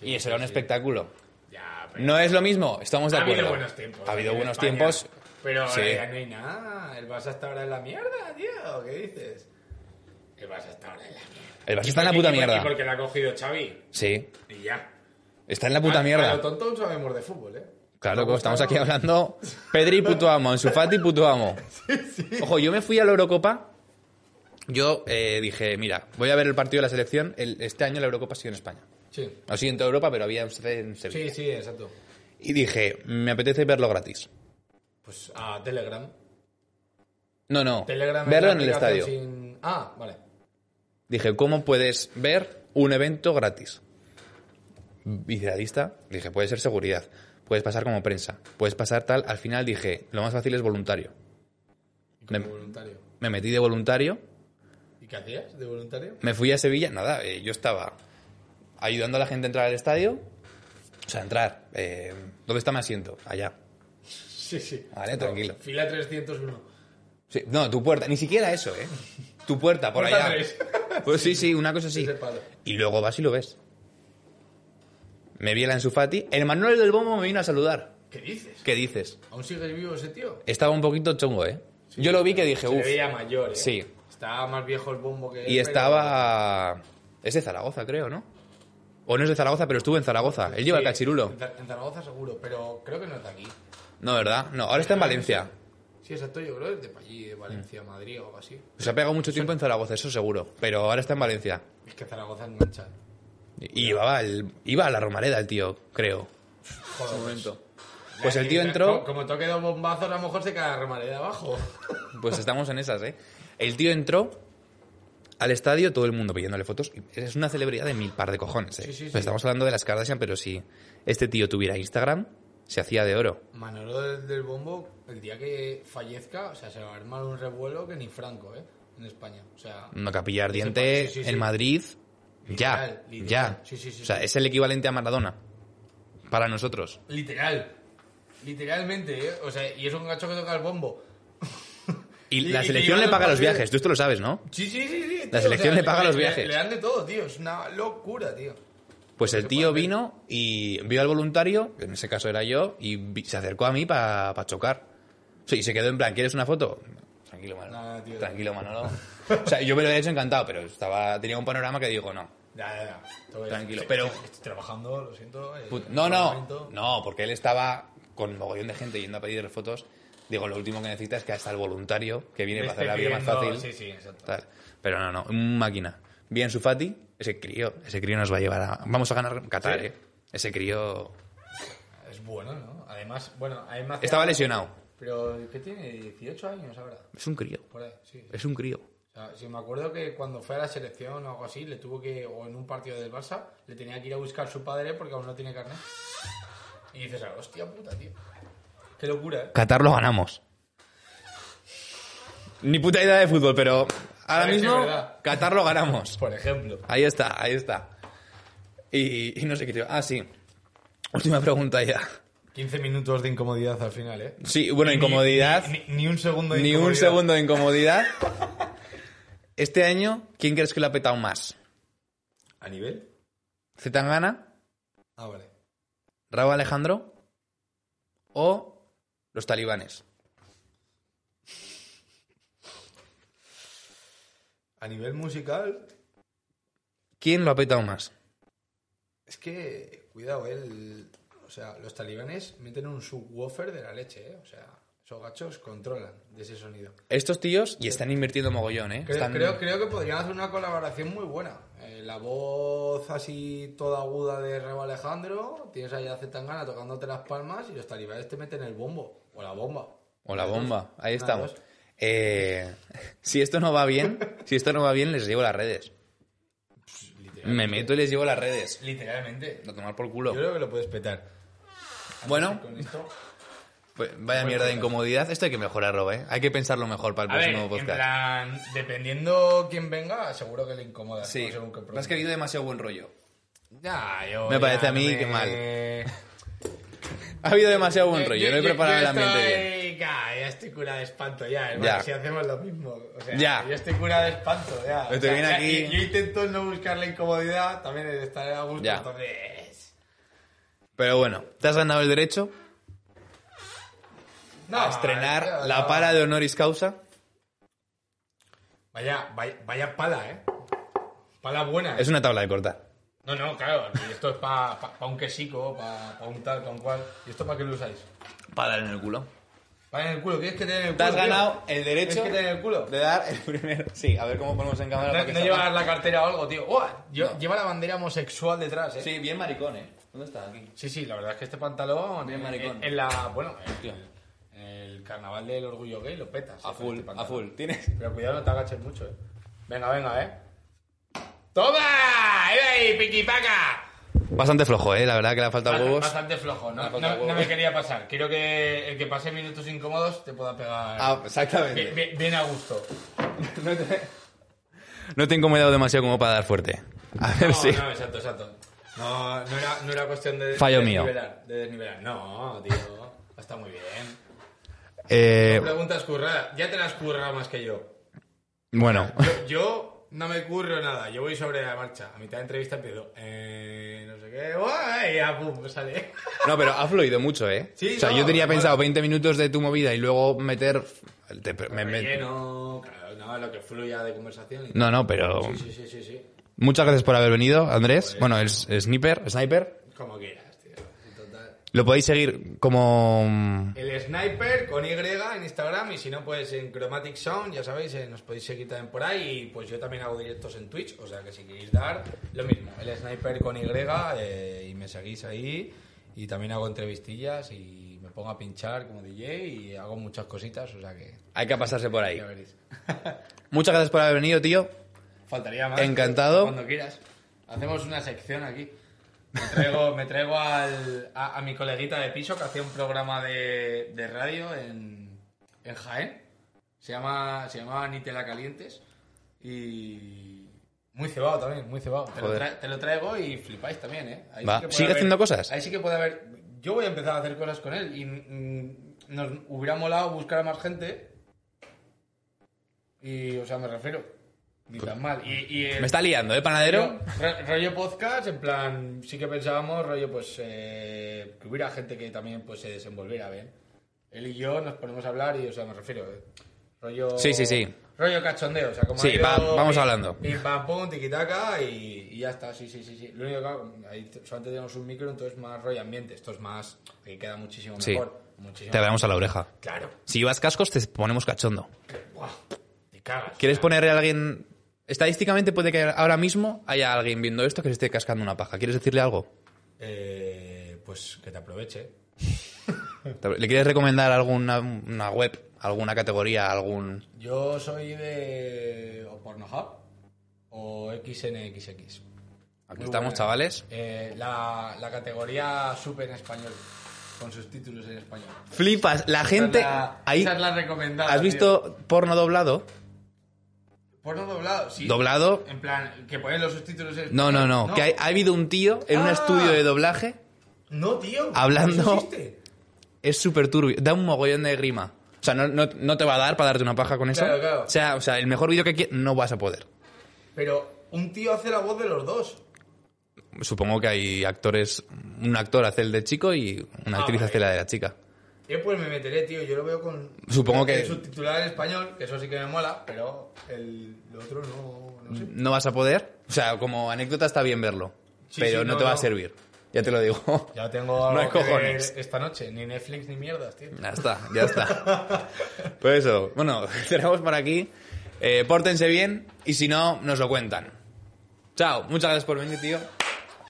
Speaker 2: y eso era un espectáculo.
Speaker 3: Ya, pero.
Speaker 2: No es lo mismo, estamos de
Speaker 3: ha
Speaker 2: acuerdo.
Speaker 3: habido buenos tiempos. eh,
Speaker 2: Ha habido
Speaker 3: en
Speaker 2: buenos
Speaker 3: España,
Speaker 2: tiempos.
Speaker 3: Pero eh, ahora
Speaker 2: Sí.
Speaker 3: ya no hay nada. El Barça está ahora en la mierda, tío. ¿Qué dices? El Barça está ahora en la mierda.
Speaker 2: El Barça
Speaker 3: Y
Speaker 2: está en la
Speaker 3: porque-
Speaker 2: puta
Speaker 3: y porque-
Speaker 2: mierda.
Speaker 3: Y porque la ha cogido Xavi.
Speaker 2: Sí,
Speaker 3: Y ya. Ah,
Speaker 2: está en la puta
Speaker 3: A- A lo
Speaker 2: mierda.
Speaker 3: tonto aún sabemos de fútbol, ¿eh?
Speaker 2: Claro, como estamos aquí
Speaker 3: No,
Speaker 2: hablando, Pedri puto amo, Ansu Fati puto amo. Ojo, yo me fui a la Eurocopa. Yo eh, dije, mira, voy a ver el partido de la selección. El- este año la Eurocopa ha sido en España.
Speaker 3: Sí.
Speaker 2: No ha sido en toda Europa, pero había en Se- en Sevilla.
Speaker 3: Sí, sí, exacto.
Speaker 2: Y dije, me apetece verlo gratis.
Speaker 3: Pues a Telegram.
Speaker 2: No, no.
Speaker 3: Telegram es
Speaker 2: verlo
Speaker 3: la
Speaker 2: en el
Speaker 3: aplicación
Speaker 2: estadio.
Speaker 3: sin- Ah, vale.
Speaker 2: Dije, ¿cómo puedes ver un evento gratis? Hice la lista, dije, puede ser seguridad, puedes pasar como prensa, puedes pasar tal. Al final dije, lo más fácil es voluntario.
Speaker 3: Y como
Speaker 2: Me-
Speaker 3: voluntario.
Speaker 2: Me metí de voluntario,
Speaker 3: ¿Y qué hacías de voluntario?
Speaker 2: me fui a Sevilla, nada, eh, yo estaba ayudando a la gente a entrar al estadio, o sea, entrar. eh, ¿Dónde está mi asiento? Allá.
Speaker 3: Sí, sí.
Speaker 2: Vale, tranquilo.
Speaker 3: Fila 301.
Speaker 2: Sí, no, tu puerta, ni siquiera eso, ¿eh? Tu puerta, por
Speaker 3: Puerta
Speaker 2: allá.
Speaker 3: tres.
Speaker 2: Pues sí, sí, una cosa así.
Speaker 3: Ese palo.
Speaker 2: Y luego vas y lo ves. Me vi el Ansu Fati. El Manuel del Bombo me vino a saludar.
Speaker 3: ¿Qué dices?
Speaker 2: ¿Qué dices?
Speaker 3: ¿Aún sigues vivo ese tío?
Speaker 2: Estaba un poquito chongo, ¿eh? Yo lo vi que dije,
Speaker 3: Se le
Speaker 2: uff.
Speaker 3: veía mayor, ¿eh?
Speaker 2: Sí.
Speaker 3: Estaba más viejo el bombo que él,
Speaker 2: Y
Speaker 3: pero-
Speaker 2: estaba... Es de Zaragoza, creo, ¿no? O no es de Zaragoza, pero estuvo en Zaragoza. Él lleva
Speaker 3: Sí,
Speaker 2: el cachirulo.
Speaker 3: En Zar- en Zaragoza seguro, pero creo que no es de aquí.
Speaker 2: No, ¿verdad? No, ahora está en Valencia.
Speaker 3: Sí, exacto, yo creo que es de pa' allí, de Valencia,
Speaker 2: Mm.
Speaker 3: Madrid o algo así.
Speaker 2: Se ha pegado mucho tiempo en Zaragoza, eso seguro. Pero ahora está en Valencia.
Speaker 3: Es que Zaragoza es mancha.
Speaker 2: Y llevaba el... iba a la Romareda el tío, creo.
Speaker 3: Joder, pues.
Speaker 2: Pues el tío
Speaker 3: Ya,
Speaker 2: entró...
Speaker 3: co- Como toque dos bombazos, a lo mejor se cae la remaré de abajo.
Speaker 2: Pues estamos en esas, ¿eh? El tío entró al estadio, todo el mundo pidiéndole fotos. Es una celebridad de mil par de cojones, ¿eh?
Speaker 3: Sí, sí,
Speaker 2: Pues
Speaker 3: sí.
Speaker 2: Estamos hablando de las Kardashian, pero si este tío tuviera Instagram, se hacía de oro.
Speaker 3: Manolo del, del Bombo, el día que fallezca, o sea, se va a armar un revuelo que ni Franco, ¿eh? En España. O sea,
Speaker 2: Una capilla ardiente
Speaker 3: sí, sí, sí.
Speaker 2: en Madrid, ya,
Speaker 3: Literal, literal.
Speaker 2: ya.
Speaker 3: Sí, sí, sí,
Speaker 2: o sea,
Speaker 3: sí.
Speaker 2: es el equivalente a Maradona para nosotros.
Speaker 3: literal. Literalmente, ¿eh? O sea, y es un gacho que toca el bombo.
Speaker 2: Y,
Speaker 3: Y-
Speaker 2: la
Speaker 3: y
Speaker 2: selección
Speaker 3: que
Speaker 2: le
Speaker 3: yo
Speaker 2: paga los
Speaker 3: también-
Speaker 2: viajes, tú esto lo sabes, ¿no?
Speaker 3: Sí, sí, sí, sí. tío,
Speaker 2: selección le paga los viajes.
Speaker 3: Le dan de todo, tío. Es una locura, tío.
Speaker 2: Pues el
Speaker 3: se
Speaker 2: tío
Speaker 3: puede ver.
Speaker 2: vino y vio al voluntario, en ese caso era yo, y vi- se acercó a mí para chocar. Sí, y se quedó en plan, ¿quieres una foto? Tranquilo, Manolo.
Speaker 3: Nada, tío.
Speaker 2: Tranquilo, Manolo. o sea, yo me lo había hecho encantado, pero estaba, tenía un panorama que digo, no.
Speaker 3: Ya, ya, ya. Todo bien.
Speaker 2: Tranquilo,
Speaker 3: Sí,
Speaker 2: pero-
Speaker 3: sí, Estoy trabajando, lo siento. eh,
Speaker 2: Put-
Speaker 3: en
Speaker 2: no,
Speaker 3: este
Speaker 2: no.
Speaker 3: momento.
Speaker 2: No, porque él estaba con mogollón de gente yendo a pedir fotos. Digo, lo último que necesita es que hasta el voluntario que viene
Speaker 3: Le
Speaker 2: para hacer la
Speaker 3: estoy
Speaker 2: vida más
Speaker 3: pidiendo-
Speaker 2: fácil.
Speaker 3: Sí, sí, exacto.
Speaker 2: Tal. Pero no, no, un máquina. Bien, Sufati, ese crío, ese crío nos va a llevar a. Vamos a ganar Qatar,
Speaker 3: ¿Sí?
Speaker 2: eh. Ese crío.
Speaker 3: Es bueno, ¿no? Además, bueno, además...
Speaker 2: Estaba lesionado.
Speaker 3: Pero, ¿qué tiene? 18 años ahora.
Speaker 2: Es un crío.
Speaker 3: Por ahí, sí.
Speaker 2: Es un crío.
Speaker 3: O sea, si me acuerdo que cuando fue a la selección o algo así, le tuvo que, o en un partido del Barça, le tenía que ir a buscar su padre porque aún no tiene carnet. Y dices, ah, hostia puta, tío. Qué locura, ¿eh?
Speaker 2: Qatar lo ganamos. Ni puta idea de fútbol, pero ahora
Speaker 3: Parece
Speaker 2: mismo
Speaker 3: verdad.
Speaker 2: Qatar lo ganamos.
Speaker 3: Por ejemplo.
Speaker 2: Ahí está, ahí está. Y, y no sé qué te iba- Ah, sí. Última pregunta ya.
Speaker 3: 15 minutos de incomodidad al final, ¿eh?
Speaker 2: Sí, bueno, incomodidad.
Speaker 3: Ni, ni un segundo de
Speaker 2: Ni un
Speaker 3: incomodidad.
Speaker 2: segundo de incomodidad. Este año, ¿quién crees que lo ha petado más?
Speaker 3: ¿A nivel?
Speaker 2: ¿Zetangana?
Speaker 3: Ah, vale.
Speaker 2: ¿Raúl Alejandro? ¿O los talibanes?
Speaker 3: A nivel musical,
Speaker 2: ¿Quién lo ha petado más?
Speaker 3: es que, cuidado, ¿eh? el, o sea, los talibanes meten un subwoofer de la leche, ¿eh? O sea, esos gachos controlan de ese sonido.
Speaker 2: Estos tíos y están invirtiendo mogollón, ¿eh?
Speaker 3: Creo,
Speaker 2: Están-
Speaker 3: creo, creo que podrían hacer una colaboración muy buena. Eh, la voz así toda aguda de Reba Alejandro, tienes ahí a Zetangana tocándote las palmas y los talibanes te meten el bombo o la bomba.
Speaker 2: O la bomba, ahí
Speaker 3: Una de
Speaker 2: estamos.
Speaker 3: dos.
Speaker 2: Eh, si esto no va bien, si esto no va bien, les llevo las redes.
Speaker 3: Literal.
Speaker 2: Me meto y les llevo a las redes.
Speaker 3: Literalmente.
Speaker 2: A tomar por
Speaker 3: Yo
Speaker 2: culo.
Speaker 3: creo que lo puedes petar.
Speaker 2: Bueno,
Speaker 3: Con esto.
Speaker 2: pues vaya mierda de incomodidad. Esto hay que mejorarlo, ¿eh? Hay que pensarlo mejor para
Speaker 3: A
Speaker 2: el
Speaker 3: ver,
Speaker 2: próximo
Speaker 3: en
Speaker 2: podcast.
Speaker 3: plan, dependiendo quién venga, seguro que le incomoda.
Speaker 2: Sí,
Speaker 3: no según qué
Speaker 2: me has querido demasiado buen rollo.
Speaker 3: Ya, yo
Speaker 2: Me
Speaker 3: ya
Speaker 2: parece a mí
Speaker 3: me-
Speaker 2: que mal. Ha habido demasiado buen rollo, no he preparado el
Speaker 3: yo
Speaker 2: ambiente bien.
Speaker 3: estoy- Ya, ya estoy curado de espanto, ya, hermano,
Speaker 2: Ya.
Speaker 3: Si hacemos lo mismo. O sea,
Speaker 2: Ya.
Speaker 3: Yo estoy curado de espanto, ya.
Speaker 2: Pero
Speaker 3: O
Speaker 2: te
Speaker 3: sea,
Speaker 2: viene
Speaker 3: ya,
Speaker 2: aquí-
Speaker 3: y- Yo intento no buscar la incomodidad, también estaré a gusto.
Speaker 2: Ya.
Speaker 3: Entonces.
Speaker 2: Pero bueno, te has ganado el derecho
Speaker 3: No,
Speaker 2: a estrenar
Speaker 3: tío,
Speaker 2: la
Speaker 3: no.
Speaker 2: para de honoris causa.
Speaker 3: Vaya, vaya, vaya pala, eh. Pala buena. eh.
Speaker 2: Es una tabla de cortar.
Speaker 3: No, no, claro. y Esto es para pa, pa un quesico, para un tal, para un cual. ¿Y esto para qué lo usáis?
Speaker 2: Para dar en el culo.
Speaker 3: Para en el culo, tienes que tener en el
Speaker 2: Te
Speaker 3: culo.
Speaker 2: has
Speaker 3: tío.
Speaker 2: ganado el derecho
Speaker 3: Tienes que tener en el culo.
Speaker 2: de dar el primero. Sí, a ver cómo ponemos en cámara.
Speaker 3: No,
Speaker 2: para que
Speaker 3: no
Speaker 2: salga.
Speaker 3: llevas la cartera o algo, tío. ¡Uah! Yo- Lleva la bandera homosexual detrás, eh.
Speaker 2: Sí, bien maricón, ¿eh? ¿Dónde está? Aquí.
Speaker 3: Sí, sí, la verdad es que este pantalón.
Speaker 2: Bien
Speaker 3: en-
Speaker 2: maricón.
Speaker 3: En, la. Bueno,
Speaker 2: Tío.
Speaker 3: en el carnaval del orgullo gay lo petas. eh,
Speaker 2: A
Speaker 3: con
Speaker 2: full,
Speaker 3: este
Speaker 2: a
Speaker 3: pantalón.
Speaker 2: full. Tienes.
Speaker 3: Pero cuidado, no te agaches mucho, eh. Venga, venga, eh. ¡Toma! ¡Ahí, ahí, piquipaca!
Speaker 2: Bastante flojo, ¿eh? La verdad que le ha faltado
Speaker 3: Bast-
Speaker 2: huevos.
Speaker 3: Bastante flojo,
Speaker 2: Me
Speaker 3: ¿no?
Speaker 2: ha
Speaker 3: No,
Speaker 2: faltado
Speaker 3: no
Speaker 2: huevos.
Speaker 3: me quería pasar. Quiero que el que pase minutos incómodos te pueda pegar.
Speaker 2: Ah,
Speaker 3: bien,
Speaker 2: exactamente.
Speaker 3: bien- bien a gusto.
Speaker 2: No te... No te he incomodado demasiado como para dar fuerte. A ver
Speaker 3: No,
Speaker 2: si.
Speaker 3: no, exacto, exacto. No, no era, no era cuestión de,
Speaker 2: Fallo
Speaker 3: de
Speaker 2: mío.
Speaker 3: desnivelar, de desnivelar. No, tío. Está muy bien.
Speaker 2: Eh,
Speaker 3: Preguntas curradas. Ya te las curra más que yo.
Speaker 2: bueno,
Speaker 3: Yo, yo no me curro nada. Yo voy sobre la marcha. A mitad de entrevista empiezo. Eh, no sé qué. ¡Uah! Y ya, pum, sale.
Speaker 2: no, pero ha fluido mucho, ¿eh?
Speaker 3: Sí,
Speaker 2: o sea,
Speaker 3: no,
Speaker 2: yo tenía
Speaker 3: bueno.
Speaker 2: pensado 20 minutos de tu movida y luego meter. te- me- me-
Speaker 3: Relleno, claro, no, lo que fluya de conversación. y
Speaker 2: No, no, pero.
Speaker 3: tal. Sí, sí, sí, sí, sí.
Speaker 2: Muchas gracias por haber venido, Andrés. Bueno, el s- sniper, sniper.
Speaker 3: Como quieras, tío. En total.
Speaker 2: Lo podéis seguir como. mm,
Speaker 3: El Sniper con Y en Instagram y si no, pues en Chromatic Sound, ya sabéis, eh, nos podéis seguir también por ahí. Y pues yo también hago directos en Twitch, o sea que si queréis dar, lo mismo. El Sniper con Y eh, y me seguís ahí. Y también hago entrevistillas y me pongo a pinchar como DJ y hago muchas cositas, o sea que
Speaker 2: Hay que pasarse por ahí.
Speaker 3: ya veréis.
Speaker 2: Muchas gracias por haber venido, tío.
Speaker 3: Faltaría más.
Speaker 2: Encantado.
Speaker 3: Cuando quieras. Hacemos una sección aquí. Me traigo, me traigo al- a, a mi coleguita de piso que hacía un programa de, de radio en, en Jaén. Se, llama, se llamaba Ni te la calientes. Y... Muy cebado también, muy cebado. Te lo,
Speaker 2: Joder.
Speaker 3: tra- te lo traigo y flipáis también, ¿eh? Ahí
Speaker 2: Va.
Speaker 3: que puede
Speaker 2: ¿Sigue
Speaker 3: haber-
Speaker 2: haciendo cosas?
Speaker 3: Ahí sí que puede haber... Yo voy a empezar a hacer cosas con él y mm, nos hubiera molado buscar a más gente. Y, o sea, me refiero. Ni tan mal. Y, y el-
Speaker 2: Pues Me está liando, ¿eh, panadero?
Speaker 3: Ro- rollo podcast, en plan, sí que pensábamos, rollo, pues, eh, que hubiera gente que también pues, se desenvolviera bien. Él y yo nos ponemos a hablar y, o sea, me refiero, eh, rollo...
Speaker 2: Sí, sí, sí.
Speaker 3: Rollo cachondeo, o sea, como...
Speaker 2: Sí,
Speaker 3: ha ido
Speaker 2: va- vamos
Speaker 3: pim,
Speaker 2: hablando.
Speaker 3: Pim, pam, pum, tiquitaca y, y ya está, sí, sí, sí, sí. Lo único que, claro, ahí t- solamente tenemos un micro, entonces más rollo ambiente. Esto es más, aquí queda muchísimo
Speaker 2: Sí.
Speaker 3: mejor. Muchísimo
Speaker 2: Te damos a la oreja.
Speaker 3: Claro.
Speaker 2: Si llevas cascos, te ponemos cachondo.
Speaker 3: Buah, te cagas.
Speaker 2: ¿Quieres ponerle a alguien.? Estadísticamente puede que ahora mismo haya alguien viendo esto que se esté cascando una paja. ¿Quieres decirle algo?
Speaker 3: Eh, pues que te aproveche. Hmm.
Speaker 2: ¿Le quieres recomendar alguna una web, alguna categoría, algún.
Speaker 3: Yo soy de o Pornhub o XNXX.
Speaker 2: Aquí
Speaker 3: Muy
Speaker 2: estamos,
Speaker 3: buena.
Speaker 2: chavales.
Speaker 3: Eh, la, la categoría sub en español, con sus títulos en español.
Speaker 2: Flipas, la gente.
Speaker 3: Esa es la-
Speaker 2: ahí.
Speaker 3: esa es la recomendada.
Speaker 2: ¿Has
Speaker 3: tío.
Speaker 2: visto porno doblado?
Speaker 3: Porno doblado, sí.
Speaker 2: ¿Doblado?
Speaker 3: En plan, que ponen los subtítulos en
Speaker 2: No,
Speaker 3: español.
Speaker 2: no, no. Que hay- ha habido un tío en un
Speaker 3: Ah.
Speaker 2: estudio de doblaje.
Speaker 3: No, tío.
Speaker 2: Hablando-
Speaker 3: ¿eso existe?
Speaker 2: Es súper turbio. Da un mogollón de grima. O sea, no, no- no te va a dar para darte una paja con eso.
Speaker 3: Claro, claro.
Speaker 2: O, sea, o sea, el mejor vídeo que quieras no vas a poder.
Speaker 3: Pero un tío hace la voz de los dos.
Speaker 2: Supongo que hay actores. Un actor hace el del chico y una
Speaker 3: Ah,
Speaker 2: actriz
Speaker 3: vale.
Speaker 2: hace la de la chica.
Speaker 3: Eh, pues me meteré, tío. Yo lo veo con.
Speaker 2: Supongo que-
Speaker 3: el subtitular en español, que eso sí que me mola, pero el, lo otro no. No sé.
Speaker 2: No vas a poder. O sea, como anécdota está bien verlo.
Speaker 3: Sí,
Speaker 2: pero
Speaker 3: sí,
Speaker 2: no,
Speaker 3: no,
Speaker 2: te va a
Speaker 3: no.
Speaker 2: servir. Ya te lo digo.
Speaker 3: Ya tengo
Speaker 2: No
Speaker 3: algo
Speaker 2: hay
Speaker 3: que
Speaker 2: cojones.
Speaker 3: ver esta noche. Ni Netflix ni mierdas, tío.
Speaker 2: Ya está, ya está. Pues eso, bueno, cerramos por aquí. Eh, pórtense bien y si no, nos lo cuentan. Chao, muchas gracias por venir, tío.